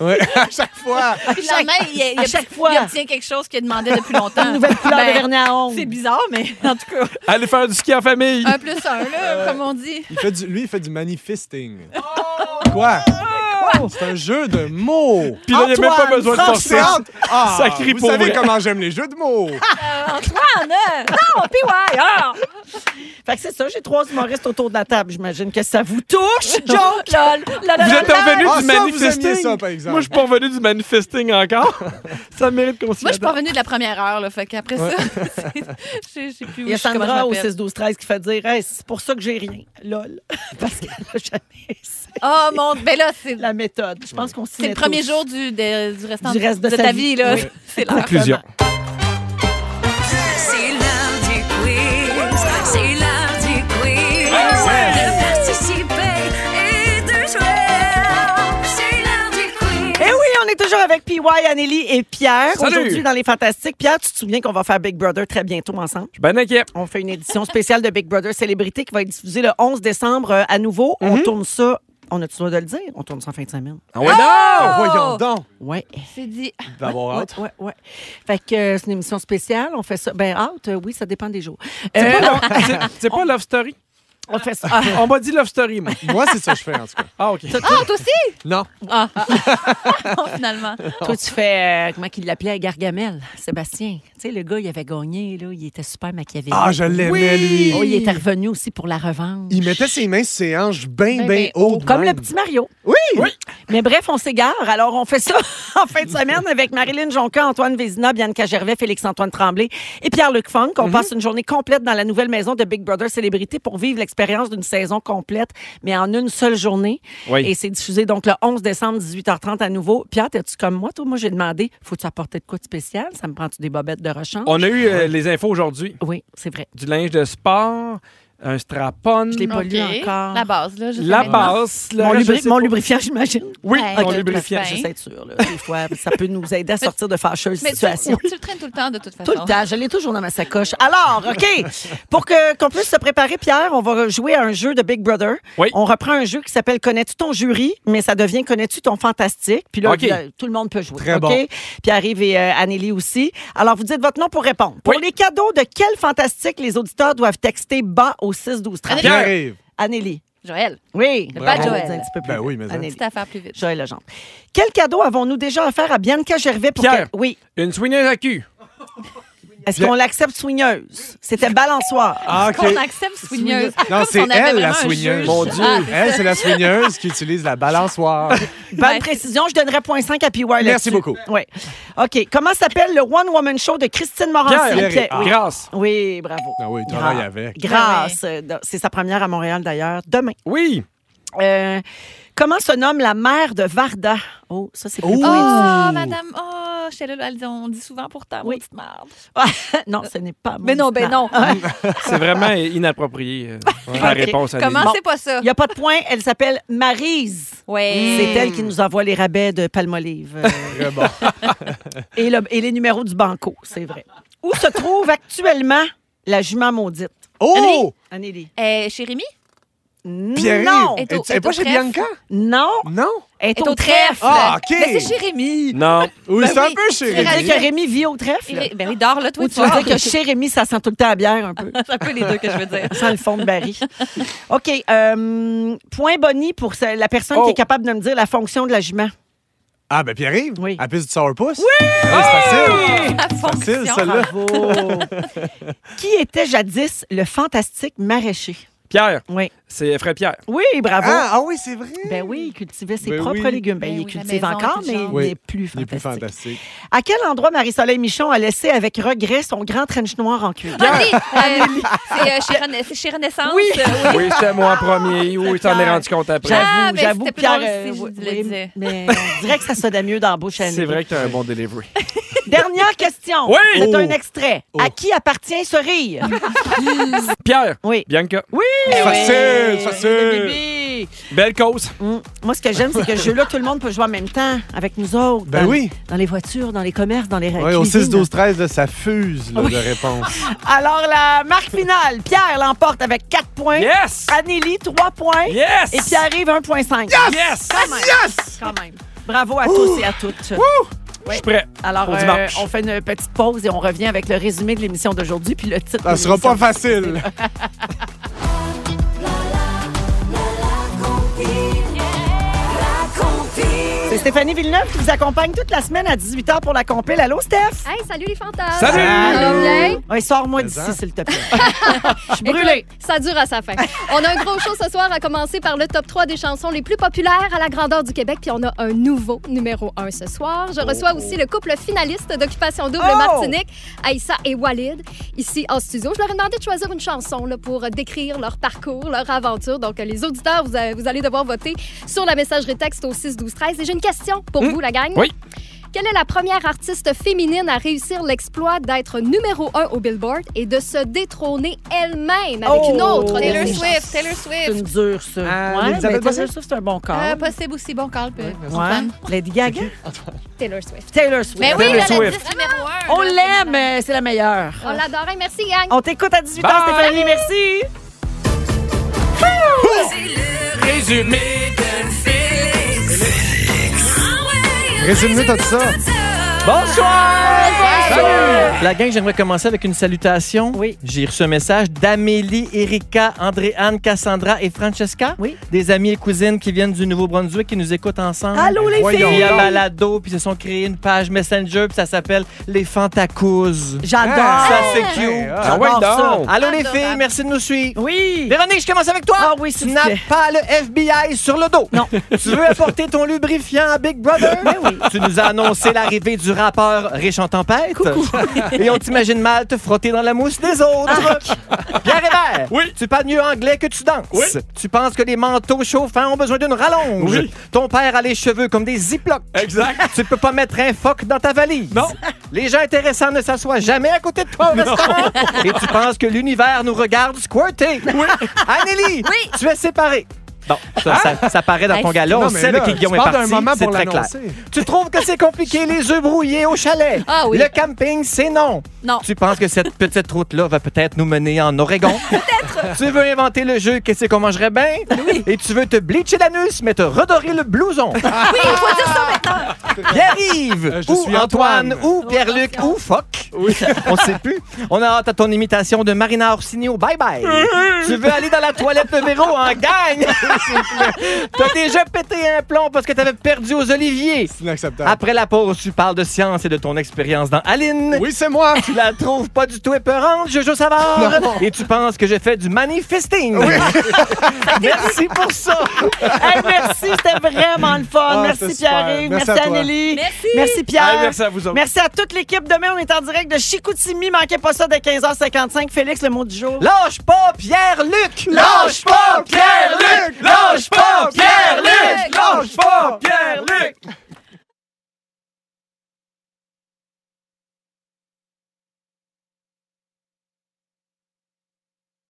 C: Ouais, à chaque fois
F: Puis le lendemain, il, il-
D: à
F: il-
D: chaque fois.
F: il obtient quelque chose qu'il demandait depuis longtemps.
D: Une nouvelle couleur de
F: Ben,
D: vernis à ongles.
F: C'est bizarre, mais en tout cas,
E: Allez faire du ski en famille.
F: un plus un, là,
D: Euh,
F: comme on dit.
C: il fait du, Lui, il fait du manifesting. Quoi C'est un jeu de mots
E: Puis là, il n'y a même pas
D: Antoine,
E: besoin de forcer.
C: Franck, ah,
E: Ça crie
C: vous
E: pour
C: savez
E: vrai.
C: comment j'aime les jeux de mots
F: Euh, Antoine! hein? Non, PY! ah!
D: Fait que c'est ça, j'ai trois humoristes autour de la table. J'imagine que ça vous touche, Joe.
F: Joke, lol! La, la,
E: Vous
F: la,
E: êtes
F: la.
E: revenu
C: Ah,
E: du
C: ça, vous
E: manifesting.
C: aimiez ça, par exemple.
E: Moi, je suis pas revenu du manifesting encore. ça mérite qu'on s'y
F: Moi, je suis pas
E: attende.
F: revenue de la première heure, là, fait qu'après ça, c'est- je je sais plus où
D: Il y a
F: je- comment je
D: Sandra au
F: m'appelle.
D: 6-12-13 qui fait dire Hey, c'est pour ça que j'ai rien. Lol. Parce qu'elle n'a jamais essayé
F: Oh mon... Ben là, c'est
D: la méthode. Je pense qu'on s'y
F: c'est le
D: met
F: premier
D: tous.
F: jour du, de- du restant
D: Du reste de sa
F: ta
D: vie.
F: vie, là.
D: Oui.
F: C'est là.
E: Conclusion.
B: C'est l'heure du quiz. C'est l'heure du quiz. De participer et de jouer. C'est l'heure du quiz.
D: Eh oui, on est toujours avec PY, Anneli et Pierre.
E: Salut.
D: Aujourd'hui, dans Les Fantastiques. Pierre, tu te souviens qu'on va faire Big Brother très bientôt ensemble?
E: Je suis bien inquiet.
D: On fait une édition spéciale de Big Brother Célébrité qui va être diffusée le 11 décembre euh, à nouveau. On tourne ça. On a-tu le droit de le dire? On tourne ça en fin de semaine.
E: Ah ouais, non!
C: Mhm. Ah, Voyons donc
D: Ouais.
F: Oh! C'est dit.
C: D'avoir
D: ouais,
C: hâte.
D: ouais, ouais. Fait que euh, c'est une émission spéciale. On fait ça. Ben, out, euh, oui, ça dépend des jours.
E: C'est
D: Euh,
E: pas, Love- c'est- c'est pas Love Story.
D: on fait ça. Ah,
E: On m'a dit Love Story, moi.
C: Moi, c'est ça que je fais, en tout cas.
E: Ah, OK.
F: Ah, toi aussi?
C: Non.
F: Ah, Bon, finalement.
I: Toi, tu fais, euh, comment qu'il l'appelait, Gargamel, Sébastien. Tu sais, le gars, il avait gagné, là, il était super machiavélique.
C: Ah, je l'aimais, lui
I: Oh, il était revenu aussi pour la revanche.
C: Il mettait ses mains sur ses hanches
F: Ben,
C: bien, bien
F: ben
C: haut.
D: Comme le petit Mario.
C: Oui! Oui!
D: Mais bref, on s'égare. Alors, on fait ça en fin de semaine avec Marilyn Jonca, Antoine Vézina, Bianca Gervais,
C: Mm-hmm.
D: Félix-Antoine Tremblay et Pierre-Luc Funk. On passe une journée complète dans la nouvelle maison de Big Brother Célébrité pour vivre l'expérience l'expérience d'une saison complète, mais en une seule journée.
E: Oui.
D: Et c'est diffusé donc le 11 décembre, 18h30 à nouveau. Pierre, es-tu comme moi? Toi, moi, j'ai demandé, faut-tu apporter de quoi de spécial? Ça me prend-tu des bobettes de rechange?
E: On a eu euh, les infos aujourd'hui.
D: Oui, c'est vrai.
E: Du linge de sport, un strapon.
D: Je l'ai pas lu
F: OK.
D: encore.
F: La base, là. jusqu'à
E: La
F: maintenant.
E: base. là,
D: Mon,
E: je
D: lubri-
E: sais
D: mon
E: pas.
D: lubrifiant, j'imagine.
E: Oui,
F: Ben,
E: mon
F: de-
E: lubrifiant.
F: de-
D: Je
F: Ben.
D: sais être sûr, là, des fois, ça peut nous aider à sortir de fâcheuses
F: Mais tu,
D: situations.
F: tu le traînes tout le temps, de toute façon.
D: Tout le temps, je l'ai toujours dans ma sacoche. Alors, OK, pour que- qu'on puisse se préparer, Pierre, on va jouer à un jeu de Big Brother. On reprend un jeu qui s'appelle Connais-tu ton jury, mais ça devient Connais-tu ton fantastique. Puis là,
E: OK.
D: là, tout le monde peut jouer.
E: Très
D: OK?
E: bon.
D: Pierre-Yves et euh, Anneli aussi. Alors, vous dites votre nom pour répondre. Pour les cadeaux, de quel fantastique les auditeurs doivent texter bas au 6 12 30
C: Pierre. Pierre-Yves.
D: Anneli.
F: Joël.
D: Oui.
F: Le pas de
D: Bravo.
F: Joël.
D: Un petit peu plus
C: Ben oui,
D: vite.
C: mais ça.
D: Anneli.
F: Petite affaire plus vite.
D: Joël Legendre. Quel cadeau avons-nous déjà offert à Bianca Gervais pour
E: Pierre.
D: qu'elle- Oui.
E: Une soigneuse à cul.
D: Est-ce qu'on l'accepte soigneuse? C'était balançoire.
C: Ah, OK.
F: On accepte soigneuse.
C: Non,
F: Comme si
C: c'est
F: on avait
C: elle,
F: vraiment
C: la
F: un
C: soigneuse.
F: juge.
C: Mon Dieu.
F: Ah,
C: elle, c'est la soigneuse qui utilise la balançoire.
D: Bonne précision, je donnerais 0.5 à PY là-dessus.
C: Merci beaucoup.
D: Oui. OK. Comment s'appelle le One Woman Show de Christine Morancy?
C: Pierre.
D: Pierre,
C: Ah.
D: oui.
E: Grâce.
D: Oui, bravo.
C: Ah oui, travaille
D: Grâce.
C: avec.
D: Grâce. Euh, dans- C'est sa première à Montréal, d'ailleurs, demain.
E: Oui.
D: Euh, comment se nomme la mère de Varda? Oh, ça, c'est plus
C: Oh.
D: poétique.
F: Ah, madame, oh, je là, elle dit- on dit souvent pourtant, oui. petite marde.
D: non, ce n'est pas
F: Mais non, ben non.
E: C'est vraiment inapproprié euh, la
D: Ok.
E: réponse à
F: Comment
E: Denis.
F: c'est pas ça?
D: Il n'y a pas de point. Elle s'appelle Marise.
F: Ouais.
D: C'est elle qui nous envoie les rabais de Palmolive. euh,
C: Très bon.
D: et, le- et les numéros du banco, c'est vrai. Où se trouve actuellement la jument maudite?
C: Oh!
D: Anneli.
F: Euh, chez Rémi?
C: Pierre.
D: Non!
F: Est au-
C: Tu
F: est
C: es pas
F: au
C: chez
F: trèfle.
C: Bianca?
D: Non!
C: Non?
D: Elle est
F: Est
D: au
F: au
D: trèfle!
F: trèfle.
C: Ah, OK.
F: Mais c'est chez Rémi.
E: Non.
C: Oui,
F: Ben
C: c'est un
F: oui,
C: peu chez
F: très
D: Tu veux
C: Rémi.
D: dire que Rémi vit au trèfle?
F: Il- Ben oui, dors là, toi.
D: Ou tu veux dire que chez Rémi, ça sent tout le temps la bière un peu?
F: C'est un peu les deux que je veux dire.
D: Sans le fond de baril. OK. euh, point Bonnie pour ce- la personne qui
E: Oh.
D: est capable de me dire la fonction de la jument.
C: Ah, ben Pierre-Yves,
D: Oui.
C: à piste du sourpuss. Oui! c'est facile.
F: La
C: Facile,
F: fonction.
C: celle-là.
D: qui était jadis le fantastique maraîcher?
E: Pierre.
D: Oui.
E: C'est Frère Pierre.
D: Oui, bravo.
C: Ah, ah oui, c'est vrai.
D: Ben oui, il cultivait ses
C: Ben
D: propres
C: oui.
D: légumes. Ben,
F: Ben
D: il les
F: oui, la
D: cultive
F: maison
D: encore,
F: et tout
D: mais
F: le
D: il
F: genre.
D: n'est plus
C: Il est plus
D: fantastique.
C: fantastique.
D: À quel endroit Marie-Soleil Michon a laissé avec regret son grand trench noir en cuir?
F: Anneli, euh, c'est euh, chez Rena- c'est chez Renaissance.
D: Oui.
F: euh,
E: Oui, c'était moi en premier. Oui, t'en es rendu compte après.
F: Ah, ben,
D: Ah J'avoue,
F: c'était plus
D: Pierre,
F: drôle
D: euh,
F: si je
D: oui,
F: le
D: oui,
F: disais.
D: mais on dirait que ça sonnait mieux dans la bouche à Anneli.
E: C'est vrai que t'as un bon delivery.
D: Dernière question.
E: Oui!
D: C'est
C: Oh.
D: un extrait.
C: Oh.
D: À qui appartient ce rire?
E: Pierre.
D: Oui. Eh
E: Bianca.
C: Facile, facile.
D: Bibi.
E: Belle cause.
D: Hum, Moi, ce que j'aime, c'est que ce jeu-là, tout le monde peut jouer en même temps avec nous autres.
C: Ben
D: dans,
C: oui.
D: Dans les voitures, dans les commerces, dans les
C: Oui, au
D: cuisines.
C: 6, 12, 13, là, ça fuse là, de réponse.
D: Alors, la marque finale, Pierre l'emporte avec 4 points.
E: Yes!
D: Anneli, 3 points.
E: Yes!
D: Et Pierre-Yves, 1,5.
E: Yes!
D: Quand même.
C: Yes!
D: Quand même. Bravo à tous et à toutes.
E: Je suis prêt.
D: Alors,
E: Au
D: euh,
E: dimanche.
D: on fait une petite pause et on revient avec le résumé de l'émission d'aujourd'hui puis le titre.
C: Ça
D: de
C: sera pas
D: l'émission.
C: facile.
D: C'est Stéphanie Villeneuve qui vous accompagne toute la semaine à 18h pour la compile. Allô, Steph?
B: Hey, salut les fantasmes!
E: Salut!
B: Allô. Bien?
D: Oui, sors-moi d'ici,
C: Présent.
D: s'il te plaît. Je suis brûlée.
B: Écoute, ça dure à sa fin. On a un gros show ce soir à commencer par le top 3 des chansons les plus populaires à la grandeur du Québec. Puis on a un nouveau numéro 1 ce soir. Je reçois aussi le couple finaliste d'Occupation Double
D: Oh!
B: Martinique, Aïssa et Walid, ici en studio. Je leur ai demandé de choisir une chanson là, pour décrire leur parcours, leur aventure. Donc, les auditeurs, vous, avez- vous allez devoir voter sur la messagerie texte au 6-12-13. Et j'ai une question pour vous, la gang.
E: Oui.
B: Quelle est la première artiste féminine à réussir l'exploit d'être numéro un au Billboard et de se détrôner elle-même avec
D: Oh!
B: une autre de
F: Taylor
B: ses
F: Swift, Taylor
D: C'est une
F: Swift.
D: dure, ça.
C: Ah,
D: ouais, mais
C: Elisabeth
D: Taylor
C: Bossé?
D: Swift, c'est un bon corps.
F: Euh, possible aussi, bon call. peut-
D: ouais. Lady Gaga?
B: Taylor Swift.
D: Taylor Swift.
F: Mais oui,
E: Taylor
F: elle a dit
E: Swift.
F: numéro un.
D: On
F: là,
D: l'aime, euh, c'est la meilleure.
B: On l'adorait. Merci, gang.
D: On t'écoute à 18h,
E: Bye.
D: Stéphanie. Merci.
E: Résumé.
C: Résume-nous tout ça.
N: Bonsoir!
E: Salut!
N: La gang, j'aimerais commencer avec une salutation.
D: Oui.
N: J'ai reçu un message d'Amélie, Erika, André-Anne, Cassandra et Francesca.
D: Oui.
N: Des amis et cousines qui viennent du Nouveau-Brunswick qui nous écoutent ensemble.
D: Allô, les
C: Voyons
D: filles.
N: Via Balado, puis ils se sont créés une page Messenger, puis ça s'appelle Les Fantacouzes.
D: J'adore.
C: Ah,
N: Ça, c'est cute.
C: Hey, ah.
E: Ah ouais,
D: J'adore ça.
E: donc.
N: Allô, les
F: Adorable.
N: filles, merci de nous suivre.
D: Oui.
N: Véronique, je commence avec toi.
D: Ah oui, s'il
N: tu
D: te
N: n'as
D: plaît.
N: pas le FBI sur le dos. Non. Tu veux apporter ton lubrifiant à Big Brother?
D: Ben oui.
N: Tu nous as annoncé l'arrivée du rappeur Riche en Tempête. et on t'imagine mal te frotter dans la mousse des autres. Pierre Hébert, tu parles mieux anglais que tu danses. Tu penses que les manteaux chauffants ont besoin d'une rallonge.
E: Oui.
N: Ton père a les cheveux comme des ziplocs.
E: Exact.
N: Tu peux pas mettre un phoque dans ta valise. Non. Les gens intéressants ne s'assoient jamais à côté de toi au
E: Non.
N: restaurant. Et tu penses que l'univers nous regarde squirter. Oui. Anneli, tu es séparée. Bon, ça, ça- ça paraît dans ton
C: Hey,
N: gala.
C: Hein? non,
N: On
C: mais
N: sait
C: là,
N: là, que Guillaume
C: tu
N: est
C: parles d'un
N: parti.
C: moment
N: C'est
C: pour
N: très clair.
C: l'annoncer.
N: Tu trouves que c'est compliqué, les œufs brouillés au chalet.
C: Ah oui.
N: Le camping, c'est non.
F: Non.
N: Tu penses que cette petite route-là va peut-être nous mener en Oregon? peut-être. Tu veux inventer le jeu Qu'est-ce qu'on mangerait bien? Et tu veux te bleacher l'anus, mais te redorer le blouson.
F: Oui, il faut dire ça maintenant.
N: Pierre-Yves,
F: Euh, je
N: ou
F: suis
N: Antoine,
F: Antoine.
N: ou Pierre-Luc, ou Foc. On sait plus. On a hâte à ton imitation de Marina Orsini au Bye Bye. tu veux aller dans la toilette de Véro en gang. T'as déjà pété un plomb parce que t'avais perdu aux oliviers. C'est
C: inacceptable.
N: Après la pause, tu parles de science et de ton expérience dans Aline.
C: Oui, c'est moi.
N: Tu la trouves pas du tout épeurante, Jojo Savard.
C: Non.
N: Et tu penses que j'ai fait du manifesting. Merci pour ça.
D: Hey, merci, c'était vraiment le fun.
N: Ah,
D: merci
N: c'était super.
D: Pierre-Yves,
N: Merci
D: merci,
N: à toi.
D: Anneli.
F: Merci.
D: Pierre.
E: Ah, merci à vous autres.
D: Merci à toute l'équipe. Demain, on est en direct de Chicoutimi. Manquez pas ça dès 15h55. Félix, le mot du jour.
N: Lâche pas Pierre-Luc!
D: Lâche pas Pierre-Luc! Lâche pas Pierre-Luc!
N: Lâche pas Pierre-Luc!